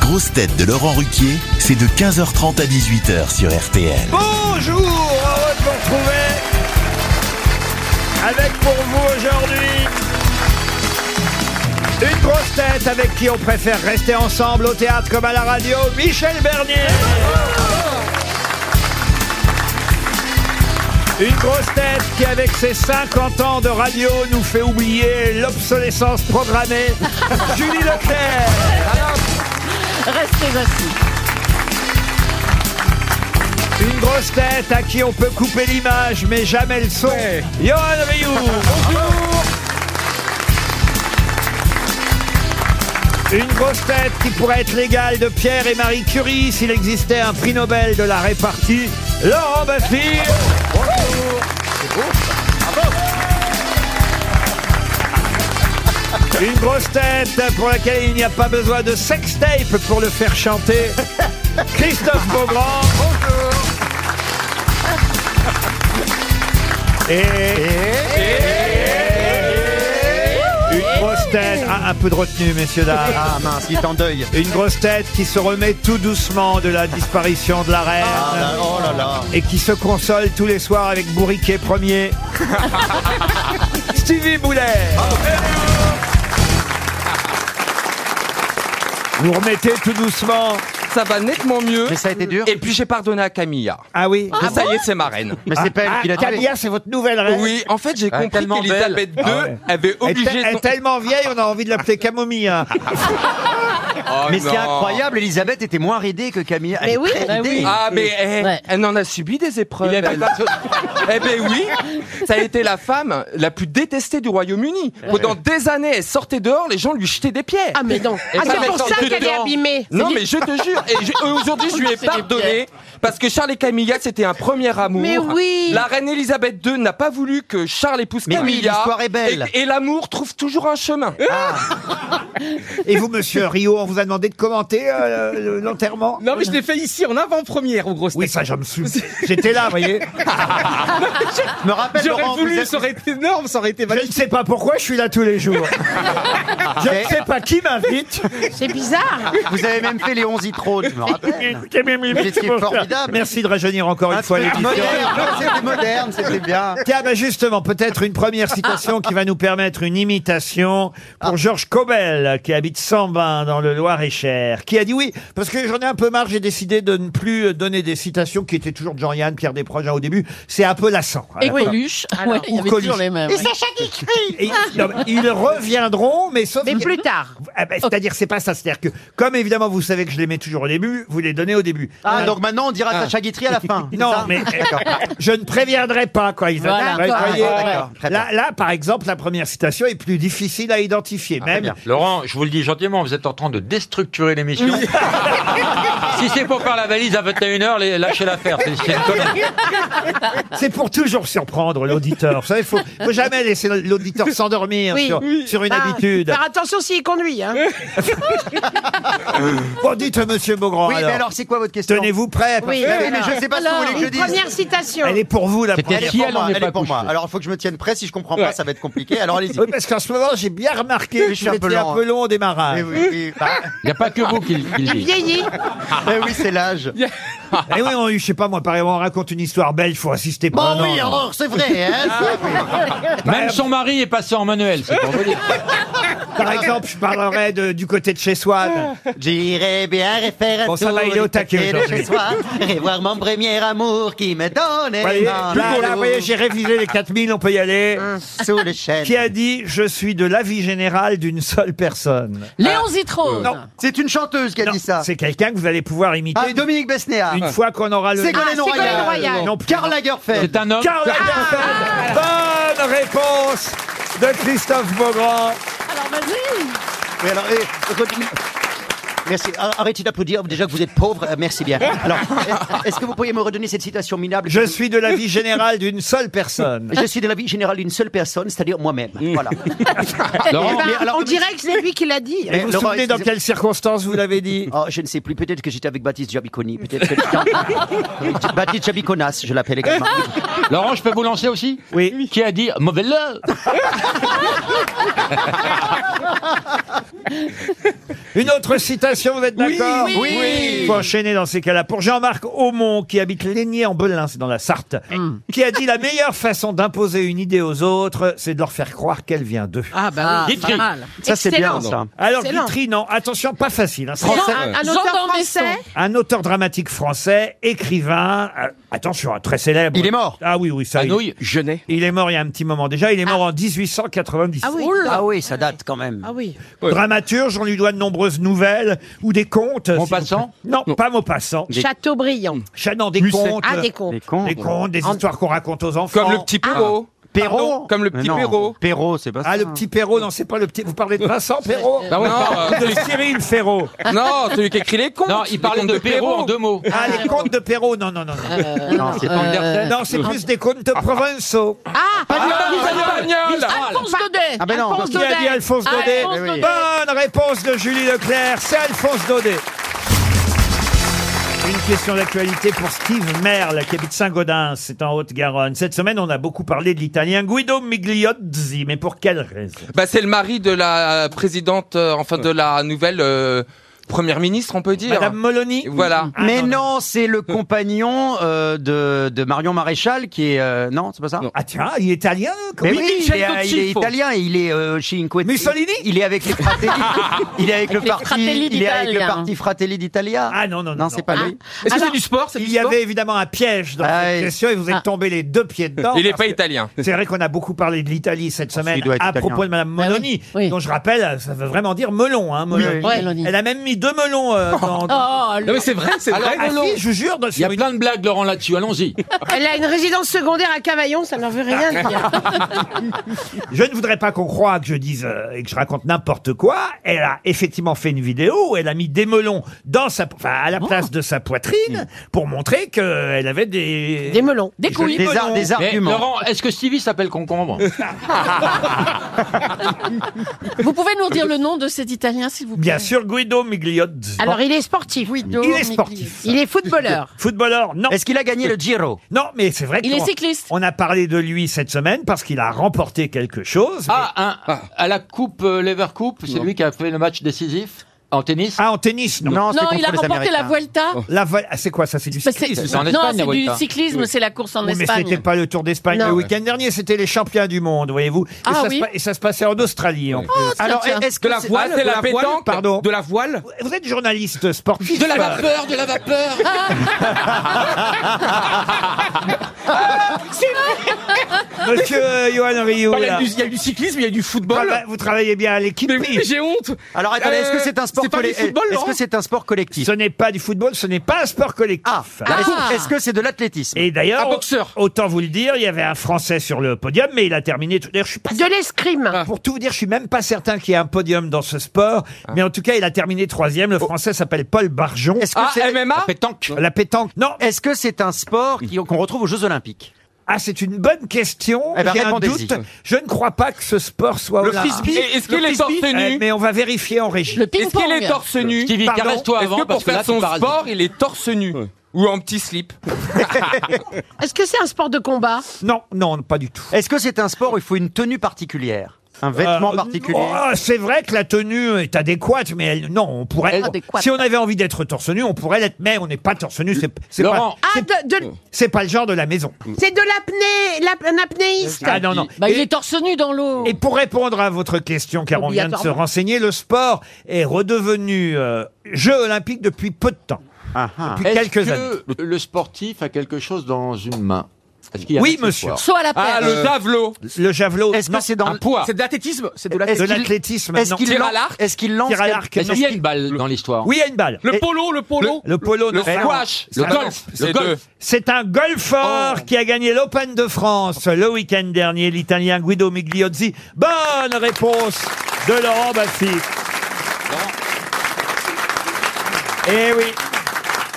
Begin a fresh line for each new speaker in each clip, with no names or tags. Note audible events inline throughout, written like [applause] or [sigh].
grosses têtes de Laurent Ruquier, c'est de 15h30 à 18h sur RTL.
Bonjour, heureux de vous retrouver avec pour vous aujourd'hui une grosse tête avec qui on préfère rester ensemble au théâtre comme à la radio, Michel Bernier. Une grosse tête qui, avec ses 50 ans de radio, nous fait oublier l'obsolescence programmée, Julie Leclerc.
[laughs]
Restez assis.
Une grosse tête à qui on peut couper l'image mais jamais le son. Johan Rioux, bonjour. Une grosse tête qui pourrait être l'égale de Pierre et Marie Curie s'il existait un prix Nobel de la répartie. Laurent Baffy. Bonjour. Une grosse tête pour laquelle il n'y a pas besoin de sextape pour le
[laughs]
faire chanter. Christophe Beaugrand. Et, une grosse tête, Ah, un peu de retenue, messieurs dames.
Ah mince, il est en deuil.
Une grosse tête qui se remet tout doucement de la disparition de la reine
Ah là- oh là là.
et qui se console tous les soirs avec Bourriquet Premier. Stevie Boulet. Vous remettez tout doucement.
Ça va nettement mieux.
Mais ça a été dur.
Et puis j'ai pardonné à Camilla.
Ah oui.
Mais ça y est, c'est ma reine.
Mais c'est pas elle
Ah,
qui l'a tué.
Camilla, c'est votre nouvelle reine.
Oui, en fait, j'ai compris
tellement
qu'Elisabeth II
Ah ouais.
avait
Elle est te-
obligé
elle est
son-
tellement vieille, on a envie de l'appeler
[laughs]
Camomille. hein.
Oh
Mais c'est
non.
incroyable, Elisabeth était moins ridée que Camille. Elle
Mais
est
oui.
très
Bah
ridée.
oui.
Ah, mais eh,
Ouais.
elle en a subi des épreuves. elle. [laughs] eh ben oui, ça a été la femme la plus détestée du Royaume-Uni. Pendant des années, elle sortait dehors, les gens lui jetaient des pierres.
Ah mais non.
Et
Ah, c'est
maintenant,
pour ça
dedans-
qu'elle est abîmée.
Non, mais je te jure, et je- aujourd'hui je lui ai
C'est des
pardonné parce que Charles et Camilla c'était un premier amour.
Mais oui.
La reine Elisabeth II n'a pas voulu que Charles épouse
Mais oui,
Camilla.
l'histoire est belle. Ah.
Et, et l'amour trouve toujours un chemin. [laughs]
Et vous, monsieur Rio, on vous a demandé de commenter euh, le- le- l'enterrement
Non, mais je l'ai fait ici en avant-première, au gros
Oui, ça, j'en
[laughs]
me souviens. J'étais là, vous voyez.
Je me rappelle,
J'aurais
Laurent, vous
voulu,
êtes-
ça aurait été énorme, ça aurait été
Je ne
magnifique.
sais pas pourquoi je suis là tous
[laughs]
les jours. Je ne sais pas qui m'invite.
C'est bizarre.
vous avez même fait les 11 icônes, je me rappelle.
[laughs]
Mais ce qui est formidable.
Merci de rajeunir encore une fois
C'était
l'émission.
moderne,
[laughs]
c'était moderne, c'était bien.
Tiens, ben justement, peut-être une première citation qui va nous permettre une imitation pour
Ah.
Georges Cobel, qui habite Sambin, dans le Loir-et-Cher, qui a dit oui, parce que j'en ai un peu marre, j'ai décidé de ne plus donner des citations qui étaient toujours de Jean-Yann, Pierre Desproges hein, au début. C'est un peu lassant.
Et
Voilà.
Coluche. Ouais, il y avait
Coluche.
toujours les mêmes.
Et- non, mais
[laughs]
ils reviendront, mais sauf
Mais
que-
plus tard.
Ah ben, c'est-à-dire, c'est pas ça. C'est-à-dire que, comme évidemment, vous savez que je les mets toujours au début, vous les donnez au début. Euh,
Ah, donc maintenant on dira Sacha Guitry à la fin. c'est
Non,
ça [laughs]
mais je ne préviendrai pas quand ils
Voilà.
arrivent,
D'accord,
voyez.
ouais,
d'accord, très
là, là, par exemple, la première citation est plus difficile à identifier, même.
Ah, bien.
Laurent, je vous le dis gentiment, vous êtes en train de déstructurer l'émission. [laughs] si c'est pour faire la valise à 21h, lâchez l'affaire. C'est c'est une [laughs] connerie.
C'est pour toujours surprendre l'auditeur. Vous savez, faut, faut jamais laisser l'auditeur s'endormir
Oui,
sur, sur une
Ah,
habitude.
Faire attention s'il conduit. Hein.
Eh,
Bon, dites, monsieur Beaugrand,
Oui,
alors.
mais alors c'est quoi votre question
Tenez-vous prêt. parce
Oui.
que
Ah oui, mais je sais pas ce que vous voulez
Alors,
que je
une
dise.
première citation.
Elle est pour vous, la
Elle
première.
est pour moi, elle est pour moi. Alors il faut que je me tienne prêt, si je comprends pas, ça va être compliqué. Alors allez-y.
[laughs] Oui, parce qu'en ce moment, j'ai bien remarqué que
je suis un peu
j'étais
lent,
un peu long au démarrage.
Eh oui, oui, bah,
Il n'y a pas que vous qui, qui le dites.
[laughs]
Vieillie.
eh oui, c'est
[laughs]
l'âge.
Eh oui, on, je sais pas, moi, par exemple, on raconte une histoire belle, il faut assister
Bon
pendant.
Bah oui, alors c'est vrai. Hein,
Ah,
ça, oui.
Même son mari est passé en manuel, c'est pour vous dire.
Par exemple, je parlerai de- du côté de chez Swan.
J'irai bien refaire
Bon,
un
ça
tour
va, il est
du
au taquet
côté de
aujourd'hui.
chez soi, revoir mon premier amour qui me donnait
Voyez, là,
dans
là,
le dos.
vous voyez, j'ai révisé les 4000, on peut y aller.
sous les chaînes.
Qui a dit Je suis de l'avis général d'une seule personne
Léon Zitrone.
Non.
C'est une chanteuse qui a
Non,
dit ça.
C'est quelqu'un que vous allez pouvoir imiter
Ah, Dominique Besnéard.
une fois qu'on aura le.
Ah,
Ségolène
Ségolène
Royal.
Royal.
Non plus.
Karl Lagerfeld.
C'est un homme.
Karl
Ah.
Lagerfeld. Bonne réponse de Christophe Beaugrand.
Alors vas-y.
Oui, alors, eh, continue. Merci. Ar- Arrêtez d'applaudir. Déjà que vous êtes pauvre, euh, merci bien. Alors, est- est-ce que vous pourriez me redonner cette citation minable
Je suis de l'avis général d'une seule personne. Mm.
Je suis de l'avis général d'une seule personne, c'est-à-dire moi-même.
[laughs]
Voilà.
Laurent,
Eh ben,
Mais alors,
on
mais-
dirait que c'est lui qui l'a dit.
Mais
Vous vous
Laurent,
souvenez dans
excusez-
quelles circonstances vous l'avez dit
Oh, je ne sais plus. Peut-être que j'étais avec Baptiste Jabiconi. Peut-être
[laughs]
que. Baptiste Jabiconas, je l'appelle également.
[laughs] Laurent, je peux vous lancer aussi
Oui.
Qui a dit mauvais love
Une autre citation, vous êtes d'accord
oui. Oui.
Faut enchaîner dans ces cas-là. Pour Jean-Marc Aumont, qui habite Lénier en Belin, c'est dans la Sarthe,
Mm.
qui a dit la meilleure façon d'imposer une idée aux autres, c'est de leur faire croire qu'elle vient d'eux.
Ah bah oui, pas
Guitry.
mal.
Ça, c'est bien,
Excellent.
ça.
Alors
Excellent.
Guitry, non, attention, pas facile. hein. C'est
Jean- Un, un
Jean
auteur
d'Ormesson.
français
Un auteur dramatique français, écrivain, euh, attention, hein, très célèbre.
Il est mort
Ah oui, oui, ça. Il,
Anouilh, Genet.
il est mort il y a un petit moment déjà. Il est mort en 1890.
Ah oui.
Ah oui, ça date quand même.
Ah oui.
Dramaturge, on lui doit de nombreuses nouvelles ou des contes.
Maupassant
Non,
Non.
pas Maupassant.
[laughs]
Châteaubriand.
Chanant des
Musset.
contes.
Ah, des cons.
Les cons.
Des contes, des histoires qu'on raconte aux enfants.
Comme le petit Perrault. Pardon,
Perrault
Comme le
Mais
petit
non,
Perrault.
Perrault, c'est pas ça.
Ah, le petit Perrault, non, c'est pas le petit. Vous parlez de Vincent Perrault
Bah
Non, euh,
De Cyril Ferrault.
non, celui qui écrit les contes.
Non, il
Les
parlait
contes
de Perrault en deux mots. Euh,
Ah, les contes de Perrault, non, non, non. non.
Non, c'est pas
Non, c'est plus des contes de Provençaux.
Ah, Pagnol
Alphonse Daudet.
Ah ben non,
Alphonse
Qui a dit
Daudet.
Alphonse Daudet Eh
Alphonse Daudet.
Bonne réponse de Julie Leclerc, c'est Alphonse Daudet. Une question d'actualité pour Steve Merle, qui habite Saint-Gaudens, c'est en Haute-Garonne. Cette semaine, on a beaucoup parlé de l'italien Guido Migliozzi, mais pour quelle raison
Bah, c'est le mari de la présidente, euh, enfin de la nouvelle euh, première ministre, on peut dire.
Madame Molony
Voilà.
Ah,
Mais
non, non.
non, c'est le compagnon euh, de, de Marion Maréchal qui est... euh, non, c'est pas ça
Non.
Ah tiens, il est italien comme
Mais
Oui,
oui, il
Michel
est, euh, il est
Tocifo.
italien, et il est euh, chez Inquetti.
Mussolini
Il est avec les
[laughs]
Fratelli. il est avec, le
les
parti,
Fratelli
il est avec le
d'Italia.
parti Fratelli d'Italia.
Ah non, non, non.
non, c'est pas lui.
Est-ce que
Alors,
c'est du sport c'est
Il
du
y
sport
avait évidemment un piège dans
Ah,
cette
oui.
question et vous êtes
Ah.
tombé les deux pieds dedans.
Il n'est
parce
pas
que
italien.
C'est vrai qu'on a beaucoup parlé de l'Italie cette semaine
il doit être
à
italien.
propos de Madame
Ah oui.
Meloni,
Oui.
dont je rappelle, ça veut vraiment dire melon. Hein, melon.
Oui, oui.
Ouais. Mélanie.
Elle a même mis deux melons
[laughs]
euh, dans. dans-
Oh,
Non mais c'est vrai, c'est
Alors,
vrai.
Ah
melon.
si, je vous jure, dans-
Il y a
sur une-
plein de blagues, Laurent, là-dessus. Allons-y.
Elle a une résidence secondaire à Cavaillon, ça n'en veut
[laughs]
rien dire.
je ne voudrais pas qu'on croie que je dise euh, et que je raconte n'importe quoi. Elle a effectivement fait une vidéo où elle a mis des melons dans sa, enfin, à la place de sa poitrine pour montrer qu'elle avait des.
Des melons.
des couilles.
Des, ar- des
Mais
arguments.
Laurent, est-ce que Stevie s'appelle concombre
Vous pouvez nous dire le nom de cet Italien, s'il vous plaît
[laughs] Bien sûr, Guido Migliozzi.
Alors il est sportif.
Il est sportif.
Il est footballeur.
Footballeur, non.
Est-ce qu'il a gagné le Giro
Non, mais c'est vrai
Il est
qu'on-
cycliste.
On a parlé de lui cette semaine parce qu'il a remporté quelque chose.
Ah, un- à la coupe euh, Lever Coupe, c'est lui qui a fait le match décisif en tennis.
Ah, en tennis, non.
Non, c'est
Non,
contre
il a
les
remporté la
Américains.
Vuelta.
Oh.
La vo- ah, c'est quoi ça C'est du
Bah, c'est-
cyclisme.
C'est en
non,
Espagne, la
c'est du
Vuelta.
cyclisme, c'est la course en
Oui, mais c'était
Espagne.
pas le Tour d'Espagne
Non.
le week-end dernier, c'était les champions du monde, voyez-vous. Et,
Ah
ça se
oui. Ah,
pa- et ça se passait en Australie. en plus.
Alors,
Tiens, tiens.
est-ce
De
que
la
c'est-
voile,
Ah, c'est
de
la
la
pétanque.
voile,
Pardon.
de la voile.
Vous êtes journaliste sportif.
De la vapeur, de
[laughs]
la vapeur.
[laughs] Monsieur euh, Johan Rioux,
Il y a
là.
du- il y a du cyclisme, il y a du football.
Trava- Ah bah, vous travaillez bien à l'équipe.
Mais oui,
oui.
mais j'ai honte. Euh,
Alors attendez, est-ce que c'est un sport
C'est pas du
collectif
football,
Est-ce
Laurent
que c'est un sport collectif
Ce n'est pas du football, ce n'est pas un sport
Ah,
collectif.
est-ce- est-ce que c'est de l'athlétisme
Et d'ailleurs,
Un boxeur.
autant vous le dire, il y avait un Français sur le podium, mais il a terminé. tout- D'ailleurs, je suis pas
De l'escrime.
Ah.
Pour tout vous dire, je suis même pas certain qu'il y ait un podium dans ce sport,
Ah.
mais en tout cas, il a terminé troisième.
Oh.
Le français s'appelle Paul Barjon.
Est-ce que
Ah,
c'est
MMA
Pétanque.
La pétanque. Non.
est-ce que c'est un sport qui- qu'on retrouve aux Jeux Olympiques
Ah, c'est une bonne question.
Eh ben,
J'ai un
répondez-y.
doute. Je ne crois pas que ce sport soit
Le
olympique.
frisbee.
Et Est-ce qu'il
Le
est torse
frisbee.
Eh,
nu
mais on va vérifier en régie.
Le
Est-ce qu'il
ping-pong.
est torse nu
Stevie,
Pardon.
caresse-toi
Est-ce
avant
que
parce
pour
que là,
faire
tu
son
parasites.
sport, il est torse nu ou en petit
[laughs]
slip
Est-ce que c'est un sport de combat
Non, non, pas du tout.
Est-ce que c'est un sport où il faut une tenue particulière Un vêtement
Euh,
particulier
oh, c'est vrai que la tenue est adéquate, mais elle- non, on pourrait.
Elle- Adéquate.
Si on avait envie d'être torse nu, on pourrait l'être, mais on n'est pas torse nu. C'est c'est pas,
Laurent.
Ah, de, de-
c'est pas le genre de la maison.
c'est de l'apnée, l'ap- un apnéiste.
Ah non, non.
Bah, il
Et-
est torse nu dans l'eau.
Et pour répondre à votre question, car on vient de se
Obligatoirement.
renseigner, le sport est redevenu euh, jeu olympique depuis peu de temps.
Ah, ah.
Depuis
Est-ce
quelques
que
années.
le sportif a quelque chose dans une main Est-ce qu'il y a
Oui,
un accessoire Euh,
monsieur.
Saut à la
Ah,
perche.
le javelot
Le javelot,
Est-ce
non.
que c'est dans
Un poids.
C'est de l'athlétisme, c'est de
Est-ce
l'athlétisme.
de
qu'il-
l'athlétisme.
Est-ce
non.
qu'il
Tir à
lan-
l'arc
est-ce qu'il lance
Tir à l'arc,
Est-ce
non.
qu'il y a une balle dans l'histoire
Oui, il y a une balle.
Le polo,
Ah,
le polo.
Le polo,
Le
non.
squash
Le
ça
golf,
non,
le
c'est
golf.
deux.
C'est un golfeur
Oh.
qui a gagné l'Open de France le week-end dernier, l'Italien Guido Migliozzi. Bonne réponse de Laurent Baffi. Eh oui.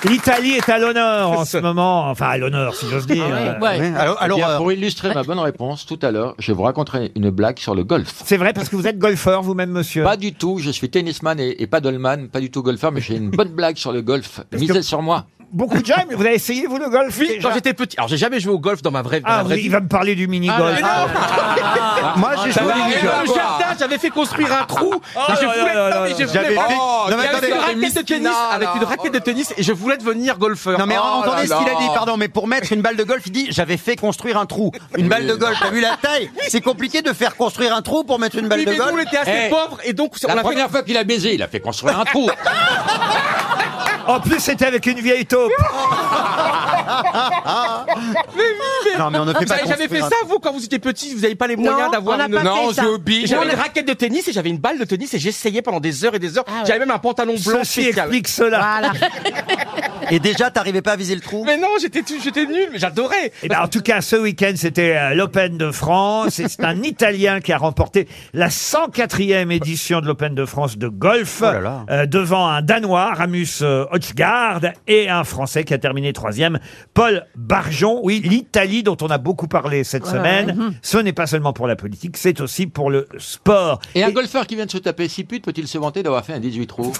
L'Italie est à l'honneur
[laughs]
en ce moment, enfin à l'honneur si j'ose
Ah
dire.
Ah
Ouais.
Ouais, alors-
Eh
alors,
bien,
euh,
pour illustrer ma bonne réponse, tout à l'heure, je vous raconterai une blague sur le golf.
C'est vrai parce que vous êtes golfeur vous-même monsieur.
Pas du tout, je suis tennisman et, et paddleman, pas du tout golfeur, mais j'ai une bonne blague sur le golf.
que-
Misez sur moi.
beaucoup de gens, mais vous avez essayé, vous, le golf
Oui,
déjà
quand j'étais petit. Alors, j'ai jamais joué au golf dans ma vraie, dans
Ah
ma vraie
oui, il
vie.
va me parler du mini-golf.
Ah, mais non
Moi, j'ai
ça
joué.
va,
Et
Dominique,
dans Ah. le
quoi.
jardin, j'avais fait construire un trou.
Oh
et je
là
voulais,
là
non,
là
mais
là.
je voulais
J'avais
vraiment-
fait-
Oh,
Non, mais
Avec
attendez.
une raquette de
Miss
tennis,
Tina,
avec une
là.
raquette de tennis, et je voulais devenir golfeur.
Non mais
Oh
entendez
là
ce qu'il a
là.
dit, pardon, mais pour mettre une balle de golf, il dit j'avais fait construire un trou. Une balle de golf, t'as vu la taille C'est compliqué de faire construire un trou pour mettre une balle
Oui,
de
mais nous, on
golf.
était assez
Eh.
pauvres, et donc, on
La
a fait.
première fois qu'il a baisé, il a fait construire
[laughs]
un trou.
En plus, c'était avec une vieille
[laughs]
taupe.
euh,
Non mais on ne fait
Vous
pas
avez jamais fait
construire un
ça, vous, quand vous étiez petit, vous n'avez pas les
Non,
moyens d'avoir
on a
une.
pas fait
Non,
ça.
j'ai obligé.
J'avais une raquette de tennis et j'avais une balle de tennis et j'essayais pendant des heures et des heures.
Ah ouais.
J'avais même un pantalon blanc
Ceci
spécial.
explique cela.
Voilà.
trou. [laughs] Et déjà, t'arrivais pas à viser le trou
Mais non, j'étais tout- j'étais nul, mais j'adorais.
Eh ben, en tout cas, ce week-end, c'était euh, l'Open de France. Et c'est
[laughs]
un Italien qui a remporté la 104e édition de l'Open de France de golf
Oh là là.
euh, devant un Danois, Ramus euh, Højgaard, et un Français qui a terminé troisième, Paul Barjon. Oui, l'Italie dont on a beaucoup parlé cette semaine. Ce n'est pas seulement pour la politique, c'est aussi pour le sport.
Et un golfeur qui vient de se taper 6 putes, peut-il se vanter d'avoir fait un 18
[laughs]
trous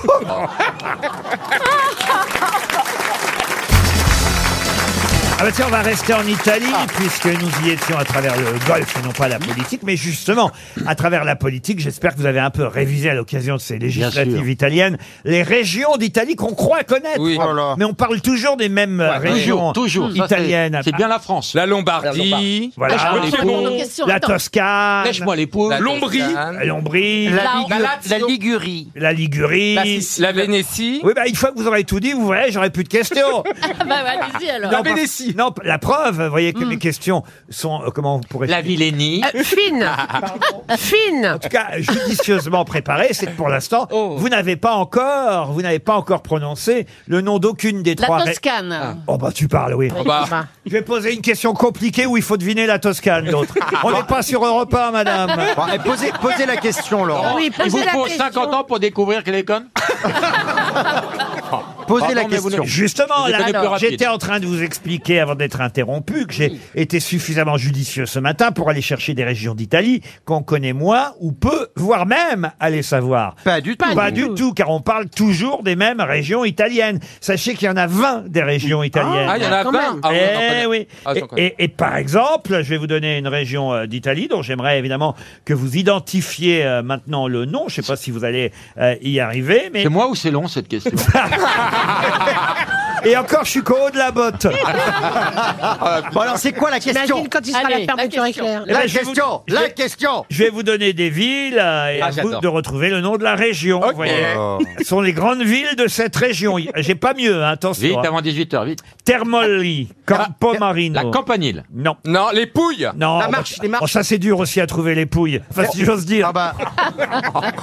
Ah bah tiens, on va rester en Italie,
Ah.
puisque nous y étions à travers le golf et non pas la
Hmm.
politique. Mais justement, à travers la politique, j'espère que vous avez un peu révisé à l'occasion de ces
Bien
législatives
sûr.
italiennes les régions d'Italie qu'on croit connaître.
Oui.
Oh là là.
Mais on parle toujours des mêmes euh, régions
Toujours, toujours. ça, c'est-
italiennes. Ah,
C'est bien la France.
La Lombardie,
Voilà.
Lèche-moi les
Attends,
pauvres.
attends, question,
La
attends.
Toscane,
Lèche-moi les pauvres.
la
Lombrie.
Toscane,
l'Ombrie, la...
La-
La Ligurie.
Ligurie.
la Vénétie.
oui, bah, une fois que vous aurez tout dit, vous verrez, j'aurai plus de
[laughs]
questions.
Ah bah, bah, allez-y alors.
Non, parce- Non, la preuve, vous voyez que mes questions sont, euh, comment vous pourrez
La Villénie.
Hmm. Euh, Fine. Fine.
Ah, en tout cas judicieusement préparé, c'est que pour l'instant,
Oh.
vous n'avez pas encore, vous n'avez pas encore prononcé le nom d'aucune des trois.
La
ré-
Toscane.
Oh bah tu parles, oui.
Oui,
bah.
bah.
Je vais poser une question compliquée où il faut deviner la
[laughs]
Toscane, d'autres. On n'est pas sur Europe 1, madame.
[laughs] Bon, eh, posez, posez la question, Laurent.
Oui,
Il vous
posez la
faut
question.
50 ans pour découvrir qu'elle est conne
Ah,
Posez la
Pardon, mais vous
question.
Justement,
Vous êtes
là,
allé plus
alors,
rapide.
j'étais en train de vous expliquer avant d'être interrompu que j'ai été suffisamment judicieux ce matin pour aller chercher des régions d'Italie qu'on connaît moins ou peu, voire même aller savoir.
Pas du tout.
Pas du tout, car on parle toujours des mêmes régions italiennes. Sachez qu'il y en a 20 des régions italiennes.
Ah, il y en a
Quand
plein.
même.
Ah, oui, on en
Eh
connaît.
oui.
Ah,
et,
j'en connais.
et- et par exemple, je vais vous donner une région euh, d'Italie dont j'aimerais évidemment que vous identifiez euh, maintenant le nom. Je ne sais pas si vous allez euh, y arriver, mais
C'est moi ou c'est long
[laughs]
cette question
et encore, je suis qu'au de la botte.
Bon alors, c'est quoi la question
Imagine quand il sera à
Allez, la
la fermeture
question.
éclair.
Eh ben,
La
je vais vous-
question
je
La
vais-
question
Je vais vous donner des villes euh, et
Ah,
à vous
j'adore.
de retrouver le nom de la région. vous voyez. Ce sont les grandes villes de cette région. J'ai pas mieux, hein,
Vite,
attention. hein.
avant 18h, vite. Ah,
Termoli, Campomarino.
La Campanile.
Non.
Non, les Pouilles.
Non,
La
bah,
marche,
ça-
les marches.
oh, ça c'est dur aussi à trouver les pouilles. Enfin, si j'ose dire.
Ah
[laughs]
bah.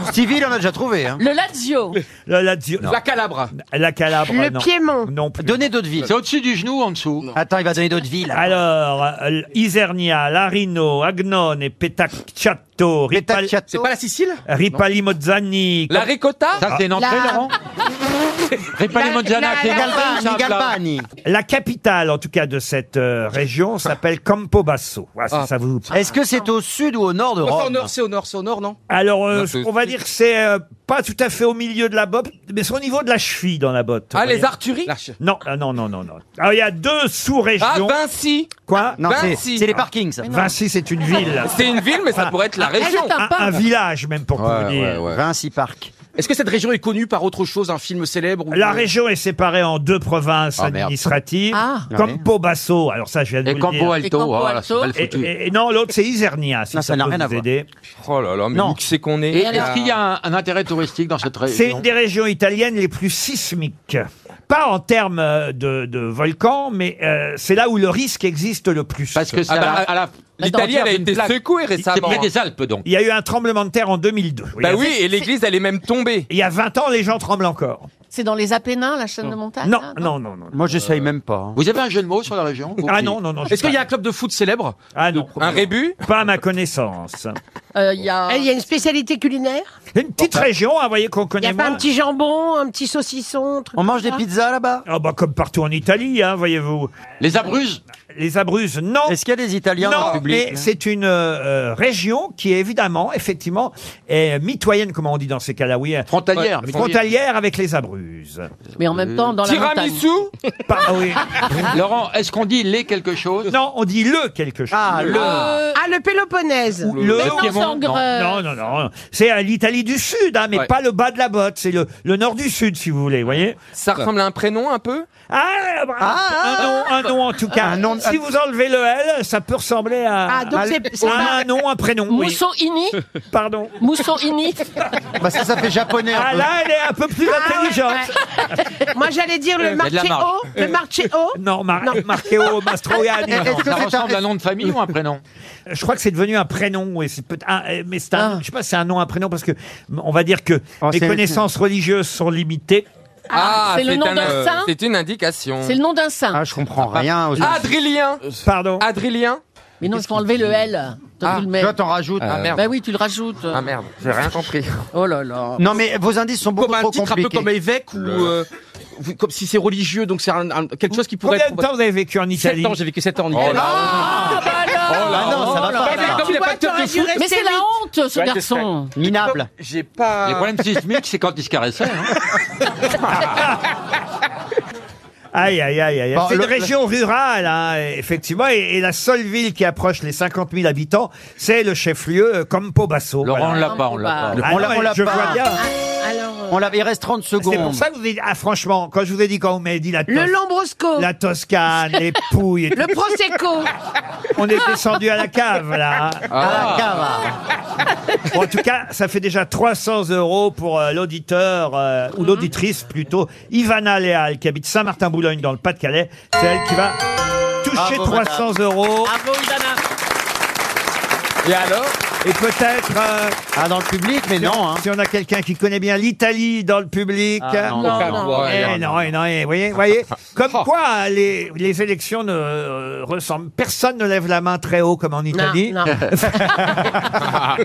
Stevie, il en a déjà trouvé. Hein.
Le Lazio.
La, la, Dio-
La Calabre.
la Calabre,
Le
non.
Piémont.
Non plus.
Donnez d'autres villes.
C'est au-dessus du genou ou en dessous
Attends, il va donner d'autres villes.
Alors, euh, Isernia, Larino, Agnone, et Petacciato, Ripal-
Petacciato.
C'est pas la Sicile
Ripali Mozzani,
La Ricotta.
Ça, c'est une entrée,
[laughs]
La-
Laurent Ripali
La-
Mozzana,
la-
c'est une entrée ou c'est un
Galbani,
plat
Galbani.
La capitale, en tout cas, de cette euh, région s'appelle Campobasso. Voilà, si ça vous...
Est-ce que c'est au sud ou au nord de
Oh, c'est au
Rome
nord, c'est au nord, c'est au nord, non
Alors, euh,
Non, c'est-
on va dire que c'est euh, pas tout à fait au milieu de la botte, mais c'est au niveau de la cheville dans la botte.
Ah,
vous
les
voyez.
Arturies.
L'Arche.
Non, ah, non, non, non, non. Alors, il y a deux
Ah,
sous-régions.
Vinci. Ah,
Quoi Ah,
Non, c'est
Vinci.
c'est les parkings. ça.
Vinci, c'est une ville.
[laughs]
Ah,
C'est une ville, mais ça pourrait être la région.
c'est Ah, un
un,
pub.
un
Ah,
village même pour tout vous dire.
Vinci Park.
Est-ce que cette région est connue par autre chose, un film célèbre ou- euh,
La région est séparée en deux provinces
Ah, merde.
administratives,
Ah.
Campo Basso, alors ça je viens de
Et
vous le dire.
Campo
Et
Alto,
Campo
oh, voilà,
Alto.
c'est mal
Et,
foutu.
et- et non, l'autre c'est Isernia, si
Non,
ça,
ça n'a
peut
rien à
vous
voir.
aider.
Oh là là, mais
Non.
où que c'est qu'on est
Et est-ce qu'il y a un, un intérêt touristique dans cette
C'est
région
une des régions italiennes les plus sismiques. Pas en termes euh, de, de volcans, mais euh, c'est là où le risque existe le plus.
Parce que c'est
Ah bah,
à la- à la-
L'Italie, elle a été secouée
C'est
récemment.
près des Alpes, donc.
Il y a eu un tremblement de terre en 2002.
Bah
Il y a-
oui, et l'église, elle est même tombée.
Il y a 20 ans, les gens tremblent encore.
C'est dans les Apennins, la chaîne de montagne hein
Non,
là,
non, non, non.
Moi,
Euh,
j'essaye même pas. hein.
Vous avez un jeu de mots sur la région vous
Ah
qui-
non, non, non. je
Est-ce
sais
qu'il y a
pas.
un club de foot célèbre
Ah non.
Un rébut
Pas à ma connaissance.
Euh, Il y a.
Eh, Il y a une spécialité culinaire.
Une petite
bah.
région, hein, vous voyez, qu'on
Il n'y
connaît
a pas
moins.
un petit jambon, un petit saucisson, un
On
truc comme
mange des
ça
pizzas là-bas
Ah bah comme partout en Italie, hein, voyez-vous.
Les Abruzes
les Abruzes, non. Est-ce
qu'il y a des Italiens
non,
dans le public,
mais
là
c'est une euh, euh, région qui, évidemment, effectivement, est mitoyenne, comme on dit dans ces cas-là, oui. euh,
Frontalière,
Ouais,
mais-
Frontalière avec les Abruzes.
Mais en même temps, dans la montagne.
Pas- ah oui.
[laughs] Laurent, est-ce qu'on dit les quelque chose
Non, on dit le quelque chose.
Ah, le.
Ah, le Péloponnèse.
Le
euh,
non, non, non, non. C'est à l'Italie du Sud, hein, mais
Ouais.
pas le bas de la botte. C'est le, le nord du Sud, si vous voulez, voyez.
Ça ressemble à un prénom un peu
Ah, un, nom, un nom en tout cas. si vous enlevez le L, ça peut ressembler à,
Ah, donc
à-
c'est- c'est
à
pas-
un nom, un prénom. oui.
Mousson-Ini
Pardon
Mousson-Ini
[laughs] Bah ça, ça fait japonais.
un
Ah
peu.
là, elle est un peu Ah, plus
Ah,
intelligente. [laughs]
Moi, j'allais dire
Il y a
le
Eh, de la marge.
Marcheo. Le Marcheo.
Non, Mar Marqueo Mastroianni.
Est-ce que
Ça ressemble à un nom de famille ou un prénom
Je crois que c'est devenu un prénom, oui. C'est peut un- euh, mais c'est un, je sais pas, si c'est un nom, un prénom, parce que m- on va dire que mes
c'est-
connaissances religieuses sont limitées.
Ah,
c'est le nom d'un
euh,
saint
C'est une indication.
C'est le nom d'un
Ah,
saint.
je comprends rien.
Adrilien
Pardon
Adrilien
Mais non, il faut enlever le L. Toi, tu le mets.
Toi, t'en rajoutes.
Ah, merde.
Bah oui, tu le rajoutes.
Ah merde, j'ai rien compris.
Oh là là.
Non, mais vos indices sont beaucoup
Ah, Comme un
trop
titre un peu
compliqués.
comme évêque ou. euh, vous- Comme si c'est religieux, donc c'est un- un- quelque chose qui pourrait.
Combien de temps vous avez vécu en Italie Oh
7 ans, j'ai vécu 7 ans en Italie.
Ah bah alors
Ah non, ça va pas. là.
Comme il n'y a pas de
Ah,
club de foot,
Mais c'est la honte, ce
Ouais,
garçon.
Minable.
j'ai pas.
Les problèmes sismiques, c'est quand ils se caressaient. hein.
Aïe, aïe, aïe, aïe.
Bon,
c'est une
le-
région rurale, hein, effectivement, et, et la seule ville qui approche les 50 000 habitants, c'est le chef-lieu euh, Campo Basso.
Laurent, on
voilà.
l'a pas, on l'a pas.
Ah
On l'a-
non,
on l'a
je
pas.
vois bien.
Ah,
Ah, Alors.
On l'avait, il reste 30
C'est
secondes.
pour ça que vous avez dit, ah franchement, quand je vous ai dit quand vous m'avez dit la,
Le
Tos-
Lambrosco.
la Toscane,
[laughs]
les Pouilles, et tout,
Le Prosecco.
[laughs] on est descendu à la cave là. hein.
Ah, cave.
Bon, en tout cas, ça fait déjà 300 euros pour euh, l'auditeur, euh,
Mhm.
ou l'auditrice plutôt, Ivana Léal, qui habite Saint-Martin-Boulogne dans le Pas-de-Calais. C'est elle qui va toucher
Bravo,
300 euros
Et alors
et peut-être... euh,
Ah, dans le public, mais non. Hein. Ah,
Si on a quelqu'un qui connaît bien l'Italie dans le public.
aucun voix.
Eh non, eh non, eh,
[laughs]
voyez, voyez. Comme
Oh.
quoi, hein, les, les élections ne euh, ressemblent. Personne ne lève la main très haut comme en Italie.
Non, non.
[laughs] Ah,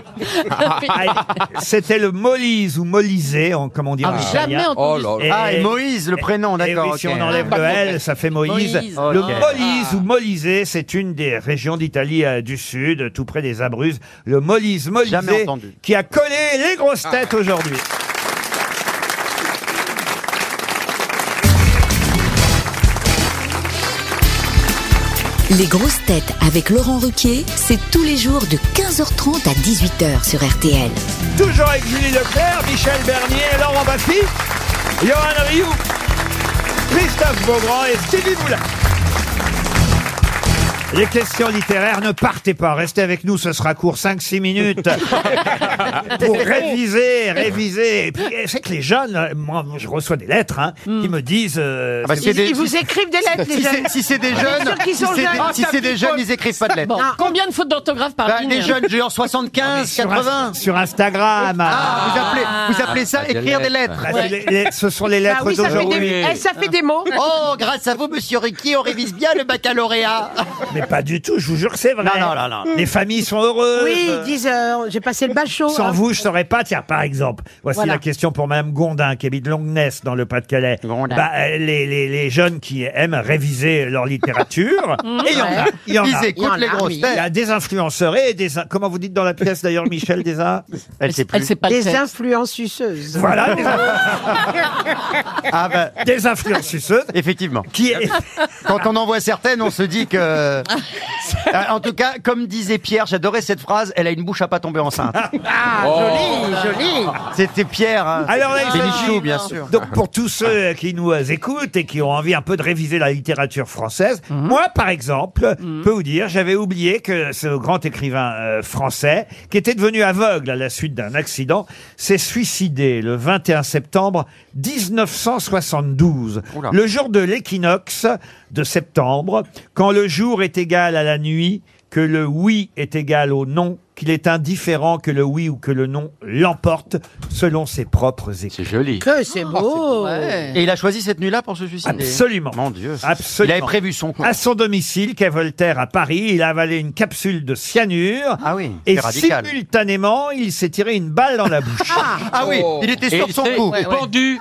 C'était le Molise ou Molisé, en- comme on dit en italien.
Jamais
Oh
entendu.
là là.
Ah,
Et-
et Moïse, le prénom,
et
d'accord.
eh oui, si
ok.
on enlève le L, ça fait Moïse.
Moïse.
Le
Ok.
Molise ou Molisé, c'est une des régions d'Italie euh, du Sud, tout près des Abruzes. Le Molise, Molisé,
Jamais entendu. Ah.
qui a collé les grosses têtes aujourd'hui.
Les grosses têtes avec Laurent Ruquier, c'est tous les jours de 15h30 à 18h sur RTL.
Toujours avec Julie Leclerc, Michel Bernier, Laurent Baffy, Johan Rioux, Christophe Beaugrand et Stevie Moulin. Les questions littéraires, ne partez pas, restez avec nous, ce sera court 5-6 minutes pour réviser, réviser. Et puis, c'est que les jeunes, euh, moi je reçois des lettres hein, qui me disent... euh,
Ah bah,
c'est-
si c'est
Ils,
des-
ils vous écrivent des lettres, les
Si
jeunes.
c'est- si
Ah,
c'est des
On est
jeunes,
sûr qu'ils
si
sont
c'est des,
jeunes.
si c'est des jeunes, ils écrivent pas de lettres.
Bon, Oh, combien de fautes d'orthographe par
Bah,
ligne
les jeunes, j'ai en 75,
sur,
80.
Inst- sur Instagram.
Ah, vous appelez, vous appelez ça écrire des lettres.
Ah, c'est les- les- ce sont les
Bah
lettres
oui, ça fait,
d'aujourd'hui.
des... eh, ça fait des mots.
Oh, grâce à vous, monsieur Ricky, on révise bien le baccalauréat.
Mais pas du tout, je vous jure que c'est vrai.
Non, non, non, non.
Les familles sont heureuses.
Oui, ils disent euh, j'ai passé le bachot.
Sans
hein.
vous, je saurais pas. Tiens, par exemple, voici
Voilà.
la question pour Madame Gondin, qui habite Longness, dans le Pas-de-Calais.
Gondin.
Bah, euh, les, les, les jeunes qui aiment réviser leur littérature, et il y en a, il y en a.
Ils
Il y en a,
écoutent les grosses
oui.
Il y
têtes.
a des influenceurs et des... Comment vous dites dans la pièce, d'ailleurs, Michel, des... in-
Elle sait
Elle
plus.
sait pas le
Des
faire.
influences suceuses. ben. [laughs]
Voilà, des,
Ah, bah,
des influenceuses
effectivement.
qui...
Quand on en voit certaines, on se dit que. Ah, En tout cas, comme disait Pierre, j'adorais cette phrase, elle a une bouche à pas tomber enceinte.
Ah,
Oh.
joli, joli.
C'était Pierre. hein.
Alors là, il s'agit-
Bénichou, bien sûr.
Donc pour tous ceux qui nous euh, écoutent et qui ont envie un peu de réviser la littérature française, moi par exemple, peux vous dire, j'avais oublié que ce grand écrivain euh, français, qui était devenu aveugle à la suite d'un accident, s'est suicidé le 21 septembre 1972,
Oula.
le jour de l'équinoxe de septembre, quand le jour est égal à la nuit, que le oui est égal au non, qu'il est indifférent que le oui ou que le non l'emporte selon ses propres écrits. C'est
joli.
Que Oh, c'est beau
Et il a choisi cette nuit-là pour se suicider.
Absolument. Mon Dieu. Absolument.
Il avait prévu son coup.
À son domicile, qu'est Voltaire à Paris, il a avalé une capsule de cyanure.
Ah oui.
Et
c'est radical.
simultanément, il s'est tiré une balle dans la bouche.
[laughs] Ah oui,
Oh.
il était
Oh. Et
sur
il
son
s'est
coup.
pendu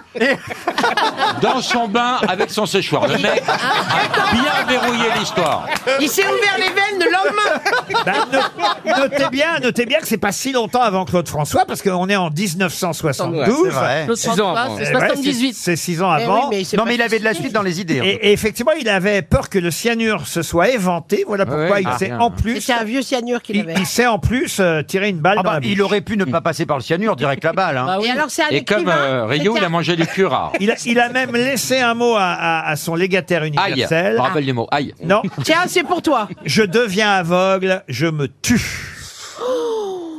dans son bain avec son séchoir. Le mec a bien verrouillé l'histoire.
Il s'est ouvert les veines le lendemain
Bah, no- notez bien, notez bien que c'est pas si longtemps avant Claude François, parce qu'on est en 1972.
Ouais, c'est vrai. Claude Six ans François, avant. c'est
Eh ouais,
78.
C'est 6 ans
Eh oui,
avant.
mais il s'est Non, pas mais il avait de la suicidé. suite dans les idées, hein. en
Et, et effectivement, il avait peur que le cyanure se soit éventé. Voilà pourquoi
ouais,
il
ah,
s'est
rien.
en plus.
C'est un vieux cyanure qu'il
Il,
avait.
il s'est en plus euh, tiré une balle dans la bouche.
Ah bah, Il aurait pu ne pas passer par le cyanure, direct la balle. hein.
Bah
Et alors, c'est un
Et comme euh,
écrivain
Rio, il
c'était
a mangé du curare.
Il a, il a même laissé un mot à, à- à son légataire
Aïe,
universel. Ah.
je me rappelle les mots. Aïe.
Non,
un- [laughs] Tiens, c'est pour toi.
je deviens aveugle, je me tue.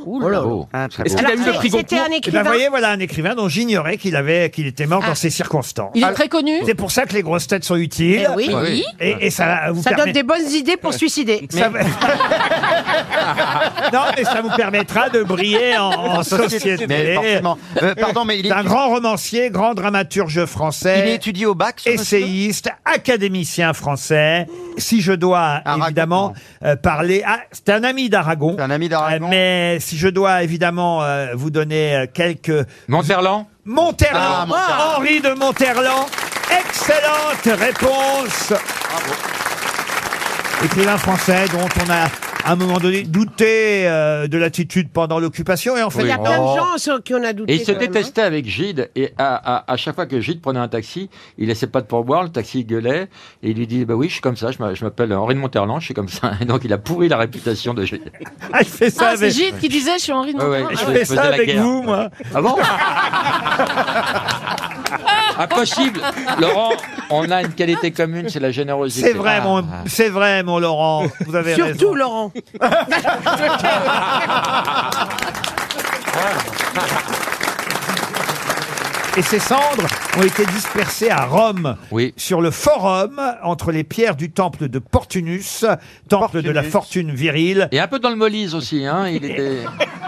Ah, Beau.
Est-ce qu'il a eu
Oh. Alors,
le
c'est-
prix Goncourt
C'était un
Eh ben,
écrivain. Ah.
vous voyez, voilà un écrivain dont j'ignorais qu'il avait, qu'il était mort dans ces circonstances.
Il est très connu
C'est pour ça que les grosses têtes sont utiles.
Eh oui.
Oui.
Et, et ça vous
Ça donne
permet-
des bonnes idées pour se suicider.
ça va- Ah, non, mais ça vous permettra de
[laughs]
briller en, en société.
Mais forcément. Euh, pardon, mais il est,
C'est un grand romancier, grand dramaturge
il est
français,
étudié au bac, ce monsieur
essayiste, académicien français. Si je dois
Aragon,
évidemment euh, parler, ah, c'est un ami d'Aragon.
C'est un ami d'Aragon.
Euh, mais si je dois évidemment euh, vous donner euh, quelques
Monterland
Monterland,
Ah, Monterland.
Henri de Monterland. Excellente réponse. Écrivain français dont on a à un moment donné douté euh, de l'attitude pendant l'occupation et en fait
Il y a
Oh.
plein de gens sur qui on a douté.
Et il se
quand même, hein.
détestait avec Gide, et à, à- à chaque fois que Gide prenait un taxi, il laissait pas de pourboire, le taxi gueulait, et il lui dit, bah oui, je suis comme ça, je m'a- je m'appelle Henri de Monterland, je suis comme ça. Et donc il a pourri la réputation de Gide.
[laughs] Ah, je fais ça
Ah, c'est
avec,
Gilles qui disait, je suis Henri de
Ouais, ouais,
Monterland.
je fais
Ah, il faisait
ça
la
avec
guerre.
[laughs]
vous moi.
[laughs]
Ah bon Impossible Laurent, on a une qualité commune, c'est la générosité. Ah.
C'est vrai mon c'est vrai mon Laurent, vous avez
Ah. Surtout
raison.
Laurent.
Et ses cendres ont été dispersées à Rome.
Oui.
sur le forum entre les pierres du temple de Portunus, temple de la fortune virile.
Et un peu dans le Molise aussi, hein. Il, était...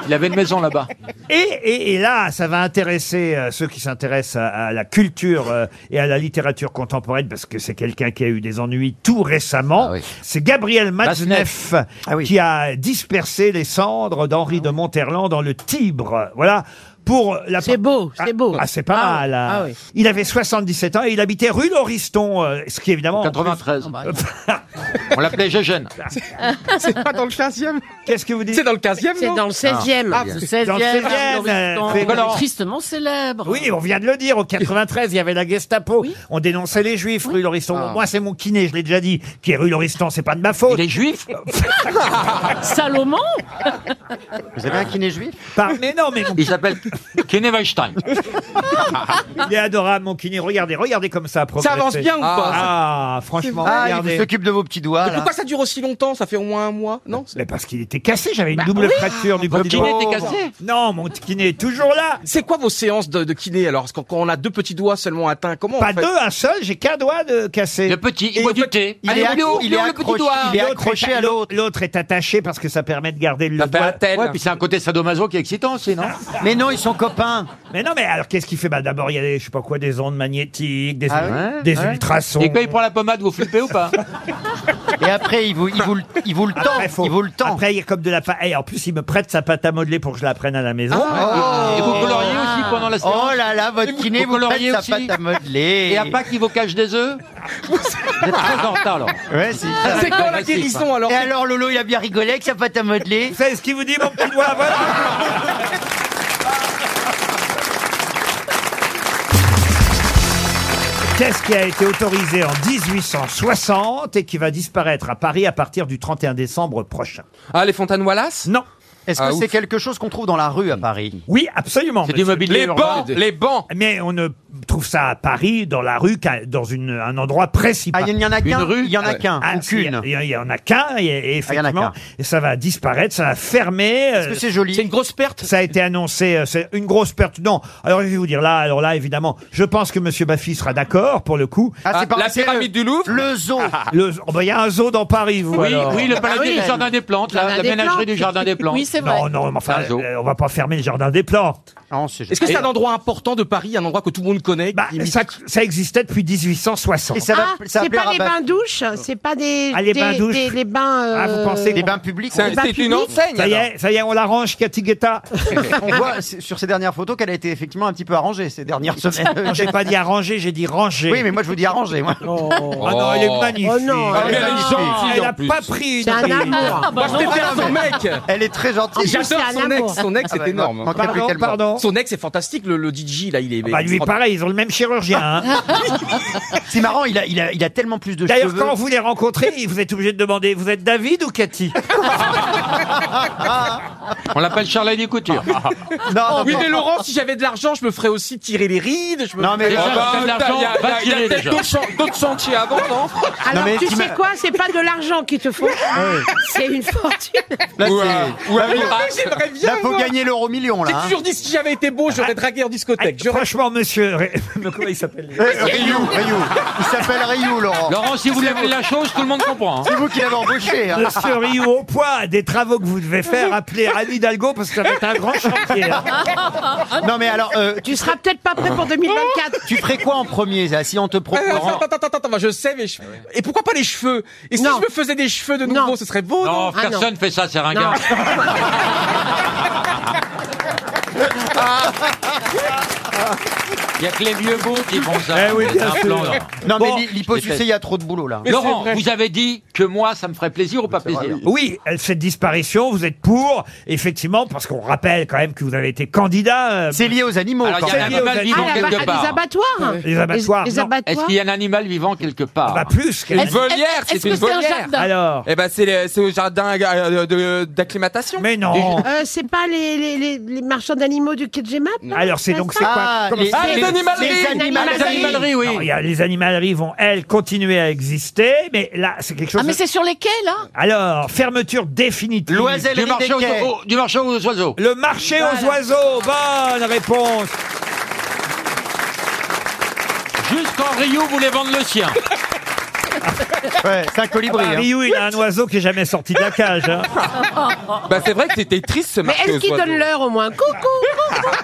il avait une maison là-bas.
Et, et- et là, ça va intéresser euh, ceux qui s'intéressent à, à la culture euh, et à la littérature contemporaine, parce que c'est quelqu'un qui a eu des ennuis tout récemment.
Ah oui.
C'est Gabriel Matzneff
Ah oui.
qui a dispersé les cendres d'Henri de Monterland dans le Tibre. Voilà. Pour la
C'est beau,
Ah,
c'est beau.
Ah, c'est pas
Ah
mal.
oui,
hein.
ah oui.
Il avait 77 ans et il habitait rue Lauriston, euh, ce qui évidemment.
Ah
93.
bah,
[laughs]
On l'appelait Gégène.
[laughs] C'est pas dans le 15e
Qu'est-ce que vous dites
C'est dans le 15e
C'est
non
dans le 16e.
Ah,
Le
Dans le
16e,
16e,
Arboristan,
euh, c'est-
euh,
Colorant.
tristement célèbre.
Oui, on vient de le dire. Au 93, il y avait la Gestapo. On dénonçait les Juifs, rue Lauriston.
Ah.
Moi, c'est mon kiné, je l'ai déjà dit, qui est rue Lauriston. C'est pas de ma faute.
Il est juif
[laughs]
Salomon
Vous avez un kiné juif
Par- Mais non, mais mon-
Il s'appelle Kenny Weinstein.
[laughs] il est adorable, mon kiné. Regardez, regardez comme ça.
Ça avance bien ou pas
Ah, franchement,
Ah, il
regardez.
s'occupe de vos petits doigts,
Mais
là.
pourquoi ça dure aussi longtemps Ça fait au moins un mois, non Bah
Mais parce qu'il était cassé, Bah, j'avais
Bah
une double fracture du
Votre
petit
kiné
doigt.
était cassé
Non, mon kiné est toujours là.
C'est quoi vos séances de, de kiné alors Parce que quand on a deux petits doigts seulement atteints, comment
Pas
on fait
deux, un seul, j'ai qu'un doigt de cassé.
Le petit, il
Et
boit
en
du
fait,
thé.
Il est, accro- il est accroché, il est
L'autre
accroché
est-
à l'autre.
L'autre est attaché parce que ça permet de garder le
Ça fait
doigt.
un tel.
Ouais, puis c'est un côté sadomaso qui est
[laughs]
excitant aussi, non
Mais non, ils sont copains.
Mais non, mais alors qu'est-ce qu'il fait bah, D'abord, il y a des, je sais pas quoi, des ondes magnétiques, des,
Ah
des ultrasons.
Et quand il prend la pommade, vous flippez
[laughs]
ou pas
Et après, il vous, il vous, le- il vous le tend.
Après, faut-
Il vous le tend.
Après, il y a comme de la pâte. en plus, il me prête sa pâte à modeler pour que je la prenne à la maison.
Ah,
Ah,
Ah.
Et vous coloriez aussi pendant la séance
Oh là là, votre kiné, vous
Vous
faites
coloriez
sa
aussi
pâte à modeler.
Et à Pâques,
[laughs]
il vous cache des œufs Vous êtes très en retard, [laughs] alors.
Ouais, c'est-
C'est quand la guérison alors
hein. Et alors, Lolo, il a bien rigolé avec sa pâte à modeler.
Vous savez ce qu'il vous dit, mon petit doigt voilà. Qu'est-ce qui a été autorisé en 1860 et qui va disparaître à Paris à partir du 31 décembre prochain
Ah, les Fontaines Wallace
Non.
Est-ce que
Ah,
c'est quelque chose qu'on trouve dans la rue à
[laughs]
Paris
Oui, absolument.
C'est du
monsieur.
mobilier
Les
urbain.
bancs Les bancs
Mais on ne trouve ça à Paris, dans la rue, qu'à- dans une, un endroit précis.
Ah, il n'y en a qu'un
rue
Il y en a
Ah,
qu'un,
Ah,
ou
si,
qu'une.
Il y, y en a qu'un, et, et
Ah, il y en a
effectivement,
qu'un.
et ça va disparaître, ça va fermer.
Est-ce
euh,
que c'est joli
C'est une grosse perte
ça a été annoncé, euh, c'est une grosse perte. Non, alors je vais vous dire là, alors là, évidemment, je pense que Monsieur Baffy sera d'accord pour le coup.
Ah, c'est
Ah,
par-
La
c'est le-
pyramide du Louvre
Le zoo. bah
Le- oh, bah, Il y a un zoo dans Paris, vous.
Oui,
alors.
oui, le palais
Ah oui,
du
la-
jardin des plantes,
Jardin
la, la
des
ménagerie
plantes.
du jardin des plantes.
Oui, c'est vrai.
Non, non, mais enfin, euh, on va pas fermer le jardin des plantes.
Est-ce que c'est un endroit important de Paris, un endroit que tout le monde connaît
Bah, ça, ça existait depuis 1860.
Ah, c'est pas les bains douches, c'est pas des,
Ah, les
des-
bains douches.
des- les bains.
Ah, vous pensez
euh,
qu'on-
des bains publics.
Ça y est, ça y est, on l'arrange, Cathy Guetta.
On voit c'est- sur ces dernières photos qu'elle a été effectivement un petit peu arrangée ces dernières
Non,
semaines.
J'ai pas dit arranger, j'ai dit ranger.
Oui, mais moi je vous dis arrangée. Moi.
Oh.
Ah non, elle est magnifique.
Oh non,
Ah, mais
elle est
elle est
magnifique.
gentille,
Elle
en
a
plus.
pas pris une
C'est un
prise.
amour.
Ah, bah
Moi, je
non.
préfère
Ah, non,
son
mais-
mec.
Elle est très gentille.
J'adore
Ah,
son
bah,
ex, son ex
ah, bah,
est énorme.
manquerait plus qu'elle meure.
Son ex est fantastique, le, le DJ là, il est.
Bah, lui, pareil, ils ont le même chirurgien.
[laughs]
hein.
C'est marrant, il a, il, a, il a tellement plus de
D'ailleurs,
cheveux.
quand vous les rencontrez, vous êtes obligé de demander vous êtes David ou Cathy
On l'appelle Charlie
[laughs]
Couture.
Ah,
Oh, oui, mais Laurent, si j'avais de l'argent, je me ferais aussi tirer les rides. Je me...
Non, mais Déjà, Laurent, si t'as de l'argent,
il y a- il y
va
a,
tirer,
peut-être
déjà.
d'autres chan- d'autres sentiers avant, non
Alors, tu sais quoi, c'est pas de l'argent qui te faut. c'est une fortune.
Là,
Ou
c'est-
un- ou un miracle. J'aimerais bien
Là, faut
voir.
gagner l'euro million, là. hein.
J'ai toujours dit, si j'avais été beau, j'aurais dragué en discothèque. Je-
Ah,
Franchement, monsieur. Ré- Comment il s'appelle
Eh, Ryu, Ryu. Il s'appelle Ryu, Laurent.
Laurent, si vous
C'est
l'avez la chose, tout le monde comprend. hein.
C'est vous qui l'avez embauché. hein.
Monsieur Rio, au poids des travaux que vous devez faire, appelez Anne Hidalgo parce que ça va être un grand chantier.
[laughs]
hein.
Non, mais alors, euh,
Tu seras peut-être pas prêt pour 2024.
tu ferais quoi en premier ça, Si on te
Ah, Attends,
propose.
attends, attends, attends, attends, je sais, mais je- Et pourquoi pas les cheveux Et si
Non. Ah,
je me faisais des cheveux de nouveau, ce serait beau, Ah, non,
Non, personne fait ça, c'est ringard. [laughs]
Ah,
Il n'y a que les vieux beaux qui font ça.
Eh oui, bien
C'est un
sûr.
plan, là.
Non,
Bon,
mais li- l'hyposucé, il y a trop de boulot, là.
Mais c'est
Laurent,
vrai.
vous avez dit que moi, ça me ferait plaisir ou pas plaisir
Oui, cette disparition, vous êtes pour, effectivement, parce qu'on rappelle quand même que vous avez été candidat. euh,
C'est lié aux animaux.
Alors, il
quand
y a un
même.
lié aux
animal
animaux.
vivant
Ah, la ba-
quelque
les
part.
abattoirs.
Les abattoirs,
Les
non.
abattoirs.
Est-ce qu'il y a un animal vivant quelque part
Bah plus que.
Une volière,
Est-ce-
c'est
est-ce
une
que c'est un
volière.
jardin
Alors.
Eh ben, c'est le- c'est au jardin euh, de- d'acclimatation.
Mais non.
Euh, c'est pas les, les, les, les marchands d'animaux du Kedjemap là
Alors c'est donc c'est
Ah,
quoi comment
les-
ça
Ah, les
les-
animaleries
les animaleries.
Les animaleries, oui.
[laughs]
Non, il y a- les animaleries vont, elles, continuer à exister, mais là, c'est quelque chose...
Ah, mais
de-
c'est sur les quais, là
Alors, fermeture définitive.
Du
L'oisellerie
marché,
des
aux,
quais.
aux- du marché aux oiseaux.
Le marché aux oiseaux, bonne réponse
Jusqu'en Rio, vous voulez vendre le sien.
Ouais, c'est un colibri. hein.
Ryu, bah il a un oiseau qui est jamais sorti de la cage. hein.
Bah, c'est vrai que c'était triste ce
Mais
marché
est-ce
aux
qu'ils
oiseaux.
donnent l'heure au moins Coucou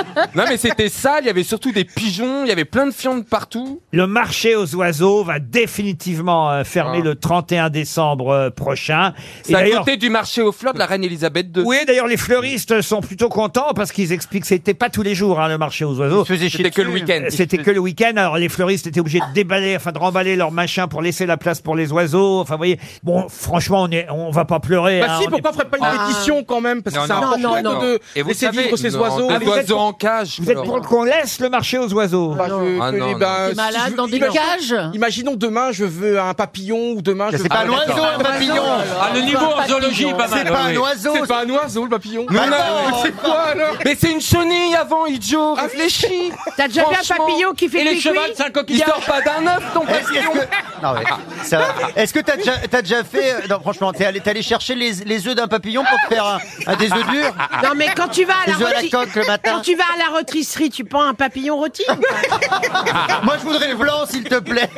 [laughs]
Non, mais c'était sale, il y avait surtout des pigeons, il y avait plein de fientes partout.
Le marché aux oiseaux va définitivement euh, fermer
Ah.
le 31 décembre euh, prochain.
C'est à côté du marché aux fleurs de la reine Elisabeth II.
Oui, d'ailleurs, les fleuristes sont plutôt contents parce qu'ils expliquent que c'était pas tous les jours hein, le marché aux oiseaux.
Il
Euh,
se faisait chier
C'était que le
dessus.
week-end.
C'était que le week-end. Alors les fleuristes étaient obligés de déballer, enfin de remballer leur machin pour laisser la place pour les oiseaux. Enfin, vous voyez. Bon, franchement, on est, on va pas pleurer.
Bah
hein,
si,
on
pourquoi on ferait pas une
Ah.
pétition quand même Parce que
Non,
c'est
non,
important
non, non.
de
Et vous
laisser
savez-
vivre ces
Non,
oiseaux.
ah,
Des
vous êtes
oiseaux
pour-
en cage.
est- Vous êtes
alors.
pour qu'on laisse le marché aux oiseaux
Bah, je-
Ah,
que
non,
les-
non.
bah,
Des
si
malades
je-
dans des
imagine-
cages.
Imaginons demain, je veux un papillon ou demain, je
C'est
veux-
pas
Ah,
un oiseau,
d'accord.
un papillon.
Ah, le niveau en zoologie, pas mal.
C'est pas un
oui.
oiseau.
C'est pas un oiseau, le papillon Ah,
Mais non.
mais c'est quoi alors Ah, Mais c'est une chenille avant, idiot Réfléchis
T'as déjà vu un
Franchement.
papillon qui fait
Et le
cuicui
cheval, c'est un
Il
coquillage.
sort pas d'un œuf, [laughs] ton
Est-ce est-ce
papillon
que non, ouais. Ça va. Est-ce que t'as déjà t'as déjà fait euh, non franchement t'es allé t'es allé chercher les, les œufs d'un papillon pour te faire un, un des œufs durs
Non mais quand tu vas à la,
Les œufs à la
rôti-
coque le matin.
quand tu vas à la rôtisserie, tu prends un
[laughs]
papillon rôti Bah, ou pas
Moi je voudrais le blanc s'il te
[laughs]
plaît.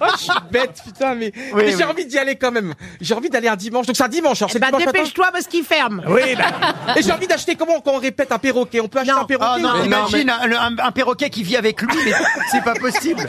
Ah, Je suis bête, putain, mais, mais
oui.
j'ai envie d'y aller quand même. J'ai envie d'aller un dimanche. Donc c'est un dimanche, alors
Eh
c'est
ben
dimanche matin.
dépêche-toi parce qu'il ferme.
Oui, bah,
[laughs]
ben.
Et j'ai envie d'acheter comment quand on répète un perroquet On peut acheter
Non.
un perroquet
Ah non,
ou-
imagine un, le- un- un perroquet qui vit avec lui mais [laughs] c'est pas
[laughs]
possible.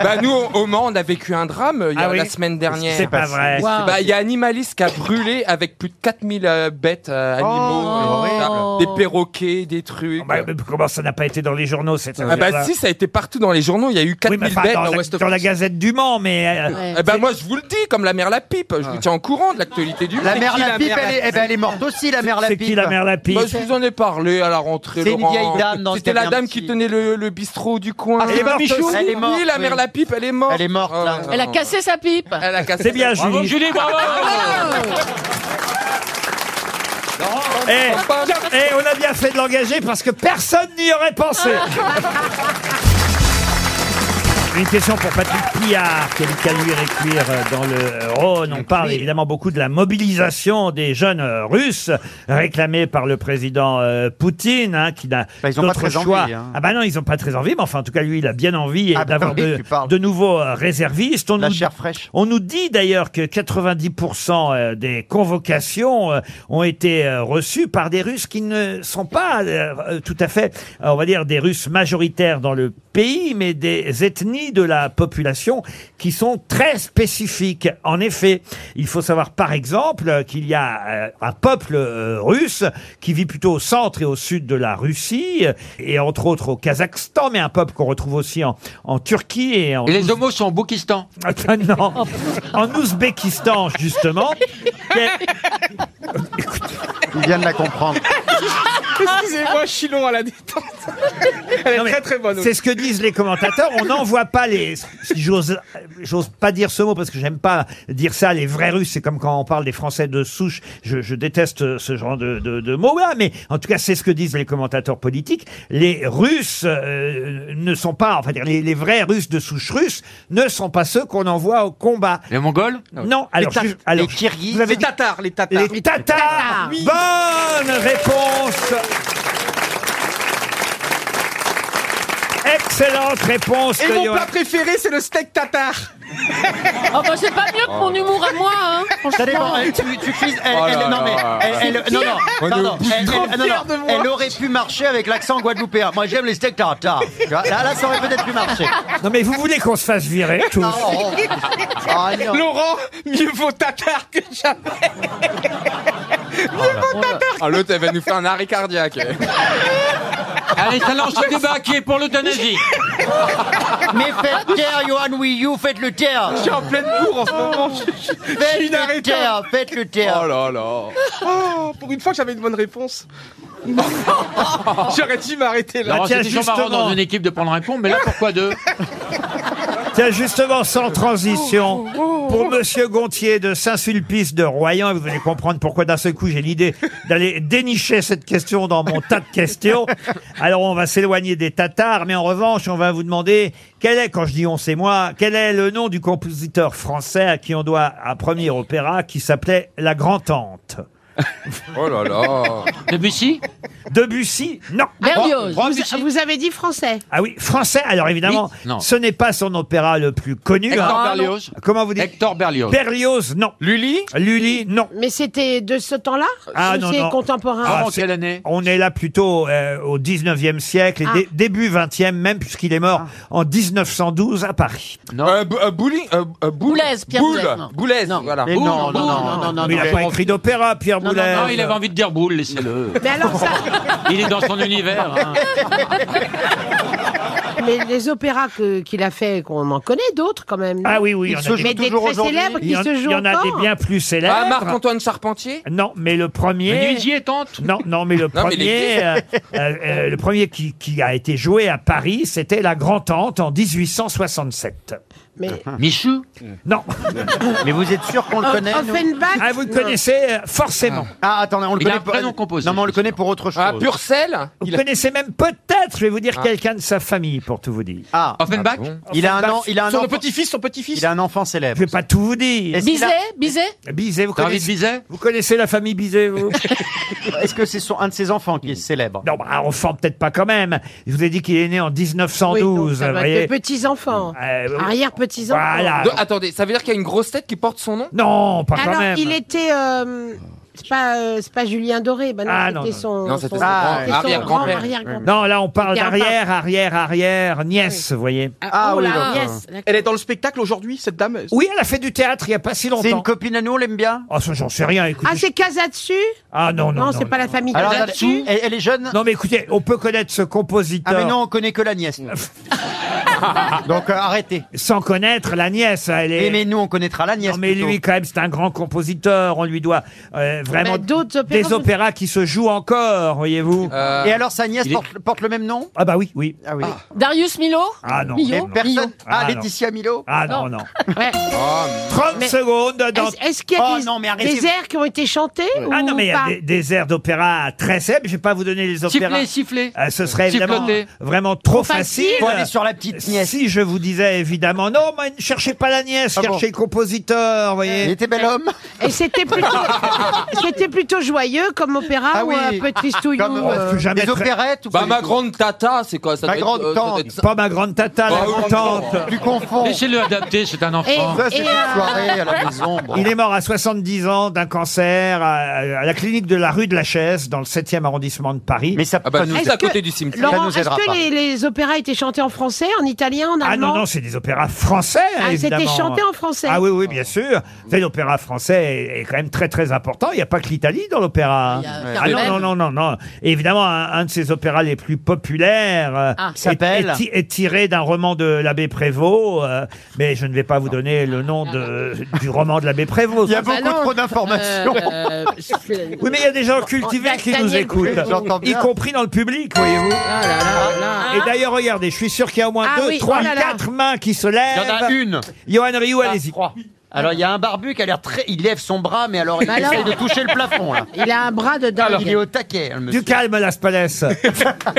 Bah nous au au Mans on a vécu un drame euh, il y a-
Ah oui.
la semaine dernière.
c'est pas vrai.
Bah, il y a un animaliste qui a brûlé avec plus de 4000 euh, bêtes euh, animaux, et tout ça. des perroquets, des trucs.
Bah, mais comment ça n'a pas été dans les journaux cette
ah bah
affaire-là
si, ça a été partout dans les journaux, il y a eu 4000
Oui, mais enfin,
bêtes
dans,
dans
la,
Ouest
dans la Gazette du Mans, mais euh, Ah.
Ouais.
Eh bah moi je vous le dis, comme la mère la pipe, je vous tiens au courant de l'actualité du monde.
La
C'est
mère
qui,
la pipe
mère
elle est, eh ben, elle est morte aussi la mère la
c'est
pipe.
qui la mère la pipe
Bah, je vous en ai parlé à la rentrée.
C'est une
Laurent.
vieille dame dans ce
C'était la
caverne
dame
petit.
qui tenait le, le bistrot du coin.
Ah, c'est
Emma
morte
Michaud
aussi
Elle est morte,
Oui, la
oui.
mère la pipe, elle est morte. Ah,
Elle est morte, là.
non,
Elle a
non.
cassé sa pipe. Ah,
Elle a cassé.
C'est bien,
Bravo,
Julie.
Julie, bravo.
Eh, eh, on a bien fait de l'engager parce que personne n'y aurait pensé. Une question pour Patrick Pillard, qui habite à Luire-et-Cuire, euh, dans le Rhône. On parle évidemment beaucoup de la mobilisation des jeunes euh, Russes, réclamée par le président euh, Poutine, hein, qui n'a
Bah, ils ont pas
d'autre
très envie,
choix.
hein.
Ah bah non, ils n'ont pas très envie, mais enfin, en tout cas, lui, il a bien envie et
Ah bah
d'avoir
oui,
de,
tu parles.
de nouveaux euh, réservistes. On la nous, On nous dit d'ailleurs que 90% euh, des convocations euh, ont été euh, reçues par des Russes qui ne sont pas euh, euh, tout à fait, euh, on va dire, des Russes majoritaires dans le pays, mais des ethnies de la population qui sont très spécifiques. En effet, il faut savoir par exemple euh, qu'il y a euh, un peuple euh, russe qui vit plutôt au centre et au sud de la Russie, euh, et entre autres au Kazakhstan, mais un peuple qu'on retrouve aussi en, en Turquie et en...
Et les homos sont au Boukistan.
Ah, non. En Ouzbékistan,
[laughs]
justement.
Il vient de la comprendre.
Excusez-moi, Chilon à la détente. Elle est
Non, mais
très très bonne.
C'est ce que disent les commentateurs. On n'envoie pas les. Si j'ose, j'ose pas dire ce mot parce que j'aime pas dire ça. Les vrais Russes, c'est comme quand on parle des Français de souche. Je, je déteste ce genre de, de, de mots-là. Mais en tout cas, c'est ce que disent les commentateurs politiques. Les Russes euh, ne sont pas. Enfin, dire, les, les vrais Russes de souche russe ne sont pas ceux qu'on envoie au combat.
Les Mongols
Non. Alors,
Les Tat-
ju- alors,
les Kirghizes
vous avez
Les
dit-
Tatars, les Tatars. [laughs]
Les Tatars.
Ah, Oui.
Bonne réponse. Excellente réponse
Et
de
mon
Johan.
plat préféré, c'est le steak tatar.
Oh, bah, c'est pas mieux que mon humour à moi, hein,
Ça dépend,
franchement.
elle- tu, tu crises- elle-
Oh
elle-
là
non, mais,
là.
elle- elle-
C'est
non,
pire.
non, non, non,
On est
elle-
trop
elle- non,
fiers
non,
de moi.
elle aurait pu marcher avec l'accent guadeloupéen. Moi, j'aime les steaks tartare. Tu vois, Là, là, ça aurait peut-être pu marcher.
Non mais vous voulez qu'on se fasse virer tous
Ah, non.
Laurent, mieux vaut tatar que jamais. Oh
Oh
Ah, l'autre, elle va nous faire un arrêt cardiaque.
Allez, ça lance le débat qui est pour l'euthanasie.
Mais faites taire, Johan Wiyu, faites le taire.
Je suis en pleine bourre en ce moment. Je, je- je suis
Faites le
inarrêtable.
taire, faites le
Oh
taire.
là là.
Oh, pour une fois que j'avais une bonne réponse. [laughs] J'aurais dû m'arrêter
Ah,
là.
Alors,
tiens,
c'est toujours marrant
justement.
dans une équipe de prendre un con, mais là, pourquoi deux
[laughs] Tiens justement sans transition pour Monsieur Gontier de Saint-Sulpice de Royan et vous allez comprendre pourquoi d'un seul coup j'ai l'idée d'aller dénicher cette question dans mon tas de questions. Alors on va s'éloigner des Tatars mais en revanche on va vous demander quel est quand je dis on c'est moi quel est le nom du compositeur français à qui on doit un premier opéra qui s'appelait La Grand-Tante.
Oh là là.
Debussy
Debussy non
Berlioz.
Vous, vous avez dit français.
ah oui français alors évidemment
Oui. Non.
ce n'est pas son opéra le plus connu.
Hector
Ah,
hein.
Berlioz
Comment vous dites
Hector Berlioz.
Berlioz, non.
Lully
Lully, non.
Mais c'était de ce temps-là
Ah,
Ou
non,
c'est
non. Ah,
contemporain
Avant quelle année
On est là plutôt euh, au 19e siècle et
Ah.
dé- début 20e même puisqu'il est mort
Ah.
en 1912 à Paris.
Non.
Euh, Bou- euh, Bouli- euh, euh, Boul-
Boulez, Pierre
Boule.
Boulez, non.
Boulez, voilà.
Mais non, non, non, non, non,
Mais il n'a
non.
pas écrit d'opéra, Pierre
non,
Boulez.
Non, il avait envie de dire
[laughs]
boule, laissez-le.
Mais alors
[laughs]
ça,
Il est dans son univers. hein.
mais les opéras que- qu'il a fait, qu'on en connaît d'autres quand même. non
Ah oui, oui, il y en a des-
mais des très célèbres
il y
qui
en,
se
il
jouent
y en a des
encore.
bien plus célèbres.
Ah, Marc-Antoine Charpentier
Non, mais le premier.
Menuisier, tante
Non, non, mais le
Non, mais il
premier, euh, euh, euh, le premier qui, qui a été joué à Paris, c'était la Grand-Tante en 1867.
Mais
Michou
Non,
Mais vous êtes sûr qu'on le connaît nous
Offenbach.
ah, vous le
non.
connaissez euh, forcément.
Ah, attendez, on le
Il a
connaît
un
pas-
prénom composé.
Non, mais on le connaît pour autre
Ah,
chose.
Purcell
Vous
Il a-
connaissez même peut-être, je vais vous dire, quelqu'un de sa famille, pour tout vous dire.
Ah,
Offenbach
il a un an, il a un
Son
enfant-
petit-fils, son petit-fils.
il a un enfant
Je
célèbre.
vais pas tout vous dire.
Est-ce qu'il a-
Bizet, Bizet
Bizet, vous
David
connaissez,
Bizet
vous connaissez la famille Bizet, vous
[laughs] Est-ce que c'est son- un de ses enfants qui est célèbre
Non, bah, enfant, peut-être pas quand même. Je vous ai dit qu'il est né en
Oui, donc
1912,
ça
vous
doit être
voyez.
des petits-enfants. Ah,
Euh, oui.
Arrière-petits-enfants.
Voilà.
De- Attendez, ça veut dire qu'il y a une grosse tête qui porte son nom
Non, pas quand
Alors,
même.
il était. euh, c'est pas, euh, c'est pas Julien Doré, bah non,
Ah, non,
c'était
non.
son,
Non, c'était
son-
son grand-
c'était son
arrière-grand-père.
grand arrière-grand-père.
Non, là, on parle
Il y a un
d'arrière, arrière, arrière, nièce, vous voyez.
Ah
oh
oui,
là,
d'accord.
yes, d'accord.
Elle est dans le spectacle aujourd'hui, cette dame
Oui, elle a fait du théâtre il y a pas
C'est
si
une
longtemps.
copine à nous, on l'aime bien
Oh, ça, j'en sais rien, écoutez.
Ah, c'est Kazatsu
Ah, non, non, non.
c'est pas la famille
Alors,
Kazatsu.
elle, elle est jeune
Non, mais écoutez, on peut connaître ce
Ah,
compositeur
mais non, on connaît que la
[laughs]
nièce. Donc, euh, arrêtez.
sans connaître la nièce. Elle est...
Mais, mais nous, on connaîtra la nièce.
Non, mais
plutôt.
lui, quand même, c'est un grand compositeur. On lui doit euh, vraiment
Bah, d'autres opéras,
des opéras qui se jouent encore, voyez-vous.
Euh,
Et alors, sa nièce
il est-
porte, porte le même nom
Ah bah oui, oui.
Ah oui.
Darius Milo
Ah non.
Mais
Millot Millot.
personne. Ah,
Ah, non.
Laetitia Milo
Ah non, non.
Ouais.
30
Mais-
secondes dans...
Est-ce est-ce qu'il y a
Oh,
des,
non, mais arrêtez.
des airs qui ont été chantés
Ah non,
ou
mais il y a
pas
des, des airs d'opéra très célèbres. Je vais pas vous donner les opéras.
Siffler, siffler.
Ah, ce serait évidemment
Siffloter.
vraiment trop
Trop facile.
facile.
Faut aller sur la petite
nièce. Si je vous disais évidemment, non, mais ne cherchez pas la nièce, cherchez le compositeur, vous voyez. Il était bel homme.
Et c'était plutôt, [laughs] c'était plutôt joyeux comme opéra
Ah oui.
ou un peu tristouillou. euh,
Des opérettes ou
Bah,
pas
ma
du
grande tata, c'est quoi ça
Ma
doit
grande
être, euh, ça doit
tante.
être ça.
Pas ma grande tata, la
Bah,
grande
euh,
oui,
tante.
Tu confonds.
Laissez-le adapter, c'est un enfant.
[laughs]
euh,
[laughs]
Il est mort à 70 ans d'un cancer à, à la clinique de la rue de la Chaise, dans le 7e arrondissement de Paris. Mais ça
Ah bah, nous, c'est à côté du cimetière.
Laurent, est-ce que les, les opéras étaient chantés en français, en italien, en
Ah
allemand
non, non, c'est des opéras français,
Ah,
évidemment.
c'était chanté en français.
Ah oui, oui, bien sûr. Vous savez, l'opéra français est- est quand même très, très important. Il n'y a pas que l'Italie dans l'opéra.
Il y a
Ah non,
Carmen.
non, non, non, non. Et évidemment, un, un de ses opéras les plus populaires euh,
Ah.
est-
S'appelle
est, ti- est tiré d'un roman de l'abbé Prévost. euh, mais je ne vais pas vous donner le nom de, du roman de l'abbé Prévost.
Il y a beaucoup trop
Euh,
d'informations.
Oui, mais il y a des gens cultivés qui nous écoutent, Ah y compris dans le public, voyez-vous. Et d'ailleurs, regardez, je suis sûr qu'il y a au moins
Ah
deux,
oui,
trois,
oh là là.
quatre mains qui se lèvent.
Il y en a une.
Johan Rioux, allez-y.
Ah, Alors, il y a un barbu qui a l'air très. Il lève son bras, mais alors il
Bah alors-
essaye de toucher le plafond, là.
Il a un bras de dingue.
Alors, il est au taquet, hein, le monsieur.
Du calme, Las Palès.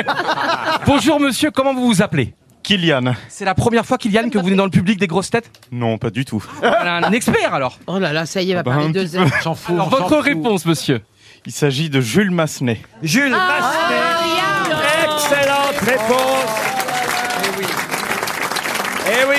[laughs] Bonjour monsieur, comment vous vous appelez Kylian. C'est la première fois, Kylian, que vous venez dans le public des grosses têtes Ah, Non, pas du tout. un expert alors
Oh là là, ça y est, va
bah,
parler
un
deux
petit
heures.
peu. Alors, votre réponse, monsieur Il s'agit de Jules Massenet.
Jules
Ah, Oh,
Excellente réponse. Eh oui.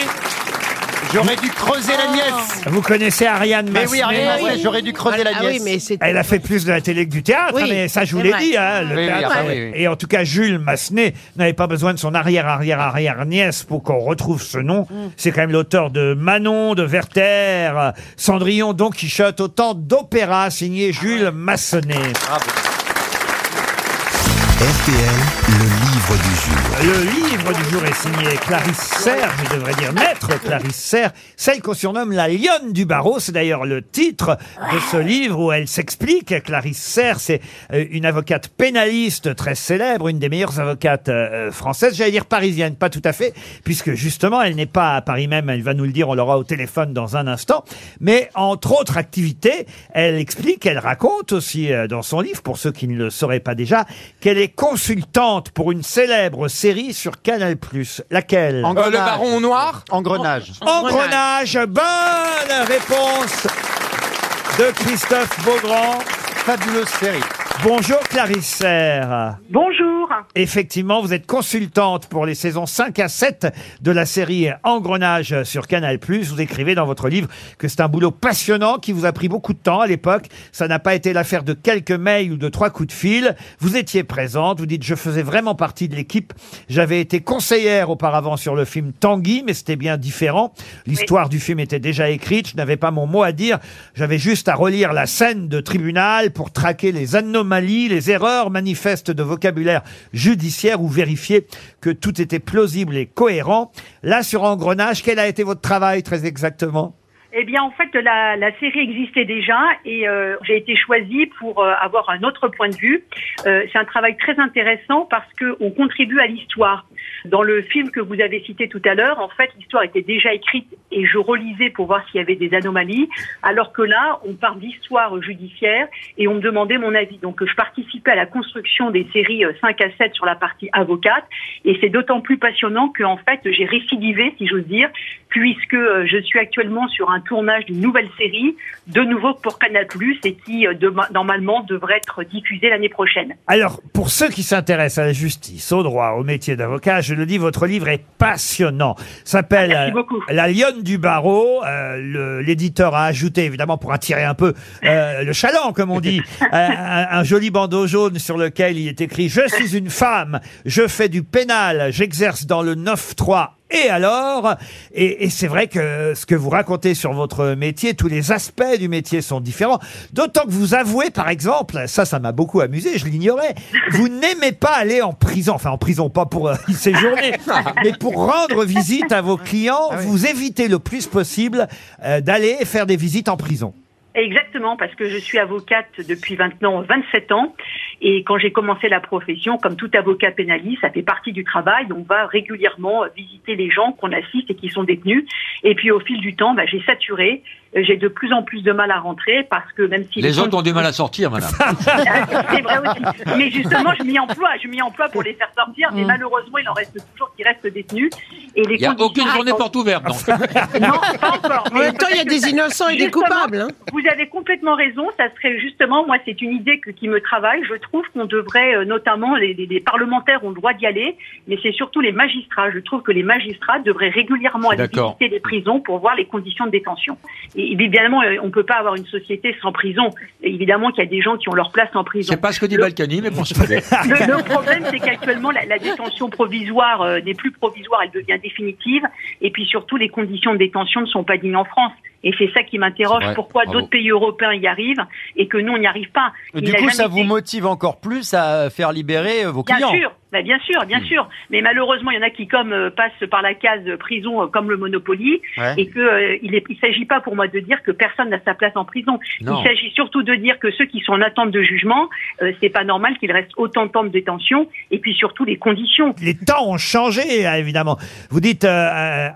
J'aurais dû creuser
Ah.
la nièce.
Vous connaissez Ariane
Mais
Massenet
oui, Ariane Massenet, Oui. j'aurais dû creuser la Ah oui, nièce. mais c'est-
Elle a fait plus de la télé que du théâtre,
Oui,
hein, mais ça, je vous
c'est
l'ai
vrai.
dit. hein, le
Oui, oui,
théâtre,
ah
euh,
oui, oui.
Et en tout cas, Jules Massenet n'avait pas besoin de son arrière-arrière-arrière-nièce pour qu'on retrouve ce nom.
Mm.
C'est quand même l'auteur de Manon, de Werther, euh, Cendrillon, Don Quichotte, autant d'opéras signés
Ah
Jules Massenet.
RTL, le livre du jour.
Le livre du jour est signé Clarisse Serre, je devrais dire maître Clarisse Serre, celle qu'on surnomme la lionne du barreau. C'est d'ailleurs le titre de ce livre où elle s'explique. Clarisse Serre, c'est euh, une avocate pénaliste très célèbre, une des meilleures avocates euh, euh, françaises, j'allais dire parisienne, pas tout à fait, puisque justement elle n'est pas à Paris même, elle va nous le dire, on l'aura au téléphone dans un instant. Mais entre autres activités, elle explique, elle raconte aussi euh, dans son livre, pour ceux qui ne le sauraient pas déjà, qu'elle est consultante pour une célèbre série sur Canal+. Laquelle
Euh, le baron noir
Engrenage.
Engrenage, bonne réponse de Christophe Beaugrand. Fabuleuse série. Bonjour Clarisse Serre.
Bonjour.
Effectivement, vous êtes consultante pour les saisons 5 à 7 de la série Engrenage sur Canal+. Vous écrivez dans votre livre que c'est un boulot passionnant qui vous a pris beaucoup de temps à l'époque. Ça n'a pas été l'affaire de quelques mails ou de trois coups de fil. Vous étiez présente. Vous dites, je faisais vraiment partie de l'équipe. J'avais été conseillère auparavant sur le film Tanguy, mais c'était bien différent. L'histoire du film était déjà écrite. Je n'avais pas mon mot à dire. J'avais juste à relire la scène de tribunal pour traquer les anomalies, les erreurs manifestes de vocabulaire judiciaire ou vérifier que tout était plausible et cohérent. Là, sur Engrenage, quel a été votre travail très exactement
Eh bien, en fait, la, la série existait déjà et euh, j'ai été choisie pour euh, avoir un autre point de vue. Euh, c'est un travail très intéressant parce que on contribue à l'histoire. Dans le film que vous avez cité tout à l'heure, en fait, l'histoire était déjà écrite et je relisais pour voir s'il y avait des anomalies, alors que là, on part d'histoire judiciaire et on me demandait mon avis. Donc, je participais à la construction des séries euh, 5 à 7 sur la partie avocate et c'est d'autant plus passionnant que, en fait, j'ai récidivé, si j'ose dire, puisque euh, je suis actuellement sur un tournage d'une nouvelle série, de nouveau pour Canal+, et qui, euh, dema- normalement, devrait être diffusée l'année prochaine.
Alors, pour ceux qui s'intéressent à la justice, au droit, au métier d'avocat, je le dis, votre livre est passionnant. S'appelle euh, La Lionne du Barreau. Euh, le- L'éditeur a ajouté, évidemment, pour attirer un peu euh, le chaland, comme on dit, euh, un, un joli bandeau jaune sur lequel il est écrit « Je suis une femme, je fais du pénal, j'exerce dans le 9-3 ». Et alors Et, et c'est vrai que ce que vous racontez sur votre métier, tous les aspects du métier sont différents. D'autant que vous avouez, par exemple, ça, ça m'a beaucoup amusé, je l'ignorais, vous n'aimez pas aller en prison, enfin en prison, pas pour euh, y séjourner, mais pour rendre visite à vos clients, vous évitez le plus possible euh, d'aller faire des visites en prison.
Exactement, parce que je suis avocate depuis maintenant 27 ans. Et quand j'ai commencé la profession, comme tout avocat pénaliste, ça fait partie du travail. On va régulièrement visiter les gens qu'on assiste et qui sont détenus. Et puis au fil du temps, bah, j'ai saturé. Euh, J'ai de plus en plus de mal à rentrer parce que même si
Les
gens
autres ont du mal à
[laughs]
sortir, madame.
c'est vrai aussi. Mais justement, je m'y emploie, je m'y emploie pour les faire sortir, mais malheureusement, il en reste toujours qui restent détenus. Et les
Il n'y a
conditions-
aucune journée porte ouverte.
[laughs]
donc.
Non, pas encore.
En même temps, il y
[laughs]
a des innocents et des
Justement,
coupables, hein.
Vous avez complètement raison. Ça serait justement, moi, c'est une idée que- qui me travaille. Je trouve qu'on devrait, euh, notamment, les, les- les parlementaires ont le droit d'y aller, mais c'est surtout les magistrats. Je trouve que les magistrats devraient régulièrement aller
D'accord.
visiter les prisons pour voir les conditions de détention. Et évidemment, euh, on ne peut pas avoir une société sans prison. Et évidemment qu'il y a des gens qui ont leur place en
Je
prison.
sais pas ce que dit Balkany, mais bon, je peux
Le,
[laughs]
le problème, c'est qu'actuellement, la, la détention provisoire euh, n'est plus provisoire, elle devient définitive. Et puis surtout, les conditions de détention ne sont pas dignes en France. Et c'est ça qui m'interroge,
C'est vrai.
pourquoi
Bravo. Euh,
d'autres pays européens y arrivent et que nous, on n'y arrive pas. Il
Du
n'a
coup,
jamais
ça
été-
vous motive encore plus à faire libérer euh, vos
Bien
clients. Mm.
sûr, bah, bien sûr, bien sûr. Mais malheureusement, il y en a qui, comme euh, passent par la case euh, prison, euh, comme le Monopoly,
Ouais.
et que euh, il ne s'agit pas pour moi de dire que personne n'a sa place en prison.
Non.
Il s'agit surtout de dire que ceux qui sont en attente de jugement, euh, c'est pas normal qu'ils restent autant de temps de détention, et puis surtout les conditions.
Les temps ont changé, hein, évidemment. Vous dites euh,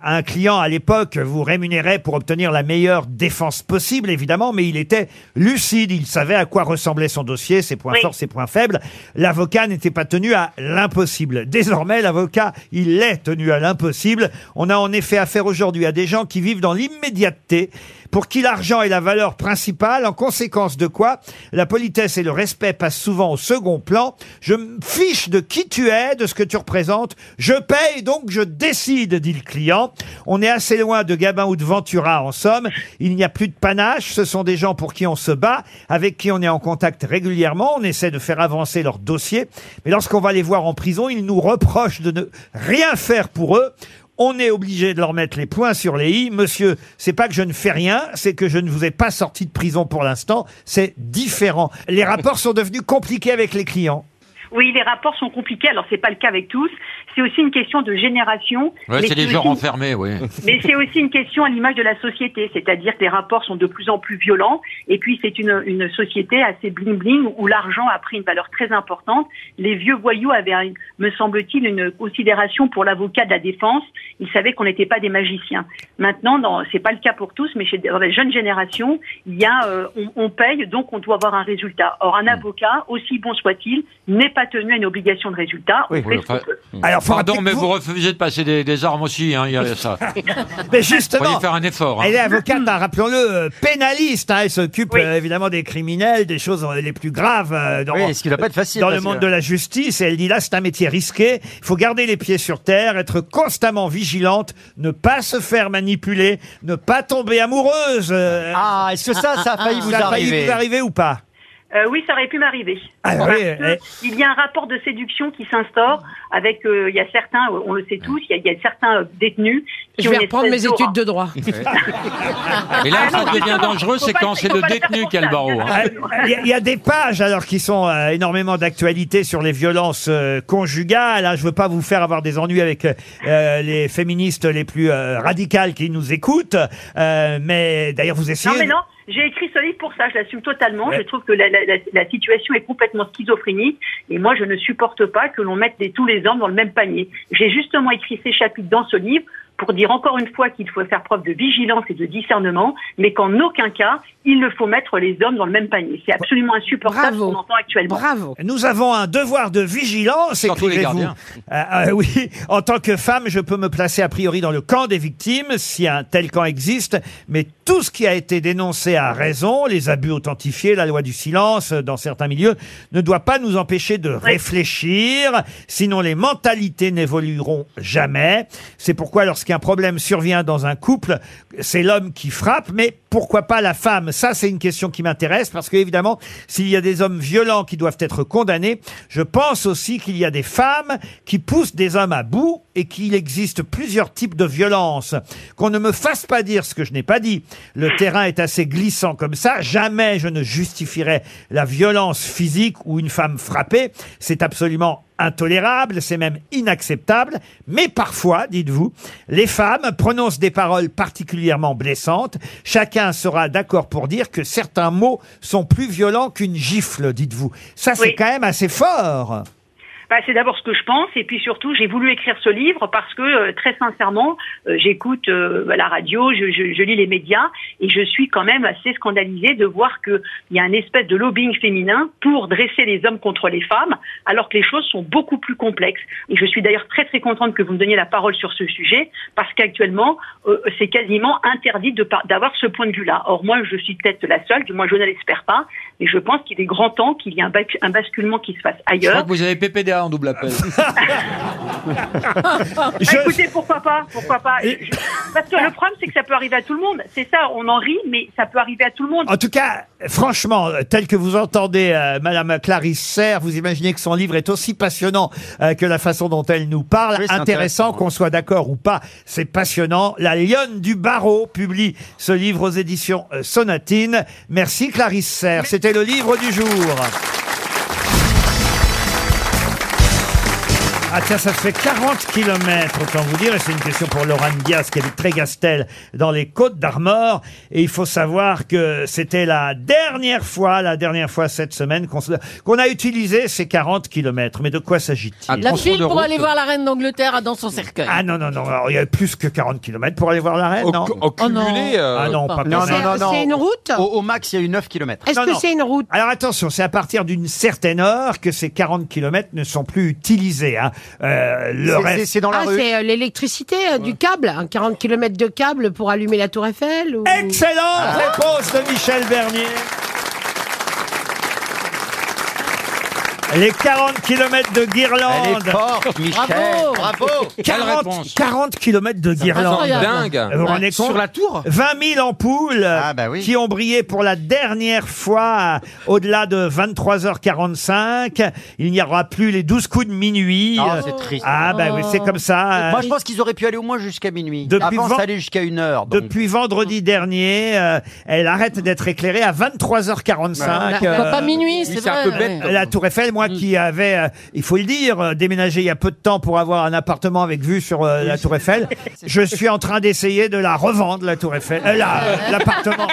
à un client à l'époque, vous rémunérez pour obtenir la meilleure défense possible, évidemment, mais il était lucide, il savait à quoi ressemblait son dossier, ses points
Oui.
forts, ses points faibles. L'avocat n'était pas tenu à l'impossible. Désormais, l'avocat, il est tenu à l'impossible. On a en effet affaire aujourd'hui à des gens qui vivent dans l'immédiateté, pour qui l'argent est la valeur principale, en conséquence de quoi la politesse et le respect passent souvent au second plan. Je me fiche de qui tu es, de ce que tu représentes, je paye donc je décide, dit le client. On est assez loin de Gabin ou de Ventura en somme, il n'y a plus de panache, ce sont des gens pour qui on se bat, avec qui on est en contact régulièrement, on essaie de faire avancer leur dossier, mais lorsqu'on va les voir en prison, ils nous reprochent de ne rien faire pour eux. On est obligé de leur mettre les points sur les i. Monsieur, c'est pas que je ne fais rien, c'est que je ne vous ai pas sorti de prison pour l'instant. C'est différent. Les rapports sont devenus compliqués avec les clients.
Oui, les rapports sont compliqués. Alors, c'est pas le cas avec tous. C'est aussi une question de génération.
Ouais,
mais
c'est les gens
aussi-
renfermés, oui.
Mais c'est aussi une question à l'image de la société, c'est-à-dire que les rapports sont de plus en plus violents, et puis c'est une, une société assez bling-bling où l'argent a pris une valeur très importante. Les vieux voyous avaient, un- me semble-t-il, une considération pour l'avocat de la défense. Ils savaient qu'on n'était pas des magiciens. Maintenant, dans- c'est pas le cas pour tous, mais chez dans la jeune génération, il y a, euh, on, on paye, donc on doit avoir un résultat. Or, un avocat, aussi bon soit-il, n'est pas tenu à une obligation de résultat. On fait ce qu'on
Enfin,
peut.
Alors, faut
pardon,
rappeler que
mais
vous-
vous... refusez de passer des, des armes aussi, hein, il y a ça.
Mais justement,
Vous faire un effort. hein.
Elle est avocate, hein, rappelons-le, euh, pénaliste. hein, elle s'occupe euh, évidemment des criminels, des choses euh, les plus graves euh, dans,
Oui, ce qui doit pas être facile,
dans le
parce
monde
que-
de la justice. Et elle dit là, c'est un métier risqué. Il faut garder les pieds sur terre, être constamment vigilante, ne pas se faire manipuler, ne pas tomber amoureuse. euh.
Ah, est-ce que ça, ça a failli vous
Ça failli
arriver
vous arriver ou pas
Euh, oui, ça aurait pu m'arriver.
Ah,
Parce
oui,
que
eh.
Il y a un rapport de séduction qui s'instaure avec, euh, il y a certains, euh, on le
Mm.
sait tous, il y a, il y a certains euh, détenus qui
Je
ont
vais
une
reprendre mes
espèce d'aura.
études de droit.
[laughs]
Et là, où ça
Ah non,
devient
justement,
dangereux,
faut
c'est
pas-
quand c'est
faut
le
pas faire
détenu
pour
qui a le
ça.
barreau. hein.
Ah, Il y, a- il y a des pages alors qui sont euh, énormément d'actualité sur les violences euh, conjugales. hein. Je veux pas vous faire avoir des ennuis avec euh, les féministes les plus euh, radicales qui nous écoutent, euh, mais d'ailleurs vous essayez.
Non, mais non, j'ai écrit ce livre pour ça, je l'assume totalement. Je trouve que la, la- la- la situation est complètement schizophrénique et moi, je ne supporte pas que l'on mette les- tous les hommes dans le même panier. J'ai justement écrit ces chapitres dans ce livre pour dire encore une fois qu'il faut faire preuve de vigilance et de discernement, mais qu'en aucun cas, il ne faut mettre les hommes dans le même panier. C'est absolument insupportable ce qu'on entend actuellement.
Bravo.
Nous avons un devoir de vigilance,
Surtout les
écrivez-vous.
gardiens.
Euh, euh, oui, en tant que femme, je peux me placer a priori dans le camp des victimes, si un tel camp existe, mais tout ce qui a été dénoncé à raison, les abus authentifiés, la loi du silence euh, dans certains milieux, ne doit pas nous empêcher de réfléchir, sinon les mentalités n'évolueront jamais. C'est pourquoi lorsqu'un problème survient dans un couple, c'est l'homme qui frappe, mais pourquoi pas la femme Ça, c'est une question qui m'intéresse, parce que évidemment, s'il y a des hommes violents qui doivent être condamnés, je pense aussi qu'il y a des femmes qui poussent des hommes à bout et qu'il existe plusieurs types de violences. Qu'on ne me fasse pas dire ce que je n'ai pas dit. Le terrain est assez glissant comme ça. Jamais je ne justifierai la violence physique ou une femme frappée. C'est absolument intolérable, c'est même inacceptable, mais parfois, dites-vous, les femmes prononcent des paroles particulièrement blessantes. Chacun sera d'accord pour dire que certains mots sont plus violents qu'une gifle, dites-vous. Ça, c'est quand même assez fort.
Bah, c'est d'abord ce que je pense, et puis surtout, j'ai voulu écrire ce livre parce que, euh, très sincèrement, euh, j'écoute euh, la radio, je, je- je lis les médias, et je suis quand même assez scandalisée de voir qu'il y a un espèce de lobbying féminin pour dresser les hommes contre les femmes, alors que les choses sont beaucoup plus complexes. Et je suis d'ailleurs très très contente que vous me donniez la parole sur ce sujet, parce qu'actuellement, euh, c'est quasiment interdit de par- d'avoir ce point de vue-là. Or, moi, je suis peut-être la seule, du moins je ne l'espère pas, mais je pense qu'il est grand temps qu'il y ait un, bac- un basculement qui se fasse
Je crois
ailleurs.
que vous avez PPDA en
[laughs]
double appel.
Bah,
[laughs]
Écoutez, pourquoi pas, pourquoi pas. Je- Parce que le problème, c'est que ça peut arriver à tout le monde. C'est ça, on en rit, mais ça peut arriver à tout le monde.
En tout cas, franchement, euh, tel que vous entendez euh, Madame Clarisse Serre, vous imaginez que son livre est aussi passionnant euh, que la façon dont elle nous parle.
Oui, c'est
intéressant,
intéressant, hein.
qu'on soit d'accord ou pas, c'est passionnant. La Lionne du Barreau publie ce livre aux éditions euh, Sonatine. Merci Clarisse Serre, c'était le livre du jour. Ah tiens, ça fait 40 kilomètres, autant vous dire, et c'est une question pour Laurent Diaz, qui habite Trégastel, dans les Côtes d'Armor. Et il faut savoir que c'était la dernière fois, la dernière fois cette semaine, qu'on se- qu'on a utilisé ces 40 kilomètres. Mais de quoi s'agit-il
Ah, La file pour aller voir la reine d'Angleterre dans son cercueil.
Ah non, non, non, alors, il y a plus que 40 kilomètres pour aller voir la reine, non
cumulé, euh,
Ah non, pas
Oh, Non,
possible.
non, non, non.
C'est une route
au, au max, il y a eu 9 km.
Non, non. Alors attention, c'est à partir d'une certaine heure que ces 40 km ne sont plus utilisés. hein. Euh, le reste...
ah, c'est euh, l'électricité euh, du câble, hein, 40 km de câble pour allumer la tour Eiffel ou... Ah.
Excellente
Ah.
réponse de Michel Bernier. Les 40 km de guirlande.
Elle est forte, Michel. Bravo. Bravo. Quelle
40,
réponse.
40 km de
C'est
guirlande.
incroyable. Dingue.
Vous vous
Ouais.
rendez compte
Sur la tour Ah, bah
20 000 ampoules qui ont brillé pour la dernière fois euh, au-delà de 23h45. Il n'y aura plus les 12 coups de minuit.
Ah,
Euh,
c'est triste.
Ah, bah oui, c'est comme ça.
Oh. Moi,
euh,
je pense qu'ils auraient pu aller au moins jusqu'à minuit.
Depuis
Avant,
vent-
ça allait [laughs] jusqu'à une heure. donc.
Depuis vendredi dernier, euh, elle arrête d'être éclairée à 23h45.
Ouais. Pourquoi pas minuit, c'est Oui, c'est un vrai, peu bête, ouais. comme-
euh, La Tour Eiffel, moi
Mm.
qui avait, euh, il faut le dire, euh, déménagé il y a peu de temps pour avoir un appartement avec vue sur euh, la Tour
[laughs]
Eiffel, je suis en train d'essayer de la revendre, la Tour Eiffel, euh, la-
[laughs]
euh, l'appartement.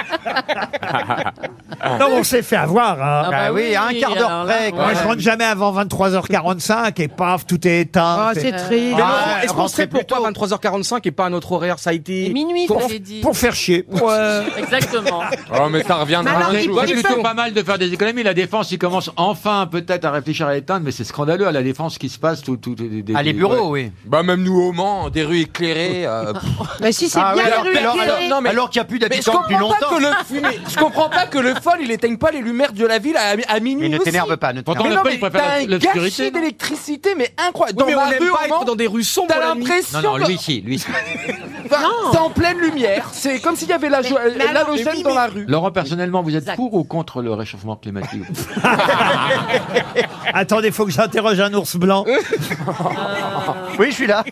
non, mais on s'est fait avoir. hein.
Ah bah Ah oui, oui, à un quart d'heure alors là, près, quoi.
Moi, je rentre jamais avant 23h45 et paf, tout est éteint.
Mais
Ah,
Laurent, est-ce qu'on
rentrez
serait pourquoi 23h45 et pas un autre horaire Ça a été.
minuit,
pour,
fallait dire.
pour faire chier. Pour, euh, [laughs]
Exactement.
Oh, mais ça reviendra
Bah,
Mais alors,
un
ils-
jour.
ils
C'est plutôt pas mal de faire des économies. La défense, ils commencent enfin peut-être à réfléchir à l'éteindre, mais c'est scandaleux à la défense ce qui se passe. Tout, tout, des- des-
Ah, les
des-
bureaux,
ouais.
oui. Bah, même nous au Mans, des rues
[laughs]
éclairées. euh, pff.
Mais si c'est
Ah
bien
oui,
les rues
alors- alors-
éclairées.
non, mais-
Alors qu'il n'y a plus
Mais je
d'habitants depuis
comprends pas
longtemps.
que le fumé- je comprends pas que le folle il éteigne pas les lumières de la ville à, à minuit.
Mais ne
aussi.
t'énerve pas, ne t'énerve
Mais non,
pas. Pourtant, le
mais
folle, il préfère
t'as un
l'obscurité,
gâchis
non
d'électricité, mais incroyable.
Oui, mais
dans
on
ma
aime
rue,
pas
au
être
Mans,
dans des rues sombres
T'as
la nuit.
l'impression.
Non, non,
que-
lui,
Si, lui, c'est-
Enfin, C'est en pleine lumière. C'est comme s'il y avait la jo-
mais alors-
l'halogène
mais
dans
oui,
la
mais-
rue.
Laurent, personnellement, vous êtes
Exact.
pour ou contre le
[laughs]
réchauffement climatique
Attendez, faut que j'interroge un ours blanc.
Euh.
[laughs]
Oui, je suis là.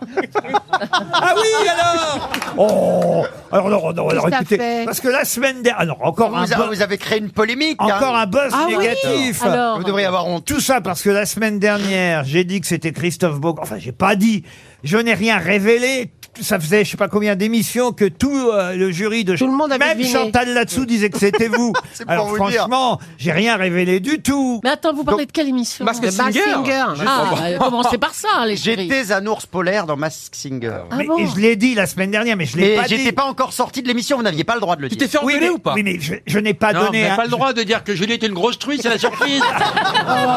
Ah oui, alors Oh Alors non, non, alors
Qu'est-ce t'as
écoutez,
fait
parce que la semaine dernière, alors encore
Vous,
un
a-
buzz-
vous avez créé une polémique.
encore
hein.
un buzz
Ah
négatif.
Vous devriez avoir honte.
Tout ça parce que la semaine dernière, j'ai dit que c'était Christophe Beaugrand. Enfin, j'ai pas dit. Je n'ai rien révélé. Ça faisait je sais pas combien d'émissions que tout euh, le jury de tout le monde même
deviné.
Chantal là-dessous disait que c'était
[laughs]
vous.
C'est pour
Alors
vous dire.
franchement, j'ai rien révélé du tout.
Mais attends, vous parlez de quelle émission
Masked
De Masked
Singer.
Ah, euh, commencez par ça, hein, les chéris.
J'étais un ours polaire dans Mask Singer.
Ah Mais- bon et
je l'ai dit la semaine dernière, mais je l'ai pas dit.
j'étais pas encore sorti de l'émission, vous n'aviez pas le droit de le dire.
t'es fait Oui, engueuler mais- ou pas oui, mais je- je n'ai pas
Non,
donné
mais
un-
hein.
pas le droit de dire que Julie est une grosse truie, c'est
[laughs]
la surprise.
Oh.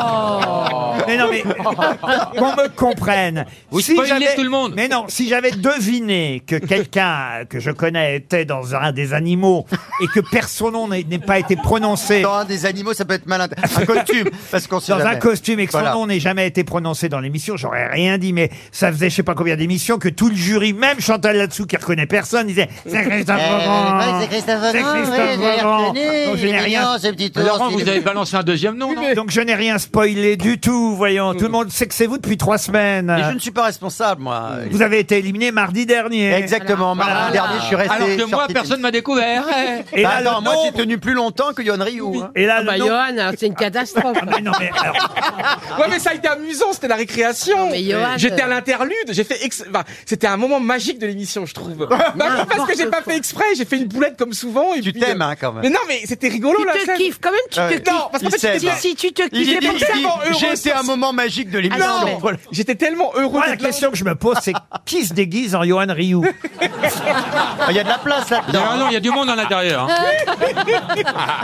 Mais
[laughs]
non, mais qu'on me comprenne.
Vous spoilez
j'avais-
tout le monde.
Mais non, si j'avais deviné que quelqu'un que je connais était dans un des animaux et que personne nom n'ait n'ait pas été prononcé.
Dans un des animaux, ça peut être malin.
[laughs]
Un costume, parce qu'on sait
Dans un
jamais.
costume et que son
Voilà.
nom n'ait jamais été prononcé dans l'émission, j'aurais rien dit, mais ça faisait je sais pas combien d'émissions que tout le jury, même Chantal là-dessous qui reconnaît personne, disait C'est Christophe
Euh,
Beaugrand
ouais, c'est Christophe
C'est
Beaugrand,
Christophe
oui, je l'ai
Beaugrand.
reconnu,
Donc, je
il est
n'ai rien.
mignon, ce petit
Mais Laurent, vous avez balancé un deuxième nom, non Hmm.
Donc je n'ai rien spoilé du tout, voyons. Tout le monde sait que c'est vous depuis trois semaines.
Mais je ne suis pas responsable, moi.
Vous avez été éliminé mardi mardi dernier.
Exactement, mardi Ah, dernier, je suis resté.
Alors que moi,
sorti de-
personne
[laughs]
m'a découvert. hein.
Et là,
alors,
moi, j'ai tenu plus longtemps que Yohan Ryu. hein.
Et là,
Ah bah, Johan, c'est une catastrophe.
Ouais, mais ça a été amusant, c'était la récréation.
mais Johan,
J'étais à
euh,
l'interlude, j'ai fait. ex- enfin, c'était un moment magique de l'émission, je
[laughs]
trouve. Bah, pas parce que j'ai pas fait exprès, j'ai fait une boulette comme souvent. Et tu
t'aimes, hein, quand même.
Mais non, mais c'était rigolo
Tu
là.
te kiffes, quand même, tu
Euh,
te kiffes.
Non, parce qu'en fait,
Il
j'étais
s'aime.
pas-
Si, si, tu te kiffes,
Il
c'est
dit-
pour
il
ça.
dit,
J'ai
heureux
été un
sur-
moment magique de
Ah
l'émission.
non, mais- J'étais tellement heureux.
Moi, la question que je me pose, c'est qui se déguise en Johan Ryu Ah,
Il y a de la place là.
Non, Ah non, il y a du monde à
Euh.
l'intérieur. hein.
Euh,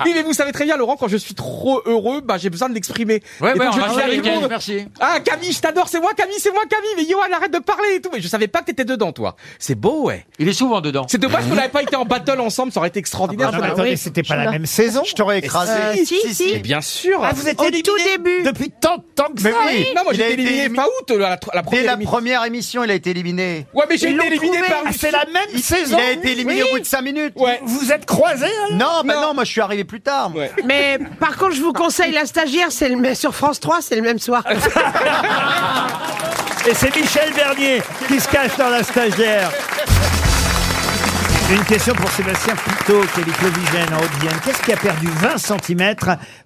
oui, mais vous savez très bien, Laurent, quand je suis trop heureux, bah, j'ai besoin de l'exprimer.
Ouais,
Et
ouais,
donc,
on
je
va
disais à
aller,
tout le
Camille,
monde,
merci.
Ah, Camille, je t'adore, c'est moi, Camille, c'est moi, Camille. Mais Johan, arrête de parler et tout. Mais je savais pas que t'étais dedans, toi. C'est beau, ouais.
Il est souvent dedans.
C'est dommage qu'on n'avait pas été en battle ensemble, ça aurait été extraordinaire.
Non, mais Ah, bah, attendez, c'était pas la même saison. Je
t'aurais
écrasé.
Euh, si, si.
Mais bien sûr.
Ah, vous êtes Ah, Au tout
début.
Depuis tant de temps que
Mais
ça.
oui,
Non, moi,
il
j'ai
a
été
été
éliminé
élimi-
fin août, euh, la, la première
Dès la
émission.
première émission, il a été éliminé.
Ouais, mais j'ai
Ils
été
l'ont
éliminé
trouvé.
par
Ah,
une-
C'est la même
Il,
saison.
il a été éliminé
Oui.
au bout de 5 minutes.
Ouais.
Vous êtes croisés alors
Non, bah non. moi je suis arrivé plus tard. moi.
Mais par contre, je vous conseille la stagiaire, c'est le même- sur France 3, c'est le même
[laughs]
soir.
Et c'est Michel Bernier qui se cache dans la stagiaire. Une question pour Sébastien Pitot, qui est Clovigène en Haute-Vienne. Qu'est-ce qui a perdu 20 cm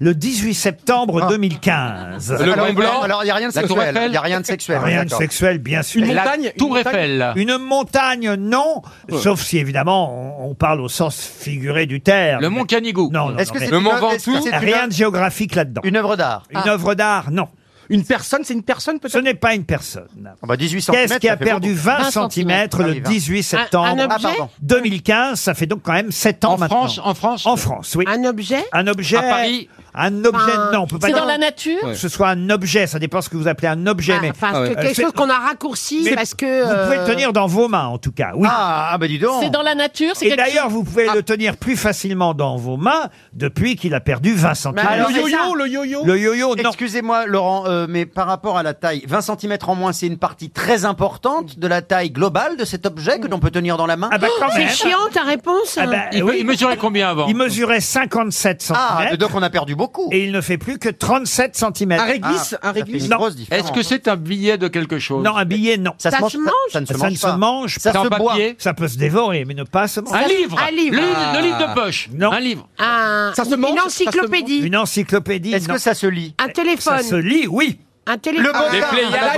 le 18 septembre 2015
Ah. Le Alors, Mont Blanc alors, il y a rien de La Tour sexuel, Eiffel il y a rien de sexuel,
Rien de
d'accord.
sexuel, bien sûr.
Une montagne, une Tour montagne Eiffel.
Une montagne, non. Sauf si, évidemment, on, on parle au sens figuré du terme.
Le Mont Canigou.
Non, non,
Est-ce
non,
que
mais-
c'est Le une- Mont est-ce que Ventoux. c'est une-
Rien de géographique là-dedans.
Une œuvre d'art.
Une
Ah.
œuvre d'art, non.
Une personne, c'est une personne peut-être
Ce n'est pas une personne.
Ah bah 18
Qu'est-ce
centimètres,
qui
ça
a
fait
perdu
beaucoup.
20 cm
centimètres,
le
oui, 20.
18 septembre
Un- un objet
Ah, pardon.
2015 Ça fait donc quand même 7 ans
En
maintenant.
France, en France.
En France, oui.
Un objet
Un objet.
À Paris.
Un objet,
Enfin,
non, on peut pas
C'est
dire
dans la nature
que ce soit un objet, ça dépend ce que vous appelez un objet,
Ah,
mais
enfin,
Euh,
que quelque
c'est-
chose qu'on a raccourci
mais
parce que.
vous pouvez
euh,
le tenir dans vos mains, en tout cas. Oui.
Ah, ah, bah dis donc.
C'est dans la nature c'est
Et
quelque
d'ailleurs,
chose-
vous pouvez le tenir plus facilement dans vos mains depuis qu'il a perdu 20 cm.
alors,
Le
c'est ça.
yo-yo, le yo-yo.
Ah, Le yo-yo, non.
Excusez-moi Laurent, euh, mais par rapport à la taille, 20 cm en moins, c'est une partie très importante de la taille globale de cet objet que
Mm.
l'on peut tenir dans la main.
Ah bah quand
C'est
même.
chiant ta réponse. hein.
Ah bah,
Il,
oui.
il mesurait combien avant
Il mesurait 57 cm
Ah, donc on a perdu beaucoup.
et il ne fait plus que 37 cm.
Un réglisse,
Ah,
un
ça fait
réglisse.
une
Non.
grosse différence. hein.
Est-ce que c'est un billet de quelque chose
Non, un billet, non.
Ça se mange
Ça ne se
Ça
mange
ne
pas.
se mange
Ça
C'est en
se boit.
papier
Ça peut se dévorer, mais ne pas se manger.
Un livre
un livre.
Le, le livre
Ah.
de poche
Non.
Un livre
Un-
Ça se mange,
une
ça se mange.
encyclopédie.
Une encyclopédie.
Est-ce
non.
que ça se lit
Un
Ça
téléphone.
se lit, oui.
Un
Le
téléphone.
botin,
Il y a l'iPad,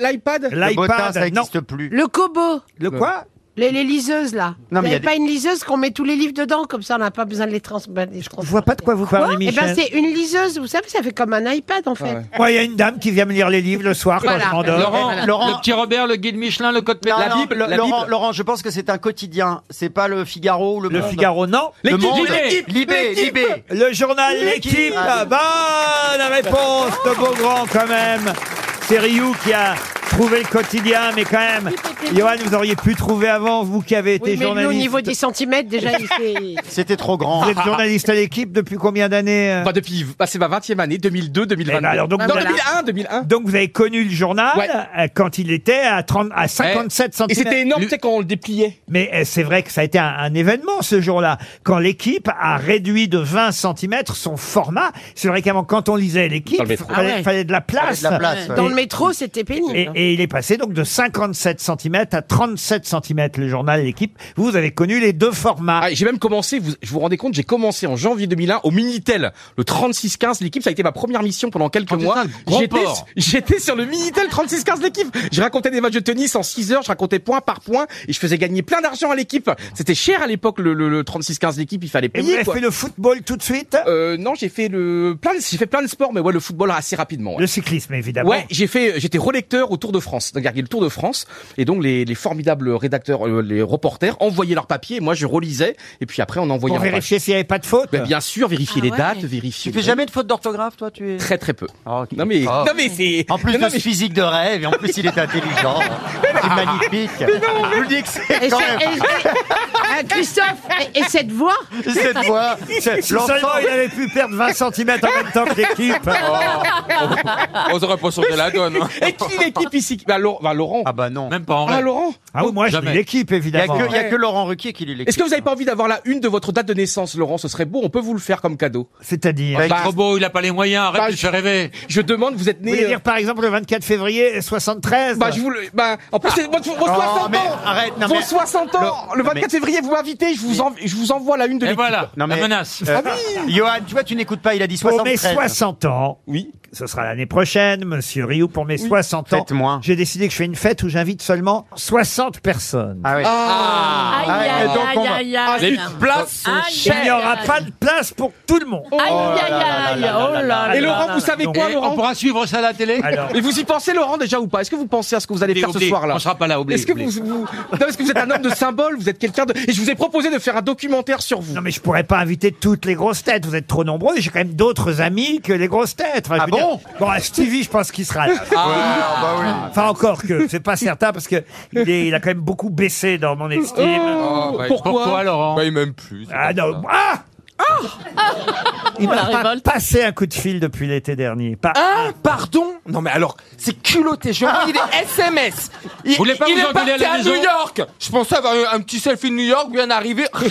l'iPad.
le botin, ça
L'iPad, non.
n'existe plus.
Le Kobo.
Le quoi
Les, les liseuses, là. Non,
Non, mais
mais
y a
pas une liseuse qu'on met tous les livres dedans, comme ça on n'a pas besoin de les transmettre.
Je vois pas de quoi Ah vous parlez,
Eh ben,
Michel.
c'est une liseuse, vous savez, ça fait comme un iPad
Ah
en fait.
ouais.
Moi, il y a une dame qui vient me lire les livres le soir
Voilà.
quand je m'endors.
Laurent,
Laurent.
le petit Robert, le guide Michelin, le code
Non,
pénal.
non,
Bible, la
Laurent,
Bible.
Laurent, je pense que c'est un quotidien. C'est pas le Figaro ou le.
Le
Monde.
Figaro, non.
Le
L'équipe,
Monde.
l'équipe,
Libé,
l'équipe.
Libé.
Le journal L'équipe.
Ah,
Bonne réponse de Beaugrand, quand même. C'est Ryu qui a trouvé le quotidien, mais quand même, Johan, vous auriez pu trouver avant, vous qui avez
Oui,
été
mais lui,
journaliste.
au niveau des centimètres, déjà, il fait.
C'était trop grand.
Vous êtes journaliste à l'équipe depuis combien d'années euh
Bah, depuis, bah, c'est ma 20e année, 2002, 2022.
Eh ben, alors, donc,
Bah,
non,
voilà.
2001, 2001.
Donc vous avez connu le journal
Ouais. Eh,
euh, quand il était à, 30, à 57
Et
centimètres.
c'était énorme, tu sais, quand on le dépliait.
Mais euh, c'est vrai que ça a été un, un événement ce jour-là, quand l'équipe a réduit de 20 centimètres son format. C'est vrai qu'avant, quand on lisait l'équipe,
Dans le
il
métro.
fallait,
Ah ouais.
fallait de la place.
Fallait de la place, ouais.
Dans
Et-
le métro, c'était pénible.
Et,
hein.
et il est passé donc de 57 cm à 37 cm le journal L'équipe. Vous avez connu les deux formats.
Ah, j'ai même commencé, vous, je vous rendez compte, j'ai commencé en janvier 2001 au Minitel. Le 3615, l'équipe, ça a été ma première mission pendant
Oh,
quelques mois.
gros
J'étais,
port.
j'étais sur le Minitel 3615, l'équipe. Je racontais des matchs de tennis en 6 heures, je racontais point par point et je faisais gagner plein d'argent à l'équipe. C'était cher à l'époque, le, le, le 3615, l'équipe, il fallait
Et vous
payer.
avez
quoi.
fait le football tout de suite
Euh, non, j'ai fait le plein, de- j'ai fait plein de sports, mais ouais, le football assez rapidement. ouais.
Le cyclisme, évidemment. [laughs]
Ouais, j'ai fait, j'étais relecteur au Tour de France. Donc, regardez le Tour de France, et donc les, les formidables rédacteurs, euh, les reporters envoyaient leurs papiers, et moi je relisais, et puis après on envoyait.
Pour
leurs pages.
vérifier s'il n'y avait pas de faute.
Ben, bien sûr, vérifier
Ah
les
ouais.
dates, vérifier.
Tu fais jamais de faute d'orthographe, toi Tu es.
Très très peu.
Oh,
Ah, ok.
Non mais,
Ah.
non mais c'est.
En plus
non,
de ce physique de rêve, et en plus il est intelligent. C'est magnifique. Je vous le dis que c'est
Et
quand
ce-
même.
et- et- euh, Christophe, et, et cette voix
Cette voix, c'est-
[laughs]
Si seulement il avait pu perdre
[laughs]
20 cm en même temps que l'équipe.
On aurait pas sauvé la donne. hein.
mais- Et qui l'équipe ici ici bah, Laurent, bah, Laurent. Ah
bah non.
Même pas Ah Laurent
Ah oui, moi, je lis l'équipe, évidemment.
Il y a que- il y a que
Laurent Ruquier qui lit l'équipe.
Est-ce
Bah,
que vous n'avez pas envie d'avoir la une de votre date de naissance, Laurent Ce serait beau, on peut vous le faire comme cadeau.
C'est-à-dire
Bah,
trop beau, il a pas les moyens, arrête de te faire rêver.
Je demande, vous êtes euh,
Vous voulez dire par exemple le 24 février 73
Bah, je vous le. Bah, en plus, c'est votre- vos 60 ans Vos 60 ans Le 24 février, vous m'invitez, je, vous en- je vous envoie la une de l'équipe. Ah oui
Johan, tu vois, tu n'écoutes pas, il a dit 73.
Pour mes 60 ans,
oui.
ce sera l'année prochaine, monsieur Rioux, pour mes 60 ans, j'ai décidé que je fais une fête où j'invite seulement 60 personnes.
Ah oui.
Ah. Aïe, aïe, aïe, aïe,
Ah,
aïe.
Les places sont chères. Il n'y aura pas de place pour tout le monde.
Oh
Aïe, aïe, aïe, oh là là là là.
quoi, Laurent
On pourra suivre ça à la télé
Mais vous y pensez, Laurent, déjà ou pas Est-ce que vous pensez à ce que vous allez
Oublié,
faire ce
oublié.
soir-là
On sera pas là, oublié,
Est-ce que
oublié.
vous, vous- Non, parce que vous êtes un homme de symbole, vous êtes quelqu'un de. Et je vous ai proposé de faire un documentaire sur vous.
Non mais je pourrais pas inviter toutes les grosses têtes, vous êtes trop nombreux, et j'ai quand même d'autres amis que les grosses têtes. Enfin, je
Ah
veux
bon
dire- Bon, à Stevie, je pense qu'il sera là.
Ah, bah oui.
Enfin, encore que, c'est pas certain, parce que il, est- il a quand même beaucoup baissé dans mon estime.
Oh, bah, Pourquoi pourquoi, Laurent Bah, il m'aime plus,
Ah non, ah Il m'a pas
[laughs]
passé un coup de fil depuis l'été dernier. Pas Ah.
Ah, pardon Non mais alors, c'est culotté, j'ai envoyé des SMS Il,
voulez pas
il
vous
est
engueuler à
parti
la
à,
maison
New York Je pensais avoir un, un petit selfie de New York, bien arrivé, rien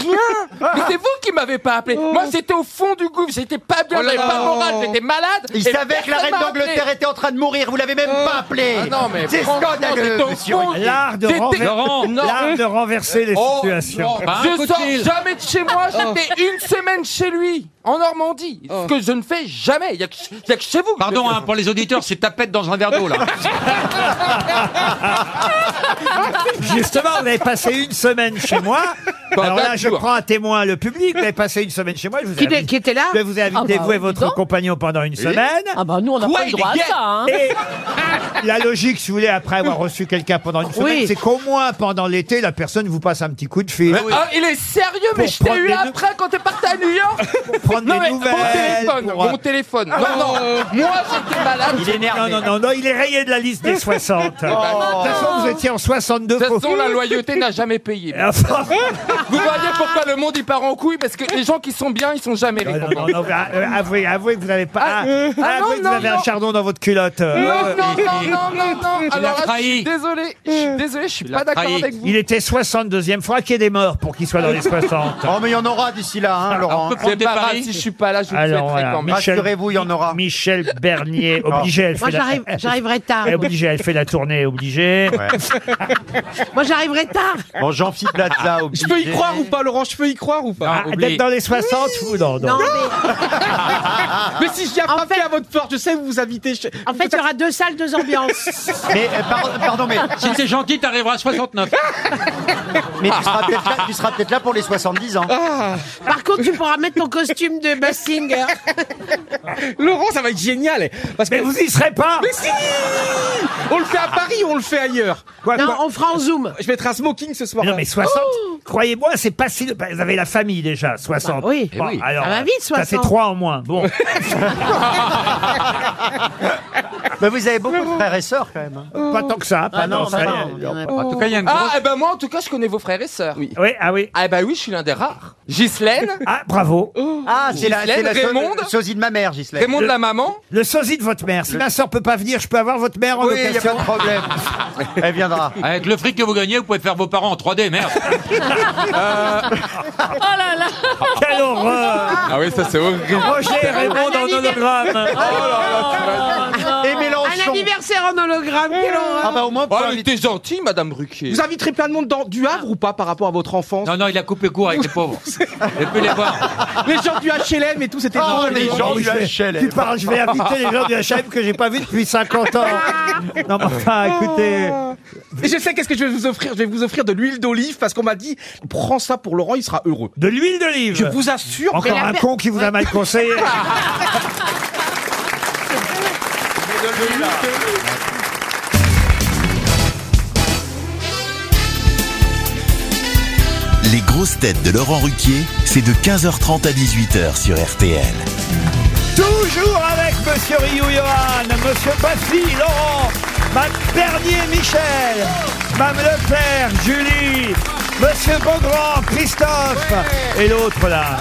Mais c'est vous qui m'avez pas appelé Moi c'était au fond du gouffre, j'étais pas bien,
Oh là
j'avais
là.
pas moral, j'étais malade
Il
et
savait que
personne
la reine
m'a appelé.
d'Angleterre était en train de mourir, vous l'avez même pas appelé
Ah non, mais
C'est
franchement,
scandaleux,
c'est au
monsieur.
fond.
L'art de,
T'étais-
renver-
Laurent, non.
l'art de renverser les
Oh,
situations.
non, je sors jamais de chez moi,
Oh.
j'étais une semaine chez lui, en Normandie, ce que je ne fais jamais, il n'y a, que- il y a que chez vous
Pardon, hein, pour les auditeurs, c'est tapette dans un verre d'eau, là.
Justement, vous avez passé une semaine chez
[laughs]
moi.
Bah,
Pendant
Alors là,
quatre
je
jours.
prends à témoin le public. Vous avez passé une semaine chez moi. Je vous ai
Qui était-
invité-
qui était là
Je vous ai invité,
Ah bah,
vous et
dis
votre
donc.
compagnon, pendant une
Oui.
semaine.
Ah bah nous, on n'a
Quoi,
pas le
il est
droit à
gay
ça. Hein.
Et la logique, si vous voulez, après avoir reçu quelqu'un pendant une semaine,
Oui.
c'est qu'au moins pendant l'été, la personne vous passe un petit coup de fil.
Ah, il est sérieux, mais
Pour
je t'ai
prendre
eu
des
là
nou-
après quand t'es parti à New
[laughs]
York
Prendre des
mon
nouvelles.
téléphone,
pour, euh,
mon téléphone. Non, non, euh, moi j'étais malade.
Non, non, non, non, il est rayé de la liste des 60. De
[laughs] Oh.
toute façon, vous étiez en Ah, 62.
De toute
faut-
façon, la loyauté n'a jamais payé.
Enfin.
Vous voyez pourquoi le monde il part en couille Parce que les gens qui sont bien, ils sont jamais
Non, non, non,
récompensés.
ah, euh, avouez, avouez que vous n'avez pas. ah,
ah, non,
avouez que vous
non,
avez un
non.
chardon dans votre culotte. Euh,
Non, non, non, non, non, non.
l'as
Alors là, je
trahi.
suis désolé, je suis désolé, je suis pas d'accord avec vous.
Il était 62e. Il faudra qu'il y ait des morts pour qu'il
[laughs]
soit dans les 60.
Oh, mais il y en aura d'ici là, hein, Laurent.
peut prendre C'est des pas grave paris si je suis pas là, je vous le
Alors,
souhaiterais
voilà,
quand même.
Michel-
Rassurez-vous, il y en aura.
Michel
[laughs]
Bernier, obligé, elle fait
Moi,
la-
j'arrive- j'arriverai tard.
Elle est obligée, elle fait la tournée, obligée.
[laughs]
[laughs]
Moi, j'arriverai tard. Ah,
Bon, Jean-Philippe Plaza,
Je peux y croire ou pas, Laurent Je peux y croire ou pas
Ah, D'être dans les 60, vous, non, non.
Non, mais
[laughs] Mais si je viens frapper à votre porte, je sais vous vous invitez. je-
en fait, il y aura deux salles,
[laughs]
deux ambiances.
Mais, euh, par- pardon, mais,
Si t'es gentil, t'arriveras à 69.
[laughs] mais tu seras peut-être là, tu seras peut-être là pour les 70 ans.
Ah.
Par contre, tu pourras mettre ton costume de Bassinger.
Laurent, ça va être génial. eh. Parce
Mais vous y serez pas
Mais si On le fait à Paris, on le fait ailleurs.
Quoi,
Non,
quoi
on fera en zoom.
Je mettrai un smoking ce soir.
Mais non, mais 60, croyez-moi, c'est pas si. bah, Vous avez la famille déjà, 60.
Bah oui.
Bon,
Eh oui.
alors,
Ça va vite,
Ça fait
60.
3 en moins. Bon.
Mais vous avez beaucoup de frères et sœurs quand même. hein.
pas tant que ça. Pas
Ah non,
tant que ça.
non, non,
Oh. Non,
non,
pas-
non.
En tout cas, il y a une
Ah,
grosse-
eh ben moi, en tout cas, je connais vos frères et sœurs.
Oui, ah oui.
Ah, ben oui, je suis l'un des rares. Ghislaine,
[laughs]
Oh.
Ah, bravo.
Ah, c'est la, c'est la so-
Raymond.
sosie de ma mère, Gisèle.
Raymond de la maman.
Le sosie de votre mère. Si ma soeur peut pas venir, je peux avoir votre mère en
Oui, il n'y a
location.
pas
[laughs]
de problème. Elle viendra.
Avec le fric que vous gagnez, vous pouvez faire vos parents en 3D,
[laughs]
merde.
Oh là là [laughs]
Quelle horreur
Ah oui, ça c'est horrible.
Roger Oh, Raymond Oh, en
Oh
hologramme.
Oh.
Et
Oh, Un
Mélenchon.
anniversaire en hologramme, quelle horreur.
Ah bah au moins,
Oh,
pour
elle était gentille, Madame Ruquier.
Vous inviterez plein de monde dans, du Havre ou pas par rapport à votre enfance
Non, non, il a coupé
[laughs]
court avec les pauvres. Je peux les voir.
Les gens du HLM et tout, c'était
Oh,
drôle.
les gens
Oh,
du
je vais- Tu
HLM.
parles, je vais inviter les gens du HLM que j'ai pas vu depuis
[laughs]
50 ans. Non, mais enfin, écoutez.
Oh. Et je sais qu'est-ce que je vais vous offrir. Je vais vous offrir de l'huile d'olive parce qu'on m'a dit prends ça pour Laurent, il sera heureux.
De l'huile d'olive.
Je vous assure.
Mais
Encore
la
un
per-
con qui vous a mal
[laughs]
conseillé.
Les grosses têtes de Laurent Ruquier, c'est de 15h30 à 18h sur RTL.
Toujours avec Monsieur Ryu Johan, Monsieur Baffi, Laurent, Mme Bernier Michel, Mme Leclerc, Julie, Monsieur Beaugrand, Christophe et l'autre là.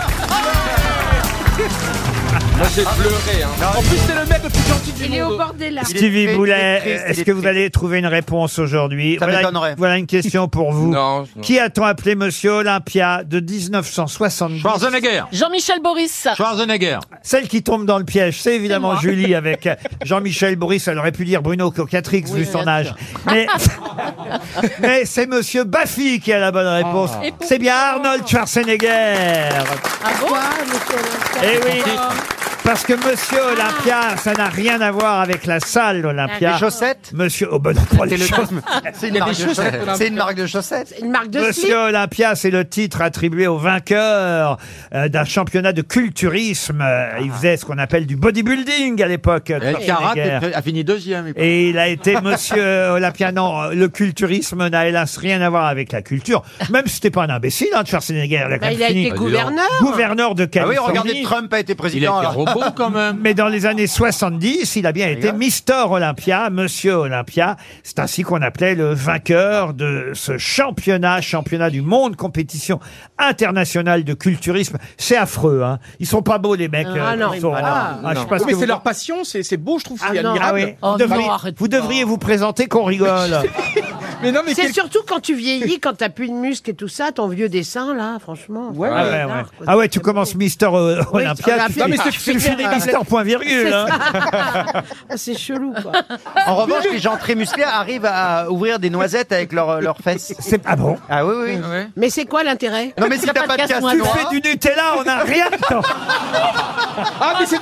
Moi, j'ai pleuré. hein. En plus, c'est le mec le plus gentil du
Il
monde.
est au bord des larmes.
Stevie Boulet, est-ce que vous allez trouver une réponse aujourd'hui
Ça
voilà,
m'étonnerait.
une- voilà une question pour vous. Qui a-t-on appelé Monsieur Olympia de 1972
Schwarzenegger.
Jean-Michel Boris.
Schwarzenegger.
Celle qui tombe dans le piège, c'est évidemment
moi.
Julie avec euh, Jean-Michel Boris. Elle aurait pu dire Bruno Cocatrix vu son âge. Mais, [laughs] mais c'est Monsieur Baffy qui a la bonne réponse.
Et pourquoi
C'est bien Arnold Schwarzenegger.
Ah bon
Eh oui. Parce que Monsieur Olympia, ça n'a rien à voir avec la salle Olympia.
Les chaussettes
Monsieur, oh ben non, pas [laughs] les
C'est le-
chaussettes.
[laughs] C'est une marque de chaussettes. C'est une marque de chaussettes.
Une marque de slip.
Monsieur Olympia, c'est le titre attribué au vainqueur euh, d'un championnat de culturisme. Euh, Il
Ah.
faisait ce qu'on appelle du bodybuilding à l'époque.
El Karat
Schwarzenegger.
a fini deuxième.
Et il a été monsieur Olympia. Non, euh, le culturisme n'a hélas rien à voir avec la culture. Même si c'était pas un imbécile, hein, de Schwarzenegger. Il a,
Bah,
quand même
il a
fini-
été gouverneur.
Gouverneur de
Ah oui,
Californie.
regardez, Trump a été président. alors. [laughs]
quand même. Mais dans les années 70, il a bien été Mister Olympia, Monsieur Olympia. C'est ainsi qu'on appelait le vainqueur de ce championnat, championnat du monde, compétition internationale de culturisme. C'est affreux, hein. Ils sont pas beaux, les mecs.
Ah
euh,
non.
qui sont-
Ah,
Ah, je sais pas ce
mais
que
c'est
vous-
leur passion, c'est c'est beau, je trouve, c'est
Ah
admirable.
oui. vous, devriez, vous devriez vous présenter qu'on rigole.
mais non, mais
C'est
quel-
surtout quand tu vieillis, quand t'as plus de muscles et tout ça, ton vieux dessin, là, franchement.
ah, [laughs] ouais, ouais. Ah ouais, tu commences Mister euh, Olympia.
Olympia. Non, mais c'est-
tu, tu finis Mister point virgule.
C'est
hein.
ça. Ah, C'est chelou, quoi.
En revanche, les gens très musclés arrivent à ouvrir des noisettes avec leurs leurs fesses.
Ah bon
Ah oui, oui.
Mais c'est quoi l'intérêt
Non, mais si
Y a
t'as pas de
casse
casse,
noire.
tu fais
du Nutella, on n'a rien dedans.
Ah, mais c'est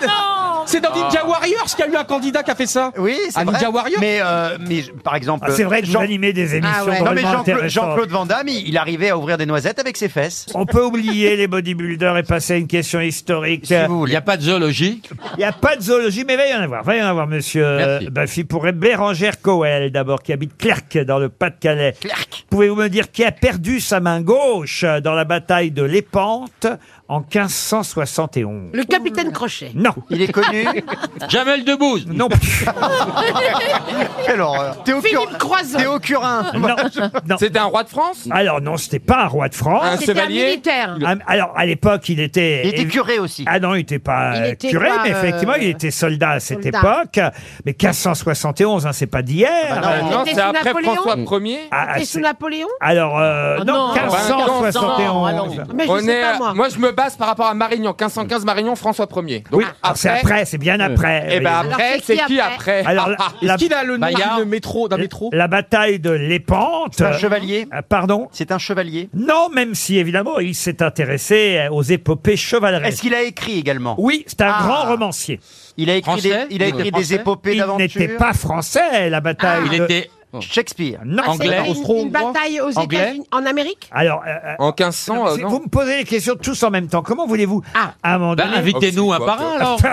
c'est dans Ninja Warriors qu'il y a eu un candidat qui a fait ça.
Oui, c'est
un
vrai.
Ninja Warrior.
Mais, euh, mais je- par exemple,
Ah, c'est vrai que vous animez des émissions Ah ouais.
Non, mais
vraiment
Jean-Claude
intéressantes.
Jean-Claude Van Damme, il, il arrivait à ouvrir des noisettes avec ses fesses.
On peut oublier les bodybuilders et passer à une question historique.
Il n'y a pas de zoologie.
Il n'y a pas de zoologie, mais il va y en avoir. Va y en avoir, monsieur euh, Baffy, pour Bérangère Coel, d'abord, qui habite Clerc, dans le Pas-de-Calais. Pouvez-vous me dire qui a perdu sa main gauche dans la bataille de l'Épante en 1571
Le capitaine Crochet.
Non.
Il
[laughs]
est connu.
Jamel Debbouze.
Non. [laughs]
Quelle horreur. T'es au
Philippe Croizon.
T'es au Curin.
C'était un roi de France Alors non, c'était pas un roi de France.
Un C'était un chevalier militaire.
Ah, Alors à l'époque, il était.
Il était curé aussi.
Ah non, il n'était pas
Il
euh,
était
curé,
pas,
mais effectivement,
euh,
il était soldat à cette
soldat.
époque. Mais 1571, hein, c'est pas d'hier.
Ah non,
Il était
c'est
bah sous
après
Napoléon
François 1er.
Ah, ah,
T'es
c'est-
sous Napoléon
Alors, euh,
Ah
non,
non. Ah,
1571.
Mais je
On
sais
est-
pas,
moi.
moi.
je me base par rapport à Marignan, 1515 Marignan, François 1er.
Oui, alors ah, c'est après, c'est bien après.
Et ben
Oui.
après, c'est qui après
Alors, la- la-
Est-ce qu'il a le nom
Bayard.
d'un métro, d'un métro
La bataille de l'Épante.
C'est un chevalier.
Euh, Pardon
C'est un chevalier.
Non, même si évidemment il s'est intéressé euh, aux épopées chevaleresques.
Est-ce qu'il a écrit également
Oui, c'est un
Ah.
grand romancier.
Il a écrit
Français
des, il a
Il
écrit
était
des
français
épopées
Il
d'aventure.
n'était pas français, la bataille.
Ah. Il
de-
était- Shakespeare.
Non.
Ah, c'était une, une bataille aux
Anglais.
États-Unis, en Amérique
Alors, euh,
En 1500,
c'est- vous me posez les questions tous en même temps. Comment voulez-vous à un moment
Bah,
donné-
invitez-nous un par un, alors.
[laughs]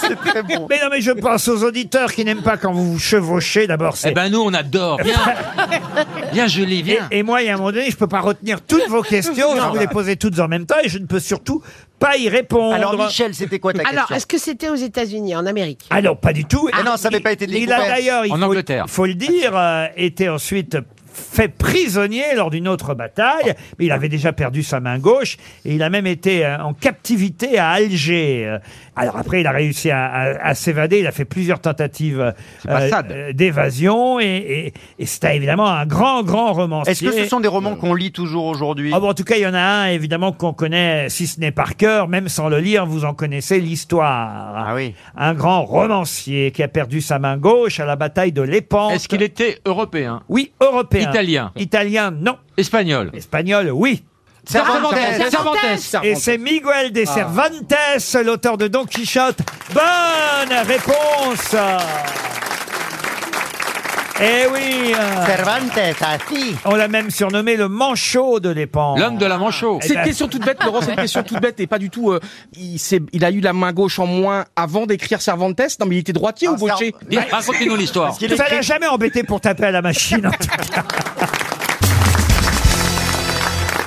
c'est très bon.
Mais non, mais je pense aux auditeurs qui n'aiment pas quand vous vous chevauchez. D'abord, c'est.
Eh ben nous, on adore. Viens,
[laughs]
viens Julie, viens.
Et, et moi, il y a un moment donné, je peux pas retenir toutes vos questions. Je
Non.
vous les poser toutes en même temps et je ne peux surtout pas y répondre.
Alors Michel, c'était quoi ta
Alors,
question
est-ce que c'était aux États-Unis, en Amérique
Ah non, pas du tout.
Ah non, ça n'avait pas été
Il a
découvert.
d'ailleurs, il
En
faut,
Angleterre.
faut le dire, euh, été ensuite fait prisonnier lors d'une autre bataille, mais il avait déjà perdu sa main gauche et il a même été euh, en captivité à Alger. Euh, Alors après, il a réussi à, à- à s'évader, il a fait plusieurs tentatives
pas
euh,
Sade.
euh, d'évasion et, et- et c'était évidemment un grand, grand romancier.
Est-ce que ce sont des romans qu'on lit toujours aujourd'hui
Ah bon, en tout cas, il y en a un, évidemment, qu'on connaît, si ce n'est par cœur, même sans le lire, vous en connaissez l'histoire. Un grand romancier qui a perdu sa main gauche à la bataille de l'Épante.
Est-ce qu'il était européen
Oui, européen.
Italien.
Italien, non.
Espagnol.
Espagnol, oui.
Cervantes. Cervantes. Ah.
Et c'est Miguel de Cervantes, l'auteur de Don Quichotte. Bonne réponse Eh oui euh,
Cervantes, assis.
On l'a même surnommé le manchot de l'Épante.
L'homme de la Manchot.
Eh
C'est une
ben-
question toute bête, Laurent, c'est une question toute bête et pas du tout. euh, il, s'est- il a eu la main gauche en moins avant d'écrire Cervantes. Non, mais il était droitier ou gaucher
Dis- Racontez-nous l'histoire.
Ça l'a jamais embêté pour taper à la machine. en tout cas.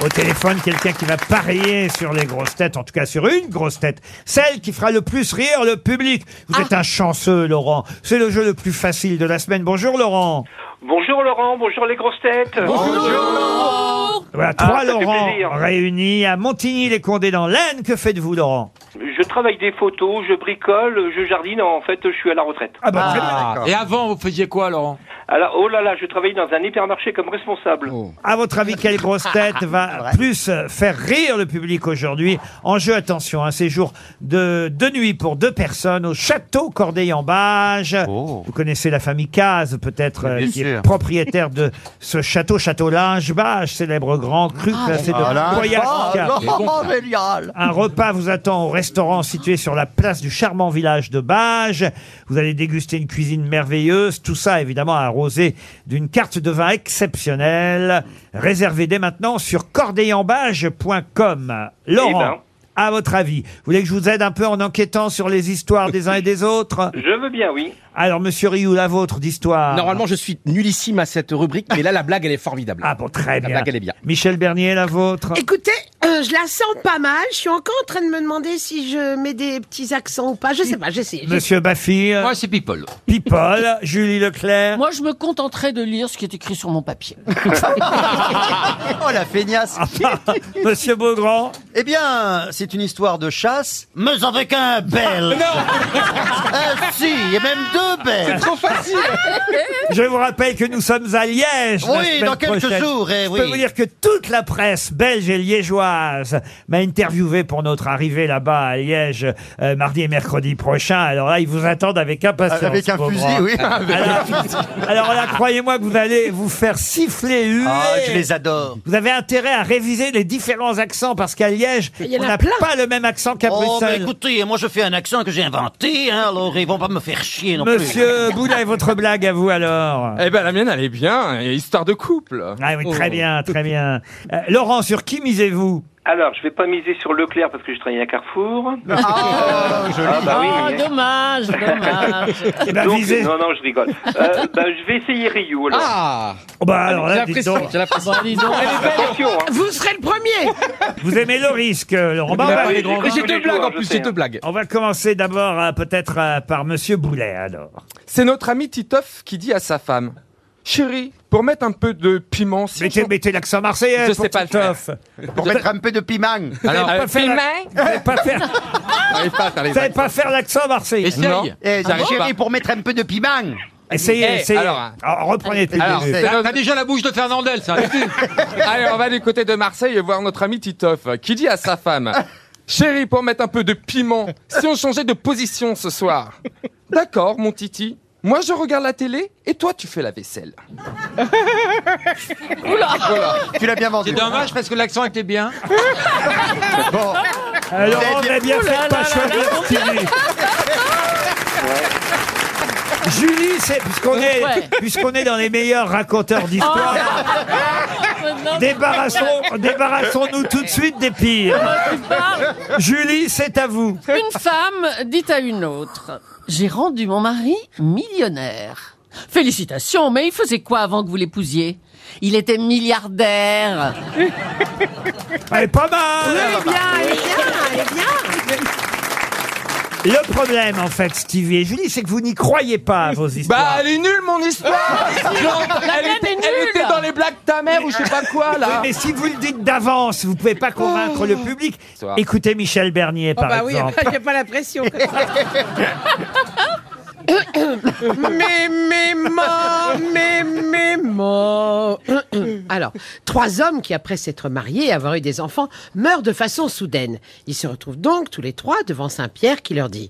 au téléphone quelqu'un qui va parier sur les grosses têtes, en tout cas sur une grosse tête, celle qui fera le plus rire le public. Vous êtes un chanceux, Laurent. C'est le jeu le plus facile de la semaine. Bonjour, Laurent.
Bonjour Laurent, bonjour les grosses têtes. Bonjour.
Voilà,
Ah,
trois Laurent réunis à Montigny-les-Condés dans l'Aisne. Que faites-vous, Laurent
Je travaille des photos, je bricole, je jardine. En fait, je suis à la retraite.
Ah bah, très bien.
Et avant, vous faisiez quoi, Laurent
Alors, oh là là, je travaille dans un hypermarché comme responsable.
À votre avis,
[laughs]
quelle grosse tête va plus faire rire le public aujourd'hui En jeu, attention, un séjour de deux nuits pour deux personnes au château Corday-en-Bage. Vous connaissez la famille Caz, peut-être, euh,
Oh. Bien
qui est
sûr.
propriétaire de ce château, château Linge-Bage, célèbre grand cru
Ah,
classé de Pauillac.
Oh,
Oh,
Un repas vous attend au restaurant situé sur la place du charmant village de Bages. Vous allez déguster une cuisine merveilleuse. Tout ça, évidemment, arrosé d'une carte de vin exceptionnelle. Réservez dès maintenant sur cordeillenbage.com. Laurent,
Eh ben.
à votre avis, vous voulez que je vous aide un peu en enquêtant sur les histoires des uns et des autres
Je veux bien, oui.
Alors, monsieur Rioux, la vôtre d'histoire.
Normalement, je suis nullissime à cette rubrique, mais là, la blague, elle est formidable. Ah
bon, très
La
bien.
blague, elle est bien.
Michel Bernier, la vôtre.
Écoutez, euh, je la sens pas mal. Je suis encore en train de me demander si je mets des petits accents ou pas. Je sais pas, j'essaie.
Monsieur Baffy. Moi,
c'est People.
People,
[laughs]
Julie Leclerc.
Moi, je me contenterai de lire ce qui est écrit sur mon papier.
[laughs] Oh la feignasse
Ah, Monsieur Beaugrand
Eh bien, c'est une histoire de chasse, mais avec un bel [laughs] Ah si, il y a même deux belles
Je vous rappelle que nous sommes à Liège. la
Oui,
semaine
dans quelques
prochaine.
jours, eh
Je
oui.
peux vous dire que toute la presse belge et liégeoise m'a interviewé pour notre arrivée là-bas à Liège euh, mardi et mercredi prochain. Alors là, ils vous attendent avec impatience.
Avec un
Beaugrand.
fusil, oui. [laughs] Avec
Alors,
un fusil.
alors là, croyez-moi que vous allez vous faire siffler, huer.
Ah, je les adore.
Vous avez intérêt à réviser les différents accents parce qu'à Liège,
Il y en
on
a
n'a
plein.
pas le même accent qu'à
Oh, mais
Bruxelles.
écoutez, moi je fais un accent que j'ai inventé, hein, alors ils vont pas me faire chier non euh,
Monsieur Boula, et votre blague à vous alors
Eh ben la mienne, elle est bien. Et Histoire de couple. Oh.
Ah
Oh.
oui, très bien, très bien. Euh, Laurent, sur qui misez-vous
Alors, je vais pas miser sur Leclerc parce que je travaille à Carrefour.
Ah,
joli. Ah, bah oui,
Oh,
oui.
dommage, dommage.
[laughs]
Donc, non, non, je rigole. Euh, bah, je vais essayer Rio, alors.
Ah
Oh, bah, alors là, dites donc.
Attention, hein.
Vous serez le premier.
Vous aimez le risque, euh, Laurent. Bon,
Bah
on va-
oui, j'ai compris J'ai deux les blagues, joueurs, en je plus, sais, j'ai deux hein. blagues.
On va commencer d'abord euh, peut-être euh, par Monsieur Boulet, alors.
C'est notre ami Titoff qui dit à sa femme Chérie, pour mettre un peu de piment. Si mettez
l'accent marseillais.
Je
pour
sais pas le
Titoff.
faire. Euh,
Pour mettre
un peu de piment.
[laughs]
Alors,
Vous savez pas faire la- vous savez pas faire-
J'arrive pas à faire les
vous savez
accents.
pas faire l'accent marseillais.
Essaye. Non. Eh, j'arrive pas.
pour mettre un peu de piment. Essayez,
Eh,
essayez.
alors, hein.
Alors, reprenez depuis le
Alors,
début.
c'est notre- T'as déjà la bouche de Fernandel, ça. [laughs] Allez, on va du côté de Marseille et voir notre ami Titoff, qui dit à sa femme Chérie, pour mettre un peu de piment, si on changeait de position ce soir. D'accord, mon Titi. Moi, je regarde la télé et toi, tu fais la vaisselle.
Oula.
Tu l'as bien vendu. C'est dommage parce que l'accent était bien.
bon.
Alors, on a bien
Ouh
fait
oh là
de pas
là
choisir
là là.
Stevie. Julie, c'est puisqu'on est,
Ouais.
puisqu'on est dans les meilleurs raconteurs d'histoire.
Oh. [laughs]
Débarrassons, débarrassons-nous tout de suite des
Ah,
pires.
bah,
Julie, c'est à vous.
Une femme dit à une autre J'ai rendu mon mari millionnaire. Félicitations, mais il faisait quoi avant que vous l'épousiez Il était milliardaire.
Elle est pas mal.
elle est bien, elle est bien.
Le problème, en fait, Stevie et Julie, c'est que vous n'y croyez pas à vos histoires.
Bah, elle est nulle, mon histoire Genre,
Ah, La
elle,
mienne
était,
est
elle
nulle.
était dans les blagues de ta mère ou je sais pas quoi,
Oui,
là.
mais si vous le dites d'avance, vous pouvez pas convaincre le public.
Soir.
Écoutez Michel Bernier,
Oh
par
bah oui,
exemple.
il n'y a pas la pression. comme ça. mais, mais, ma, mais, mais, ma. Alors, trois hommes qui, après s'être mariés et avoir eu des enfants, meurent de façon soudaine. Ils se retrouvent donc tous les trois devant Saint-Pierre qui leur dit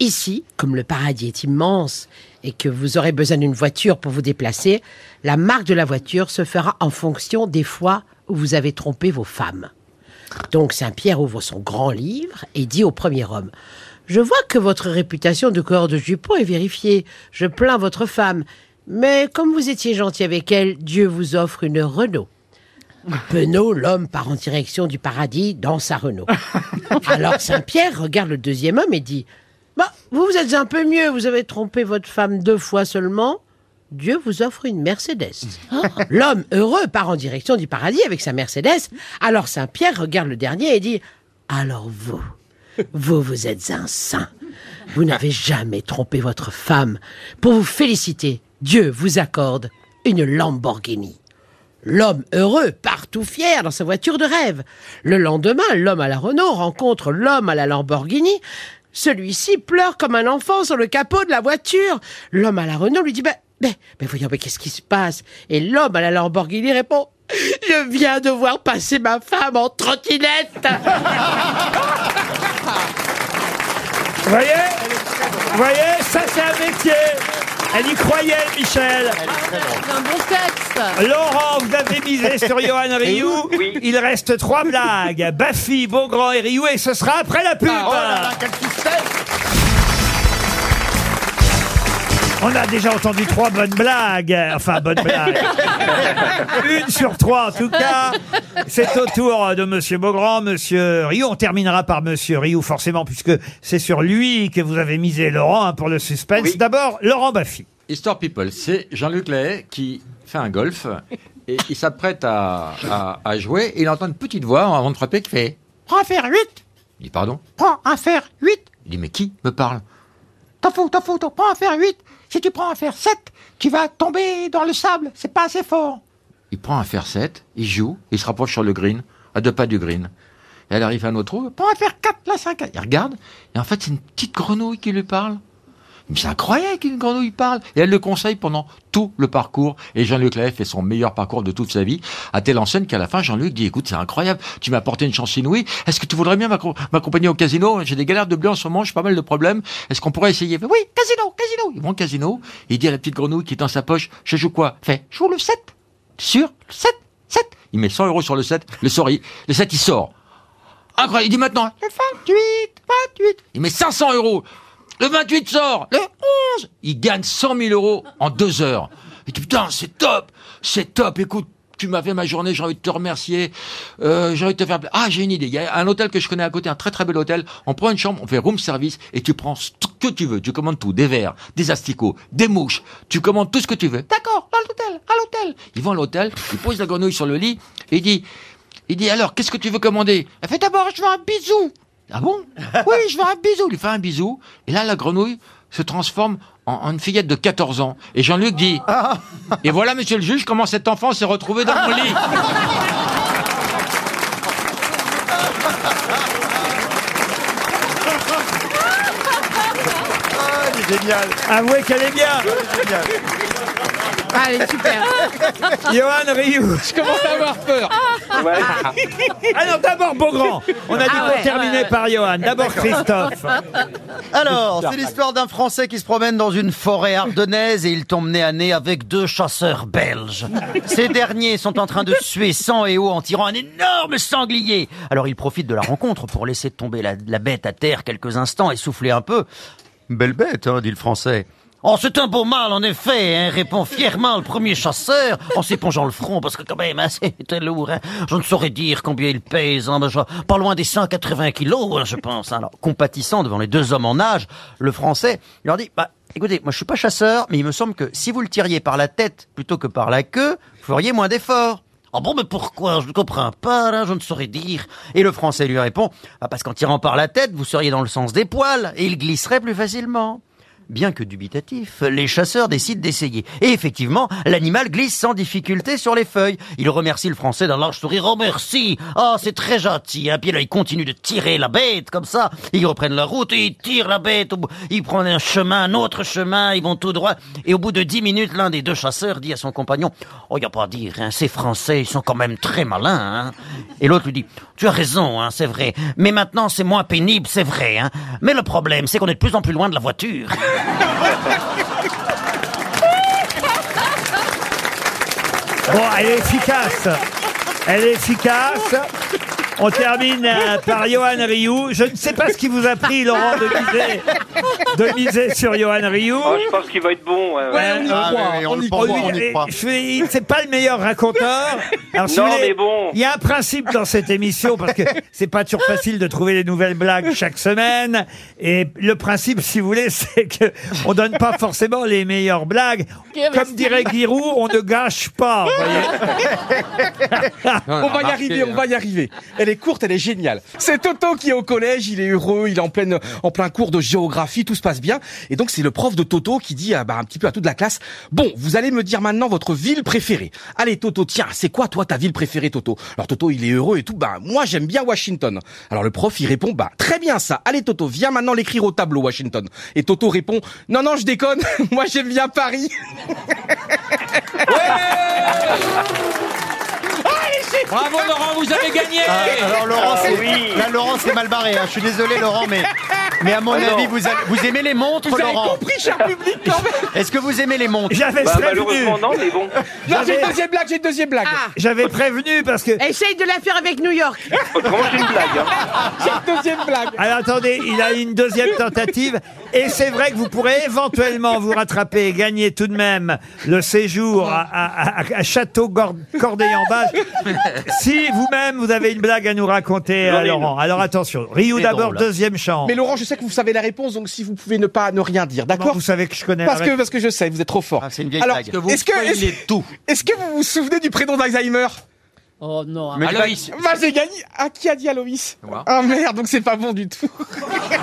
Ici, comme le paradis est immense et que vous aurez besoin d'une voiture pour vous déplacer, la marque de la voiture se fera en fonction des fois où vous avez trompé vos femmes. Donc Saint-Pierre ouvre son grand livre et dit au premier homme Je vois que votre réputation de coureur de jupons est vérifiée. Je plains votre femme. Mais comme vous étiez gentil avec elle, Dieu vous offre une Renault. Penaud, l'homme, part en direction du paradis dans sa Renault. Alors Saint-Pierre regarde le deuxième homme et dit Bah, vous vous êtes un peu mieux, vous avez trompé votre femme deux fois seulement. Dieu vous offre une Mercedes. L'homme heureux part en direction du paradis avec sa Mercedes. Alors Saint Pierre regarde le dernier et dit Alors vous, vous, vous êtes un saint. Vous n'avez jamais trompé votre femme. Pour vous féliciter, Dieu vous accorde une Lamborghini. L'homme heureux part tout fier dans sa voiture de rêve. Le lendemain, l'homme à la Renault rencontre l'homme à la Lamborghini. Celui-ci pleure comme un enfant sur le capot de la voiture. L'homme à la Renault lui dit Ben, ben, ben voyons, mais qu'est-ce qui se passe Et l'homme à la Lamborghini répond Je viens de voir passer ma femme en trottinette
Oh,
Vous voyez Vous voyez Ça, c'est un métier Elle y croyait, Michel
C'est un bon texte.
Laurent, vous avez misé sur Johan Rioux. Il reste trois blagues. Baffy, Beaugrand et Rioux. Et ce sera après la pub. On a déjà entendu trois bonnes blagues. Enfin, bonnes [laughs] blagues. Une sur trois, en tout cas. C'est au tour de Monsieur Beaugrand, Monsieur Rioux. On terminera par Monsieur Rioux, forcément, puisque c'est sur lui que vous avez misé, Laurent, hein, pour le suspense. D'abord, Laurent Baffy.
Histoire People, c'est Jean-Luc Lahaye qui fait un golf et il s'apprête à, à- à jouer et il entend une petite voix avant de frapper qui fait
Prends un fer 8,
Il dit pardon
prends un fer 8.
Il dit mais qui me parle
T'en fous, t'en fous, t'en prends un fer 8. Si tu prends un fer 7, tu vas tomber dans le sable. C'est pas assez fort.
Il prend un fer 7, il joue, il se rapproche sur le green, à deux pas du green. Et elle arrive à un autre trou,
Prends un fer 4, la 5.
il regarde et en fait c'est une petite grenouille qui lui parle. Mais c'est incroyable qu'une grenouille parle Et elle le conseille pendant tout le parcours. Et Jean-Luc Lahaye fait son meilleur parcours de toute sa vie, à telle enseigne qu'à la fin, Jean-Luc dit, écoute, c'est incroyable, tu m'as apporté une chance inouïe, est-ce que tu voudrais bien m'accom- m'accompagner au casino J'ai des galères de blé en ce moment, j'ai pas mal de problèmes, est-ce qu'on pourrait essayer Il fait, Oui, casino, casino Ils vont au casino, et il dit à la petite grenouille qui est dans sa poche, je joue quoi Elle Fait, je joue le 7. Sur le 7 7 Il met 100 euros sur le 7, le sort, il- le 7 il sort. Incroyable, il dit maintenant, le 28, 28 Il met 500 euros le 28 sort, le 11, il gagne 100 000 euros en deux heures. Il dit, putain, c'est top, c'est top, écoute, tu m'as fait ma journée, j'ai envie de te remercier, euh, j'ai envie de te faire... pla- Ah, j'ai une idée, il y a un hôtel que je connais à côté, un très très bel hôtel, on prend une chambre, on fait room service, et tu prends ce que tu veux, tu commandes tout, des verres, des asticots, des mouches, tu commandes tout ce que tu veux.
D'accord, dans l'hôtel, à l'hôtel.
Ils vont à l'hôtel, ils posent la grenouille sur le lit, et il dit, il dit, alors, qu'est-ce que tu veux commander Elle fait d'abord, je veux un bisou. Ah
[laughs]
bon Oui, je veux un bisou. Il lui fait un bisou, et là, la grenouille se transforme en, en une fillette de 14 ans. Et Jean-Luc dit,
Ah.
et voilà, monsieur le juge, comment cet enfant s'est retrouvé dans mon
[laughs]
lit.
Ah, Génial. Avouez qu'elle est bien.
Allez, super.
[laughs] Johan Rioux.
Je commence à avoir peur.
[laughs] Ah non, d'abord Beaugrand. On a dit
Ah
qu'on
ouais,
terminait
ouais, ouais.
par Johan. D'abord Christophe.
[laughs] Alors, c'est l'histoire d'un Français qui se promène dans une forêt ardennaise et il tombe nez à nez avec deux chasseurs belges. Ces derniers sont en train de suer sang et eau en tirant un énorme sanglier. Alors il profite de la rencontre pour laisser tomber la, la bête à terre quelques instants et souffler un peu. Belle bête, hein, dit le Français. Oh, c'est un beau mâle, en effet, hein, répond fièrement le premier chasseur en s'épongeant le front, parce que quand même, hein, c'était lourd. hein. Je ne saurais dire combien il pèse, hein, mais je- pas loin des 180 kilos, hein, je pense. hein. Alors, compatissant devant les deux hommes en âge, le Français leur dit, bah, écoutez, moi je suis pas chasseur, mais il me semble que si vous le tiriez par la tête plutôt que par la queue, vous feriez moins d'efforts. Ah bon, mais pourquoi Je ne comprends pas, là, je ne saurais dire. Et le français lui répond, Ah, parce qu'en tirant par la tête, vous seriez dans le sens des poils, et il glisserait plus facilement. Bien que dubitatif, les chasseurs décident d'essayer. Et effectivement, l'animal glisse sans difficulté sur les feuilles. Il remercie le français d'un large sourire. Oh merci Ah, c'est très gentil hein. Puis là, ils continuent de tirer la bête comme ça. Ils reprennent la route et ils tirent la bête. Au bout- Ils prennent un chemin, un autre chemin, ils vont tout droit. Et au bout de dix minutes, l'un des deux chasseurs dit à son compagnon Oh, y a pas à dire, hein, ces Français, ils sont quand même très malins. hein. Et l'autre lui dit Tu as raison, hein, c'est vrai. Mais maintenant, c'est moins pénible, c'est vrai. Hein. Mais le problème, c'est qu'on est de plus en plus loin de la voiture.
Bon, elle est efficace. Elle est efficace. On termine euh, par Johan Rioux. Je ne sais pas ce qui vous a pris, Laurent, de miser, de miser sur Johan Rioux.
Ah, je pense qu'il va être bon. ouais, ouais. Ah, ouais, ouais, on le pense, on y croit.
Je suis- C'est pas le
[laughs]
meilleur raconteur.
Non,
vous voulez,
mais bon.
Il y a un principe dans cette émission parce que c'est pas toujours facile de trouver des nouvelles blagues chaque semaine. Et le principe, si vous voulez, c'est que on donne pas forcément les meilleures blagues. Comme dirait Giroud, on ne gâche pas. vous voyez.
[laughs] on va y arriver, on va y arriver. Elle est courte, elle est géniale. C'est Toto qui est au collège, il est heureux, il est en pleine, en plein cours de géographie, tout se passe bien. Et donc c'est le prof de Toto qui dit à, bah, un petit peu à toute la classe, bon, vous allez me dire maintenant votre ville préférée. Allez Toto, tiens, c'est quoi toi ta ville préférée Toto Alors Toto, il est heureux et tout, bah moi j'aime bien Washington. Alors le prof, il répond, bah très bien ça, allez Toto, viens maintenant l'écrire au tableau Washington. Et Toto répond, non non, je déconne, [laughs] moi j'aime bien Paris.
Bravo Laurent, vous avez gagné
Ah, alors Laurent,
Ah,
c'est-
oui.
là Laurent c'est mal barré. hein. Je suis désolé Laurent, mais mais à mon
Ah, non.
avis vous, allez- vous aimez les montres
Vous avez
Laurent.
compris, cher public, quand même.
Est-ce que vous aimez les montres
J'avais Bah, prévenu. malheureusement, non, mais
bon.
Non, j'ai
J'avais-
une deuxième blague, j'ai une deuxième blague.
J'avais prévenu parce que.
Ah. Essaye de la faire avec New York.
[laughs] J'ai une deuxième blague.
Alors attendez, il a une deuxième tentative. Et c'est vrai que vous pourrez éventuellement vous rattraper et gagner tout de même le séjour à, à- à- à Château Gor- Corday-en-Bas. si vous-même, vous avez une blague à nous raconter,
J'en
euh,
ai une.
Laurent. Alors attention, Rio
C'est
d'abord,
drôle.
deuxième chance.
Mais Laurent, je sais que vous savez la réponse, donc si vous pouvez ne pas ne rien dire, d'accord
Vous savez que je connais. la
Parce que
réponse.
parce que je sais, vous êtes trop fort.
Ah, c'est une
vieille blague.
est-ce
Que vous
est-ce que
spoilez
est-ce- Est-ce que vous vous souvenez du prénom d'Alzheimer
Oh
Ah,
non.
Mais Aloïs. Bah j'ai gagné. Ah qui a dit Aloïs Ah merde, donc c'est pas bon du tout.
Ah,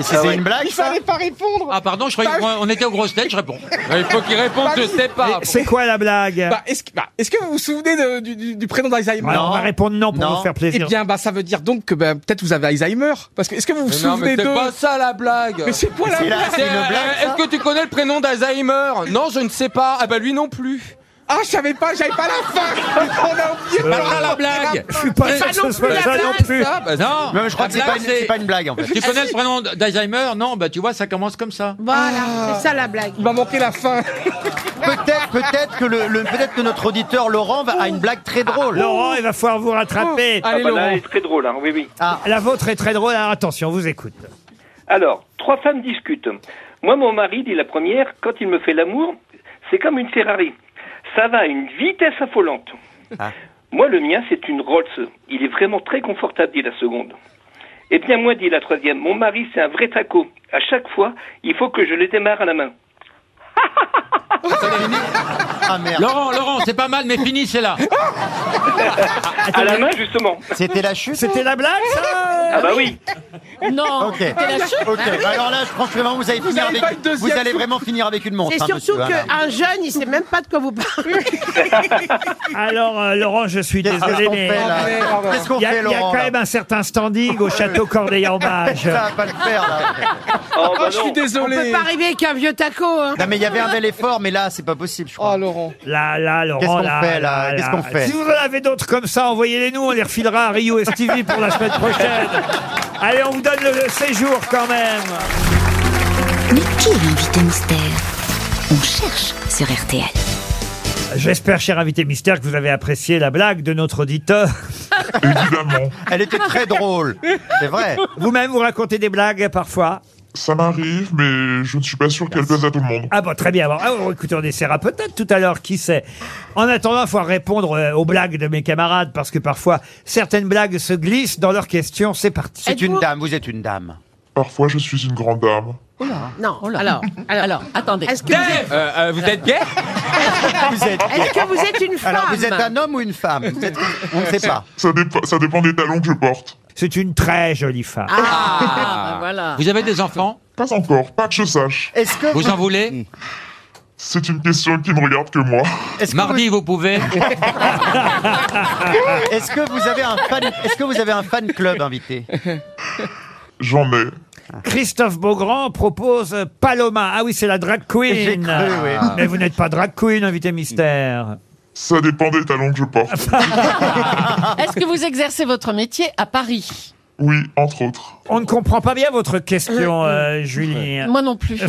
C'est une blague
Il fallait pas répondre.
Ah pardon, je croyais
bah,
qu'on était aux grosses têtes, je réponds.
Il faut qu'il réponde, je sais pas.
C'est quoi la blague
Bah, est-ce que, bah, est-ce que vous vous souvenez de- du, du- du prénom d'Alzheimer
Alors, on va répondre non pour vous faire plaisir.
Eh bien, bah, ça veut dire donc que bah, peut-être vous avez Alzheimer. Parce que est-ce que vous vous
Mais non,
souvenez
mais c'est
de [laughs]
pas ça la blague.
Mais c'est quoi la
C'est
blague
c'est, euh, Est-ce que tu connais le prénom d'Alzheimer Non, je ne sais pas. Ah bah lui non plus.
Ah, je savais pas, j'avais pas la fin.
[laughs]
On a oublié.
Bah, voilà la blague.
Je suis pas
Mais
sûr
ça
que ce
non
soit
plus,
ça
la
non
blague,
plus.
ça. Bah, non.
Non, mais je crois
La
que c'est pas,
blague,
une-
c'est-
c'est pas une blague en fait.
Tu connais le prénom d'Alzheimer Non, bah tu vois, ça commence comme ça. Ah.
Voilà, c'est ça la blague.
Il m'a manqué la fin.
Peut-être, peut-être que le, le- peut-être que notre auditeur Laurent va, a une blague très drôle.
Laurent, il va falloir vous rattraper.
Ah bah là, elle est très drôle, hein, oui, oui.
Ah.
La vôtre est très drôle. Alors attention, on vous écoute.
Alors, trois femmes discutent. Moi, mon mari, dit la première, quand il me fait l'amour, c'est comme une Ferrari. Ça va à une vitesse affolante. Moi, le mien, c'est une Rolls. Il est vraiment très confortable, dit la seconde. Eh bien, moi, dit la troisième, mon mari, c'est un vrai taco. À chaque fois, il faut que je le démarre à la main.
ah,
Laurent, Laurent, c'est pas mal, mais fini, c'est là.
À la main, justement.
C'était la chute.
C'était la blague, ça
Ah bah oui.
Non.
Ok.
C'était la chute.
Ok. Bah alors là, franchement, vous allez
Vous
finir
avez
avec,
pas une
vous
deuxième
allez
chute.
vraiment finir avec une montre.
C'est
hein,
surtout
monsieur, hein, là.
qu'un jeune, il sait même pas de quoi vous parlez.
Alors, euh, Laurent, je suis
Qu'est-ce
désolé,
qu'on
mais
fait, là Qu'est-ce qu'on
il y a, il
fait,
y a
Laurent,
quand
là
même un certain standing au château Corday-en-Bage.
Ça va pas le faire là.
Oh, bah non.
On peut pas arriver qu'un vieux taco. Hein.
Non mais il y avait un bel effort, mais là c'est pas possible, je crois.
Oh Laurent.
Là, là, Laurent,
Qu'est-ce qu'on fait, là Qu'est-ce qu'on fait
Si vous en avez d'autres comme ça, envoyez-les nous, on les refilera à Rio et Stevie pour la semaine prochaine. Allez, on vous donne le, le séjour quand même.
Mais qui est l'invité mystère On cherche sur RTL.
J'espère, cher invité mystère, que vous avez apprécié la blague de notre auditeur. Évidemment.
Elle était très drôle. C'est vrai.
Vous-même, vous racontez des blagues parfois
Ça m'arrive, mais je ne suis pas sûr qu'elle plaise à tout le monde.
Ah bon, très bien. Bon, ah, bon, écoutez, on essaiera peut-être tout à l'heure, qui sait. En attendant, il faut répondre euh, aux blagues de mes camarades, parce que parfois, certaines blagues se glissent dans leurs questions. C'est parti.
C'est une dame, vous êtes une dame.
Parfois, je suis une grande dame.
Oh Non, alors, alors,
attendez.
Est-ce que, vous êtes-
Euh, euh, vous êtes gay
[laughs] Vous êtes
est-ce que vous êtes une femme
Alors vous êtes un homme ou une femme Vous êtes- On ne sait pas.
[laughs] Ça, dépend- ça dépend des talons que je porte.
C'est une très jolie femme.
Ah,
ben
bah voilà.
Vous avez des enfants
Pas encore, pas que je sache.
Est-ce que
Vous en
Hmm.
voulez
C'est une question qui ne regarde que moi.
Mardi, vous pouvez.
Est-ce que vous avez un fan Est-ce que vous avez un fan club invité
J'en ai.
Christophe Beaugrand propose Paloma. Ah oui, c'est la drag
J'ai
queen.
cru, oui.
Mais vous n'êtes pas drag queen, invité mystère.
Ça
[laughs]
dépend des talons que je porte.
Est-ce que vous exercez votre métier à Paris
Oui, entre autres.
On ne comprend pas bien votre question, euh, Julie.
Moi non
[laughs]
plus.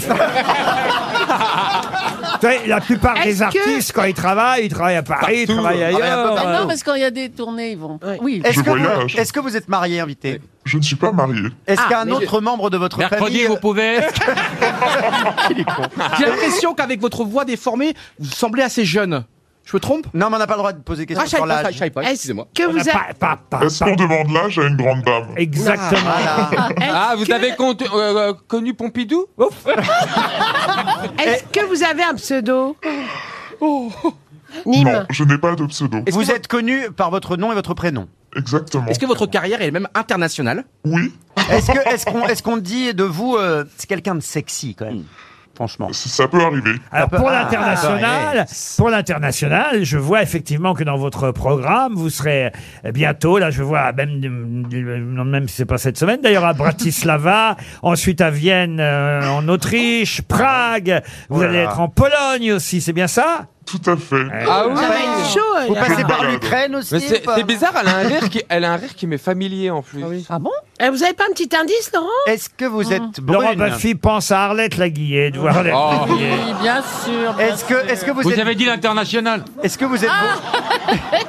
Vous savez, La plupart des
Est-ce que-
artistes, quand ils travaillent, ils travaillent à Paris, ils travaillent ailleurs.
Mais non, parce quand il y a des tournées, ils vont. Oui.
Est-ce que, vous, est-ce que vous êtes marié, invité
Je ne suis pas marié.
Est-ce
Ah,
qu'un
mais-
autre membre de votre
Mercredi,
famille... euh,
vous
[laughs]
pouvez. J'ai l'impression qu'avec votre voix déformée, vous semblez assez jeune. Je me trompe
Non, mais on n'a pas le droit de poser
ah, je savais pas, je savais pas, excusez-moi.
Est-ce qu'on demande l'âge à une grande dame
Exactement.
[laughs]
Ah, vous avez contu- euh, euh, connu Pompidou
Est-ce que vous avez un pseudo
Non, je n'ai pas de pseudo.
Vous êtes connu par votre nom et votre prénom.
Exactement.
Est-ce que votre carrière est même internationale
Oui.
Est-ce que- est-ce qu'on est-ce qu'on dit de vous, euh, c'est quelqu'un de sexy quand même Franchement.
Ça peut arriver.
Alors pour
Ah,
l'international, pour l'international, je vois effectivement que dans votre programme, vous serez euh, bientôt là. Je vois même, euh, non, même si c'est pas cette semaine, d'ailleurs à Bratislava, ensuite à Vienne, euh, en Autriche, Prague. Vous
Oh là
allez
là.
être en Pologne aussi, c'est bien ça Eh
Tout à fait.
Euh,
Ah oui. Ça va être chaud,
Vous passez par l'Ukraine aussi
Mais c'est
ou pas
c'est bizarre, elle a, un rire qui, elle a un rire qui m'est familier en plus. Ah,
bon
Eh, Vous avez pas un petit indice, Laurent
Est-ce que
Mmh.
vous êtes
Laurent Baffy Oh, pense à Arlette Laguillet. de voir Arlette
Oh.
Laguillet.
Oui, bien sûr.
Est-ce que, est-ce que vous,
Vous
êtes,
avez dit l'international.
est-ce que vous êtes,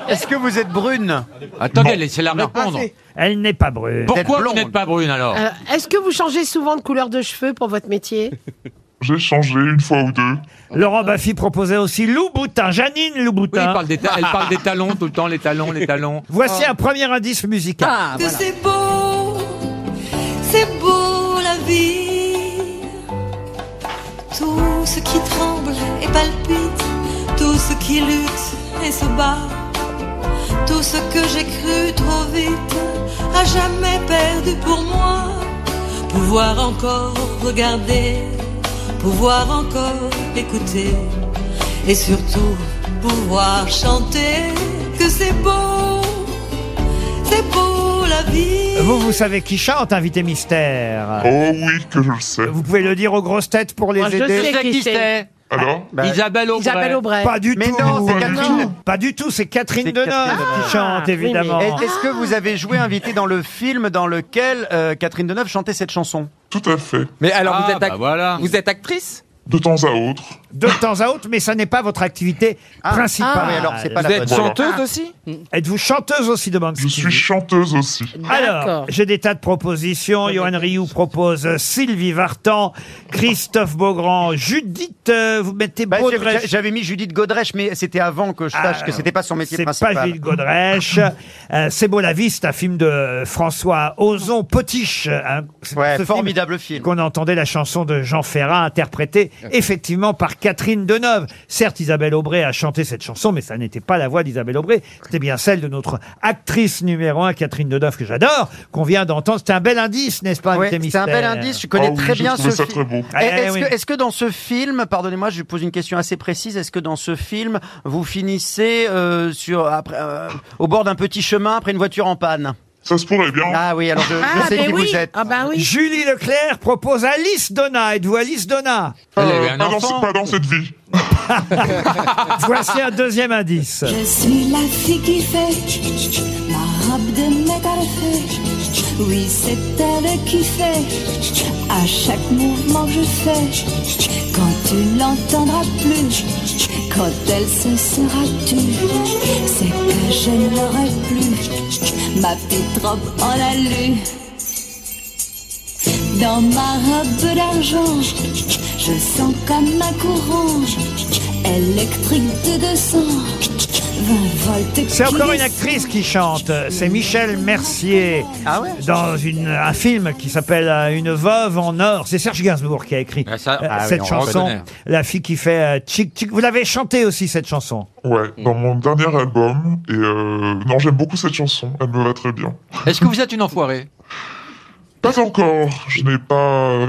est-ce que vous êtes brune
Attendez, laissez-la répondre.
Ah, Elle n'est pas brune.
Pourquoi vous n'êtes pas brune alors
Euh, Est-ce que vous changez souvent de couleur de cheveux pour votre métier
J'ai changé une fois ou deux.
Laurent Baffy proposait aussi Louboutin, Janine
Oui,
Louboutin.
elle parle, des ta- elle parle des talons tout le temps, les talons, les talons.
[laughs] Voici un premier indice musical.
Ah,
que c'est beau, c'est beau la vie. Tout ce qui tremble et palpite, tout ce qui lutte et se bat, tout ce que j'ai cru trop vite, à jamais perdu pour moi. Pouvoir encore regarder, pouvoir encore écouter, et surtout pouvoir chanter que c'est beau, c'est beau la vie.
Vous, vous savez qui chante, invité mystère
Oh oui, que je le sais.
Vous pouvez le dire aux grosses têtes pour les
Moi, je
aider.
sais Je sais qui qui c'est. c'est.
Alors
Isabelle Aubray.
Isabelle Aubray.
Pas du
Mais
tout.
non, c'est
Pas du
Catherine.
tout. Pas du tout, c'est Catherine
C'est
Deneuve
Catherine
qui chante, évidemment.
Est- Est-ce que vous avez joué invité dans le film dans lequel euh, Catherine Deneuve chantait cette chanson
Tout à fait.
Mais alors,
Ah,
vous, êtes ac-
bah voilà.
vous êtes actrice
De temps à autre.
De temps à autre, mais ça n'est pas votre activité principale.
ah oui, alors c'est pas
Vous
la
êtes
bonne. Ah.
chanteuse aussi
Êtes-vous chanteuse aussi, demande
Je suis chanteuse aussi.
Alors, j'ai des tas de propositions. Johan Rioux propose Sylvie Vartan, Christophe Beaugrand, Judith, euh, vous mettez
Bah, j'ai-
Baudrech.
j'ai- J'avais mis Judith Godrèche, mais c'était avant que je sache
Ah,
que c'était pas son métier
C'est
principal.
pas Gilles Godrèche. Euh, c'est beau la vie, c'est un film de François Ozon Potiche. hein. C'est
Ouais,
ce film
formidable film.
Qu'on entendait la chanson de Jean Ferrat interprétée effectivement par Catherine Deneuve. Certes, Isabelle Aubray a chanté cette chanson, mais ça n'était pas la voix d'Isabelle Aubray. C'était bien celle de notre actrice numéro un, Catherine Deneuve, que j'adore, qu'on vient d'entendre. C'était un bel indice, n'est-ce pas,
Ouais,
invité
c'est un bel
mystère
indice, je connais
Ah oui,
très
je
bien ce
trouvais ça
film.
très beau.
Ah,
Et
eh
Est-ce
oui.
que, est-ce que dans ce film, pardonnez-moi, je pose une question assez précise, est-ce que dans ce film, vous finissez euh, sur, après, euh, au bord d'un petit chemin après une voiture en panne
Ça se pourrait bien.
Ah oui, alors je, je sais
ben
qui
oui.
vous êtes.
Ah bah oui.
Julie Leclerc propose Alice Donna. Êtes-vous Alice Donna
Elle avait un
Euh, pas, dans,
enfant.
pas dans cette vie.
[laughs] Voici un deuxième indice.
Je suis la fille qui fait tch, tch, tch, ma robe de métal fait. tch, tch, tch. Oui, c'est elle qui fait tch, tch, tch, à chaque mouvement que je fais. tch, tch, tch. Quand tu l'entendras plus, tch, tch, tch, quand elle se sera tue, c'est que je ne l'aurai plus. tch, tch, tch, Ma petite robe en alu. Dans ma robe d'argent, je sens comme un courant électrique de 200, 20 volts.
C'est encore
qui
une actrice qui chante, c'est Michel Mercier,
Ah
dans une, un film qui s'appelle euh, Une veuve en or. C'est Serge Gainsbourg qui a écrit
Ah, ça-
euh,
ah oui,
cette
on
chanson,
reconnaît.
La fille qui fait euh, tchic tchic. Vous l'avez chantée aussi cette chanson.
Ouais, dans mon dernier album. Et euh, non, j'aime beaucoup cette chanson. Elle me va très bien.
Est-ce que vous êtes une enfoirée
Pas encore. Je n'ai pas euh,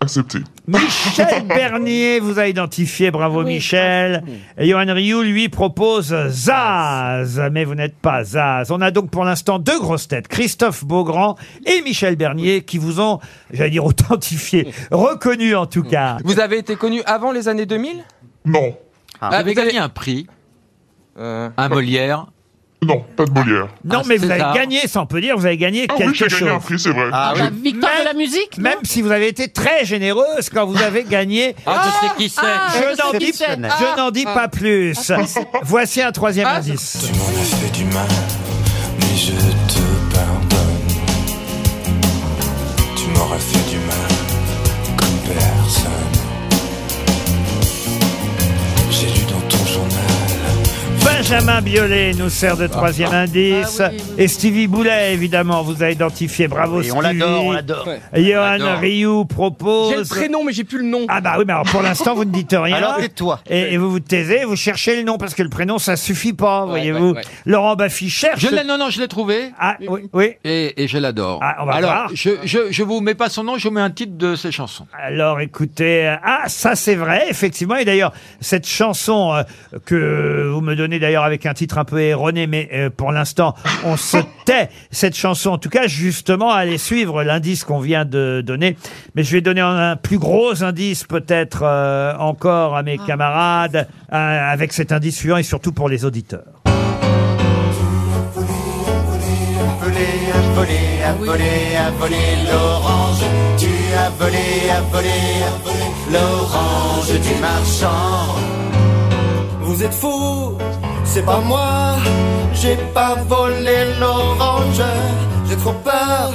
accepté.
Michel Bernier vous a identifié, bravo Michel. Et Johan Rioux lui propose Zaz, mais vous n'êtes pas Zaz. On a donc pour l'instant deux grosses têtes, Christophe Beaugrand et Michel Bernier, qui vous ont, j'allais dire, [laughs] authentifié, reconnu en tout cas.
Vous avez été connu avant les années Ah, 2000
Non.
Vous avez gagné un prix,
Euh,
un Molière, Ah,
Non, pas de Molière.
Ah, Non, mais vous avez gagné, ça on peut dire, vous avez gagné
Ah oui,
quelque
j'ai
chose.
gagné un prix, c'est vrai. Ah oui.
La victoire de la musique Même si vous avez été très généreuse quand vous avez gagné.
[laughs] Ah, je sais qui c'est. Ah,
Je
je
n'en
sais
dis,
qui c'est.
je n'en dis
Ah.
pas plus.
Ah, c'est-
Voici un troisième
Ah,
indice.
Tu m'en as fait du mal, mais je te pardonne. Tu m'auras fait du mal, comme personne. J'ai lu dans ton journal.
Benjamin Biolay nous sert de troisième
Ah.
indice. Et Stevie Boulet, évidemment, vous a identifié. Bravo
Oui,
Stevie.
on l'adore, on l'adore. Ouais. On
Johan
l'adore.
Rioux propose...
J'ai le prénom,
mais j'ai plus le nom. Ah bah oui, mais alors pour l'instant, vous ne dites rien.
Alors, tais-toi.
Et, et vous vous taisez, vous cherchez le nom, parce que le prénom, ça suffit pas, voyez-vous.
ouais.
Laurent Baffy cherche...
Je l'ai- non, non, je l'ai trouvé.
Ah, oui. oui. Ah,
Et, et je l'adore.
on va
Alors,
voir.
Je, je, je vous mets pas son nom, je mets un titre de ses chansons.
Alors écoutez, euh, ah ça c'est vrai, effectivement, et d'ailleurs cette chanson euh, que vous me donnez d'ailleurs avec un titre un peu erroné, mais euh, pour l'instant on
[laughs]
se tait, cette chanson en tout cas justement allez suivre l'indice qu'on vient de donner, mais je vais donner un, un plus gros indice peut-être euh, encore à mes camarades euh, avec cet indice suivant et surtout pour les auditeurs.
as volé, as volé, as volé, as volé l'orange. Tu as volé, as volé, as volé l'orange du marchand. Vous êtes fous, c'est pas moi. J'ai pas volé l'orange. J'ai trop peur.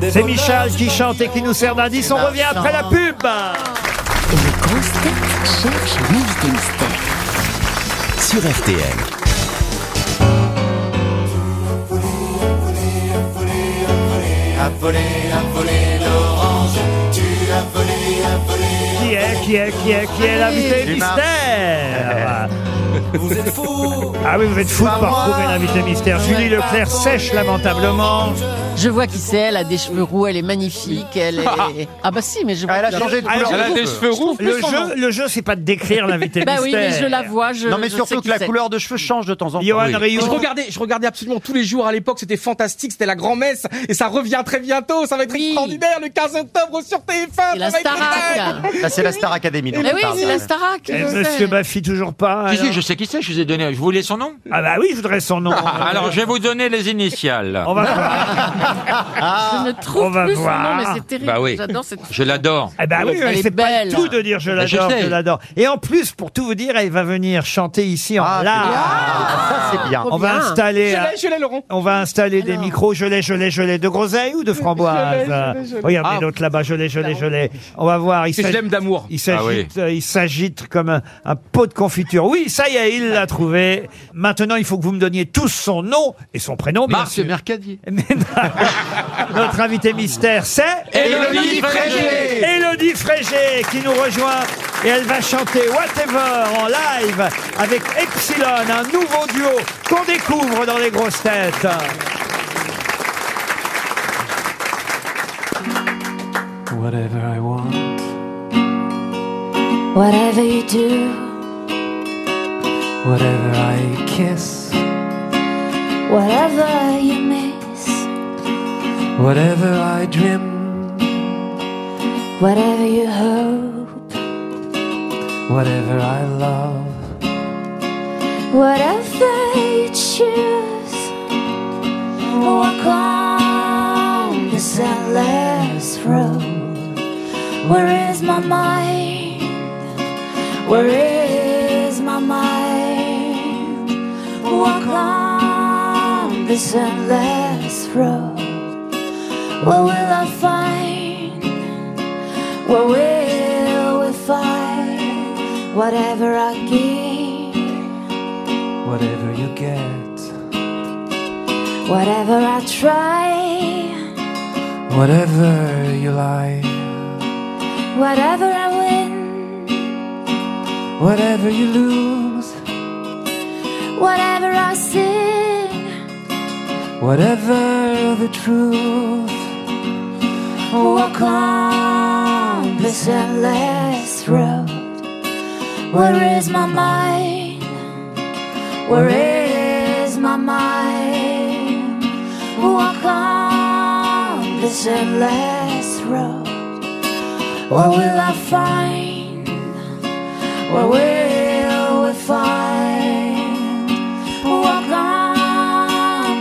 des
C'est
voleurs.
Michel qui chante et qui nous sert d'indice, on revient après la pub
Les grosses têtes cherchent l'invité mystère.
Sur RTL.
A volé, a volé l'orange. Tu as volé, as volé.
Qui est, qui est, qui est, qui est l'invité
[laughs]
mystère
Vous êtes fous.
Ah oui, vous êtes fous de
C'est pas
pas retrouver
moi.
l'invité mystère. Julie Leclerc sèche lamentablement.
Je vois qui c'est, elle a des cheveux roux, elle est magnifique, elle
[laughs]
est... Ah bah si, mais je vois qui-
Alors,
je trouve- je trouve plus
Le
son nom.
jeu, le jeu, c'est pas de décrire l'invité
[laughs] Bah
mystère.
oui, mais je la vois, je-
Non, mais
je
surtout
sais
que
qui
la
c'est.
couleur de cheveux change de temps en temps.
Johan
Oui.
Rioux.
Je regardais, je regardais absolument tous les jours à l'époque, c'était fantastique, c'était la grand-messe, et ça revient très bientôt, ça va être extraordinaire le 15 octobre sur TF1.
la
ça va être
Starac.
génial.
Ah, c'est la Star Academy. dont
Mais
on
Eh oui,
parle.
c'est la Starac.
Et
je
Monsieur
sais.
Baffy toujours pas.
Si, si,
alors
je sais qui c'est, je vous ai donné. Je voulais son nom
Ah bah oui, je voudrais son
[laughs]
nom.
Ah, Alors, je vais vous donner les initiales.
On va voir.
Je ne trouve
On va
plus son nom,
voir.
mais c'est terrible.
Bah oui.
J'adore cette...
Je l'adore.
Eh ben oui,
Elle
mais
est
c'est pas
belle.
tout de dire je
Mais je
l'adore,
sais.
je l'adore. Et en plus, pour tout vous dire, elle va venir chanter ici en live.
Ah, ça, c'est bien.
On va installer.
Je l'ai,
un- On va installer des micros. Je l'ai, je l'ai, je l'ai. De groseille ou de framboise
je l'ai, je l'ai.
Regardez
Ah.
l'autre là-bas. Je l'ai, je l'ai, je l'ai. On va voir. Il
C'est je
s'agit-
l'aime d'amour.
Il s'agite, euh, il s'agite comme un, un pot de confiture. Oui, ça y est, il l'a trouvé. Maintenant, il faut que vous me donniez tous son nom et son prénom. bien
Marc
sûr.
Mercadier.
Notre invité mystère, c'est
Élodie Frégé.
Élodie Frégé qui nous rejoint et elle va chanter Whatever en live avec Epsilon, un nouveau duo qu'on découvre dans les grosses têtes.
Whatever I want.
Whatever you do,
Whatever I kiss,
whatever you miss,
whatever I dream,
whatever you hope,
whatever I love,
whatever you choose, walk on this endless road. Where is my mind? Where is my mind? Walk on this endless road. What will I find? What will we find? Whatever I give,
whatever you get,
whatever I try,
whatever you like,
whatever I win,
whatever you lose,
whatever I sin,
whatever the truth.
walk on this endless road. Where is my mind? Where is my mind? Walk on this endless road.
Oh,
What will I find? What will we find? Walk on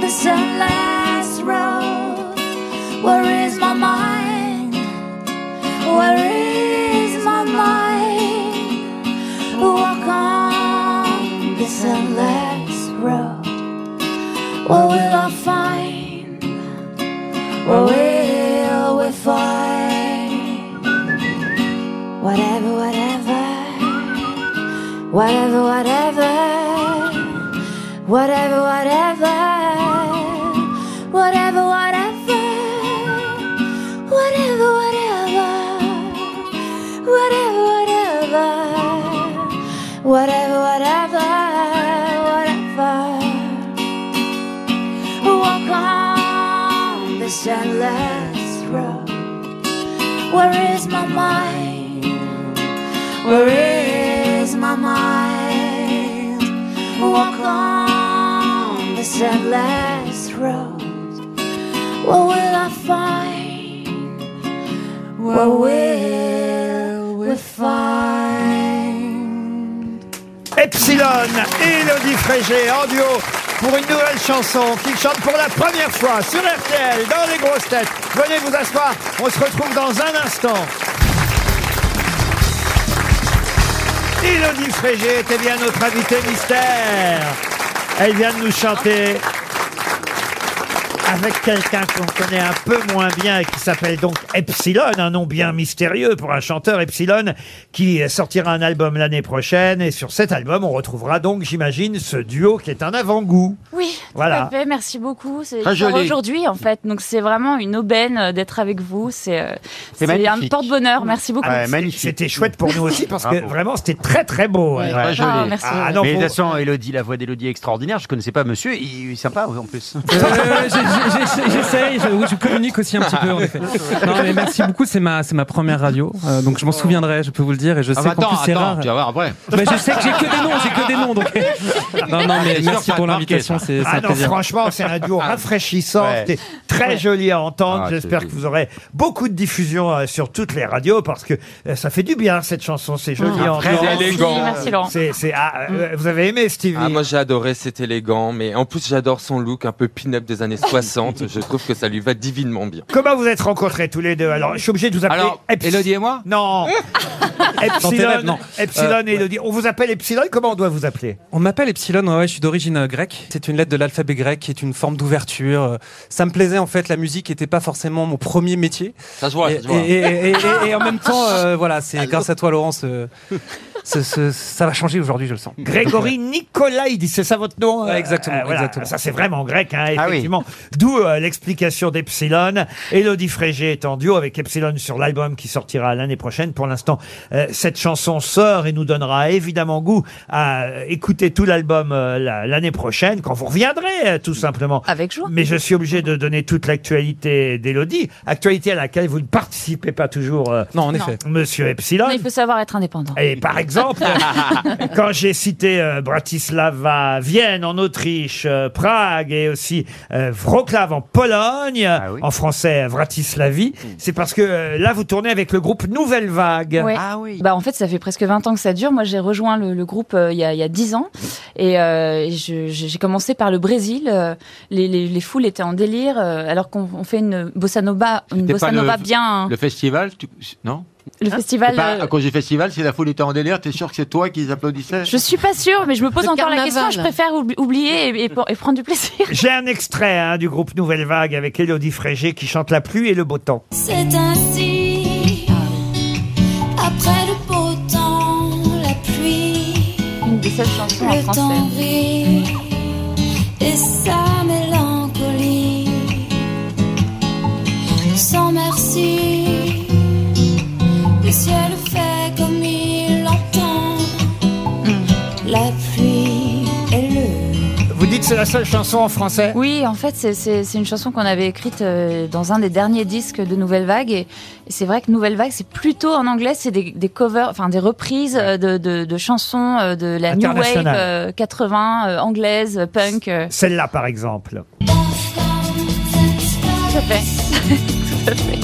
where will we find? Whatever, whatever, whatever, whatever, whatever, whatever, whatever, whatever, whatever, whatever, whatever, whatever. Whatever, whatever, whatever. Walk on this endless road. Where is my mind? Where is my mind? Walk on this endless road. What will I find? What will we find?
Epsilon, Elodie Frégé en duo pour une nouvelle chanson qui chante pour la première fois sur RTL dans les grosses têtes. Venez vous asseoir, on se retrouve dans un instant. Elodie Frégé était bien notre invitée mystère. Elle vient de nous chanter avec quelqu'un qu'on connaît un peu moins bien et qui s'appelle donc Epsilon, un nom bien mystérieux pour un chanteur Epsilon qui sortira un album l'année prochaine et sur cet album on retrouvera donc j'imagine ce duo qui est un avant-goût.
Oui,
Voilà.
tout à fait, merci beaucoup. C'est
Très
pour
joli.
aujourd'hui en fait, donc c'est vraiment une aubaine euh, d'être avec vous. C'est euh,
C'est
c'est un
magnifique.
porte-bonheur, merci beaucoup. Ah,
C'était- C'était chouette pour nous aussi parce que
Bravo.
vraiment c'était très très beau. hein.
Très joli.
Ah, non,
Mais de
faut-
toute façon, Elodie, la voix d'Elodie est extraordinaire. Je connaissais pas monsieur. Il est sympa en plus. [laughs]
Euh, J'essaye, je, oui, je communique aussi un petit peu
[laughs]
en effet. Non, mais merci beaucoup, c'est ma, c'est ma première radio, euh, donc je
Oh.
m'en souviendrai, je peux vous le dire, et je
Ah
sais
bah
qu'en
attends,
plus c'est
attends,
rare.
tu vas voir après.
Mais je sais que j'ai que des noms, j'ai que des noms, donc.
[laughs]
Non, non, mais
C'est sûr,
merci
ça va
pour
te
l'invitation,
marquer,
c'est c'est
ça.
un
Ah non,
plaisir. Ah.
franchement, c'est un duo rafraîchissant.
Ouais.
C'était très
Ouais.
joli à entendre.
Ah, c'est-
J'espère que vous aurez beaucoup de diffusion euh, sur toutes les radios parce que euh, ça fait du bien cette chanson. C'est joli
Ah,
à
très
entendre. Euh,
élégant. Merci, merci, Laurent. Mm.
C'est- c'est- [laughs] ah, euh, Vous avez aimé Stevie
Ah, moi j'ai adoré, c'est élégant, mais en plus j'adore son look un peu pin-up des
[laughs]
années 60. Je trouve que ça lui va divinement bien.
Comment vous êtes rencontrés tous les deux Alors, je suis obligé de vous appeler.
Alors, Elodie et moi
Non.
Dans tes
Epsilon,
rêves, non.
Epsilon
Euh,
et Elodie. On vous appelle Epsilon Comment on doit vous appeler
On m'appelle Epsilon, ouais, ouais, je suis d'origine euh, grecque. C'est une lettre de l'alphabet grec qui est une forme d'ouverture. Euh, Ça me plaisait en fait, la musique n'était pas forcément mon premier métier.
Ça se voit,
et,
ça se voit.
Et, et- et- et- et en même temps,
[laughs]
euh, voilà, c'est grâce à toi Laurence, euh, ce- ce- ça va changer aujourd'hui, je le sens. [laughs]
Grégory Nicolaïdis, c'est ça votre nom euh,
Ouais, exactement,
voilà.
exactement.
Ça, c'est vraiment grec, hein,
Ah oui.
effectivement. D'où euh, l'explication d'Epsilon. Elodie Frégé est en duo avec Epsilon sur l'album qui sortira l'année prochaine. Pour l'instant, euh, cette chanson sort et nous donnera évidemment goût à euh, écouter tout l'album euh, la- l'année prochaine, quand vous reviendrez, euh, tout simplement.
Avec joie.
Mais je suis obligé de donner toute l'actualité d'Elodie, actualité à laquelle vous ne participez pas toujours, euh,
non,
en
effet.
monsieur Epsilon.
Mais il faut savoir être indépendant.
Et
[laughs]
par exemple, quand j'ai cité euh, Bratislava, Vienne en Autriche, euh, Prague et aussi euh, Wrocław en Pologne, en français euh, Bratislavie, c'est parce que euh, là vous tournez avec le groupe Nouvelle Vague.
Ouais. Bah en fait, ça fait presque 20 ans que ça dure. Moi, j'ai rejoint le, le groupe euh, il y, a, il y a 10 ans et euh, je- je- j'ai commencé par le Brésil. Euh, les, les- les foules étaient en délire euh, alors qu'on on fait une bossa nova, une
C'était pas
bossa nova
le,
bien. hein.
Le festival, tu- non
Le festival,
C'est pas
euh,
à cause du festival, c'est la foule était en délire. T'es sûr que c'est toi qui les applaudissais
Je suis pas sûre, mais je me pose
Le
encore la
carnaval.
question. Je préfère oubli- oublier et, et- et prendre du plaisir.
J'ai un extrait hein, du groupe Nouvelle Vague avec Elodie Frégé qui chante la pluie et le beau temps.
C'est ainsi, après le beau temps, la pluie,
Une des seules chansons en
le
français.
temps gris et sa mélancolie. Sans merci, le ciel fait comme il l'entend,
Mm.
la pluie et le
Vous dites c'est la seule chanson en français
[laughs] Oui, en fait, c'est- c'est c'est une chanson qu'on avait écrite euh, dans un des derniers disques de Nouvelle Vague. Et, et c'est vrai que Nouvelle Vague, c'est plutôt en anglais, c'est des, des covers, enfin des reprises euh, de, de- de chansons euh, de la New Wave
Internationale.
euh, 80, euh, anglaise, euh, punk. euh.
Celle-là par exemple.
Tout à fait. [laughs] Tout à fait.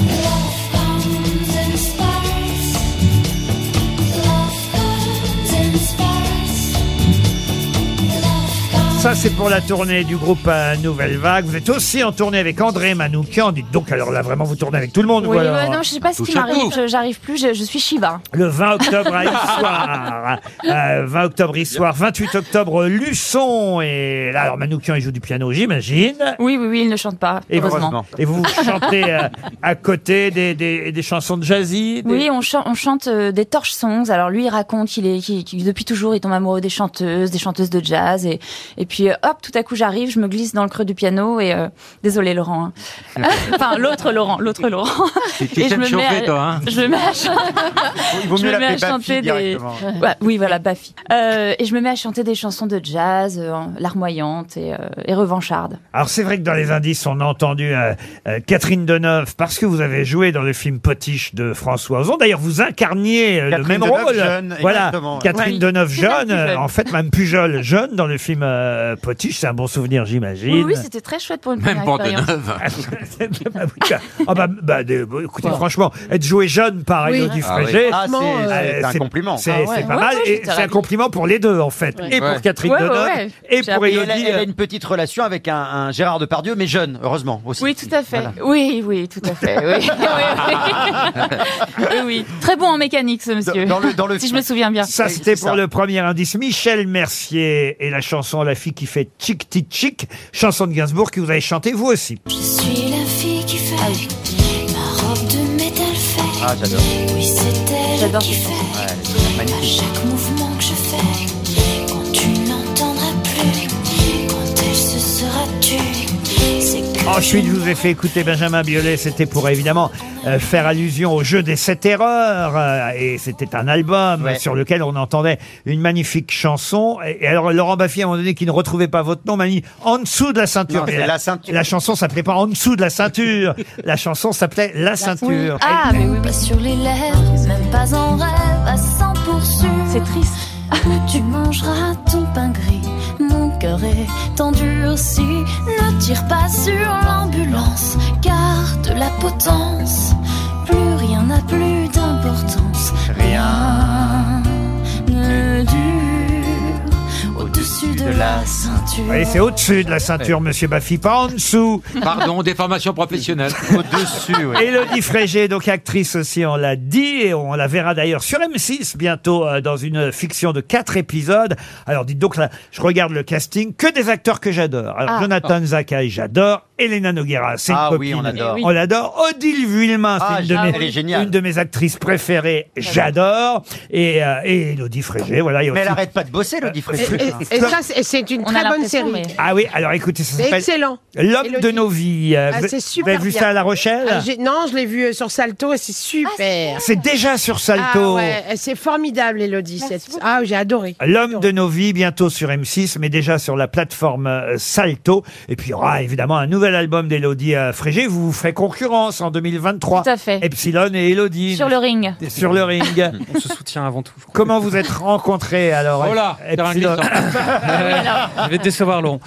Ça, c'est pour la tournée du groupe euh, Nouvelle Vague. Vous êtes aussi en tournée avec André Manoukian. Dites donc, alors là, vraiment, vous tournez avec tout le monde.
Oui,
vous, alors. euh,
ouais, non, je sais pas ce qui m'arrive, je- j'arrive plus, je, je suis Shiva.
Le 20 octobre
[laughs]
à Issoire. Euh, 20 octobre Issoire. 28 octobre Luçon. Et là, alors Manoukian, il joue du piano, j'imagine.
Oui, oui, oui, il ne chante pas,
Et vous,
heureusement.
et vous chantez euh, à côté des, des, des chansons de jazzy. des-
Oui, on, chan- on chante euh, des torches songs. Alors lui, il raconte qu'il est, qu'il- qu'il- depuis toujours, il tombe amoureux des chanteuses, des chanteuses de jazz, et, et puis euh, hop, tout à coup, j'arrive, je me glisse dans le creux du piano, et euh, désolé Laurent.
[laughs]
hein. enfin, l'autre Laurent, l'autre Laurent.
Tu- tu
Et je
t'aimes
me mets à-
chauffer, toi, hein.
Je me mets à chan-
Il vaut
je
mieux
me mets à
l'appeler Baffy
chanter des.
directement.
Ouais, oui, voilà, Baffy. Euh, et je me mets à chanter des chansons de jazz, euh, larmoyantes et, euh, et revanchardes.
Alors c'est vrai que dans les indices, on a entendu euh, euh, Catherine Deneuve parce que vous avez joué dans le film Potiche de François Ozon. D'ailleurs, vous incarniez euh, le
Catherine
même
Deneuve
rôle.
jeune,
voilà,
exactement, ouais.
Catherine
Oui.
Deneuve
C'est elle
jeune,
qui
euh,
jeune.
en fait, même Pujol jeune dans le film euh, Potiche. C'est un bon souvenir, j'imagine.
Oui, oui, c'était très chouette pour une première expérience.
[laughs] Ah bah, bah, des- bah, écoutez, franchement, être joué jeune par
Oui.
Elodie
Ah oui.
Frégé,
Ah, c'est-
euh,
c'est un compliment.
C'est
Ah ouais.
c'est pas
Ouais,
mal,
ouais,
et
j'étais
c'est un
ravie.
compliment pour les deux, en fait. Et pour Catherine Deneuve, et pour
elle, a-
Elodie. euh,
elle a une petite relation avec un, un Gérard Depardieu, mais jeune, heureusement aussi.
Oui, tout à fait. Oui, oui, tout à fait.
[laughs]
Oui, oui, oui. Oui, oui. Très bon en mécanique, ce monsieur.
Dans- dans le- dans le
si je
film.
me souviens bien.
Ça, c'était pour le premier indice. Michel Mercier et la chanson La fille qui fait tchic tic tchic, chanson de Gainsbourg que vous avez chantée vous aussi.
Je suis la fille qui fait
Ah
ma robe de métal fait.
Ah, j'adore.
Oui, c'est elle qui fait à chaque mouvement que je fais. Quand tu n'entendras plus, quand elle se sera tue, c'est que
Ensuite, je vous ai fait écouter Benjamin Biolay. C'était pour évidemment euh, faire allusion au jeu des sept erreurs. euh, et c'était un album
Ouais.
euh, sur lequel on entendait une magnifique chanson. Et, et alors, Laurent Baffy, à un moment donné, qui ne retrouvait pas votre nom, m'a mis en dessous de la ceinture.
Non,
Et
c'est la ceinture.
La chanson s'appelait pas en dessous de la ceinture. la chanson s'appelait La ceinture.
Ah, mais oui, pas sur les lèvres, même pas en rêve, à 100 C'est triste. Plus tu mangeras ton pain gris, mon cœur est tendu aussi. Ne tire pas sur l'ambulance, car de la potence, plus rien n'a plus d'importance. Rien ne dure au-dessus de la ceinture.
Vous voyez, c'est au-dessus de la ceinture, monsieur Baffy, pas en dessous.
Pardon, des
[laughs]
formations professionnelles.
Au-dessus,
Élodie Frégé, donc actrice aussi, on l'a dit, et on la verra d'ailleurs sur M6 bientôt euh, dans une fiction de quatre épisodes. Alors dites donc là, je regarde le casting, que des acteurs que j'adore. Alors
Ah.
Jonathan Zakai, j'adore. Elena Noguera, c'est une
Ah oui,
copine.
on adore. Eh oui.
On l'adore. Odile Vuillemin,
Ah,
c'est une, de
ah
mes-
oui. elle est géniale.
une de mes actrices préférées, j'adore. Et, euh, et Élodie Frégé, voilà. il y a
Mais elle
aussi-
arrête pas de bosser, Lodi
Et,
Frégé.
et- et ça, c'est- c'est une
a
très bonne
l'impression,
série.
mais-
Ah oui, alors écoutez, ça
C'est
s'appelle
excellent.
L'homme de
Élodie.
nos vies.
Ah,
Euh, Vous-
c'est
vous
super.
avez vu
bien.
ça à La Rochelle
Ah, j'ai- Non, je l'ai vu euh, sur Salto et c'est super.
C'est déjà sur Salto.
Ah ouais, et c'est formidable, Elodie. Ah, j'ai adoré.
L'homme de nos vies, bientôt sur M6, mais déjà sur la plateforme euh, Salto. Et puis, il y aura évidemment un nouvel album d'Elodie euh, Frégé. Vous vous ferez concurrence en 2023.
Tout à fait.
Epsilon et Elodie.
Sur le ring.
Sur le ring.
On se soutient avant tout.
Comment vous êtes rencontrés alors
Oh là,
Ep-
terrain
Epsilon
[coughs]
[laughs]
Je vais te décevoir, Laurent.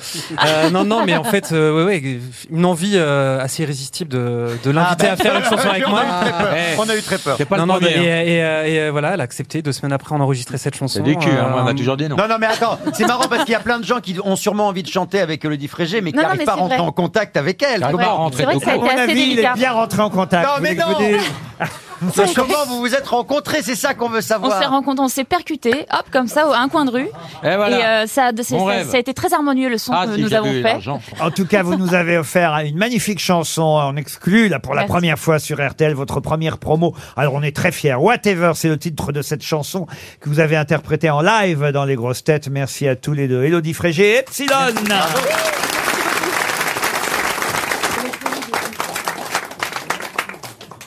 Euh, non, non, mais en fait, euh, ouais, ouais, une envie euh, assez irrésistible de,
Ah,
de l'inviter
bah,
à faire une chanson avec
on
moi.
a eu très peur.
Ouais.
On a eu très peur. T'es pas
Non,
le
non,
premier,
mais-
hein.
et, et, euh, et, euh, voilà, elle a accepté. Deux semaines après, on a enregistré cette chanson. euh,
des culs, hein, moi, on a toujours
dit
Non, non, mais attends, c'est marrant parce qu'il y a plein de gens qui ont sûrement envie de chanter avec Elodie Frégé, mais qui
Non, non,
n'arrivent
mais
pas à
c'est
rentrer
vrai.
en contact avec elle.
J'arrive pas à rentrer. C'est vrai que ça a
À
été
mon
assez
avis, il est
délicat.
bien rentré en contact.
Non,
Vous
mais
voulez que
non
je vous dise
[laughs] Mais Comment vous vous êtes rencontrés C'est ça qu'on veut
On s'est
savoir.
rencontrés, on s'est percutés, hop, comme ça, à un coin de rue.
Et voilà.
euh, ça, a- c'est-
Mon
ça-
rêve.
ça a été très harmonieux le son
Ah,
que
si
nous
j'avais
avons
eu
fait.
l'argent.
En tout cas, vous nous avez offert une magnifique chanson en exclu, là, pour la
Merci.
première fois sur RTL, votre première promo. Alors, on est très fiers. Whatever, c'est le titre de cette chanson que vous avez interprétée en live dans Les Grosses Têtes. Merci à tous les deux. Élodie Frégé et Epsilon.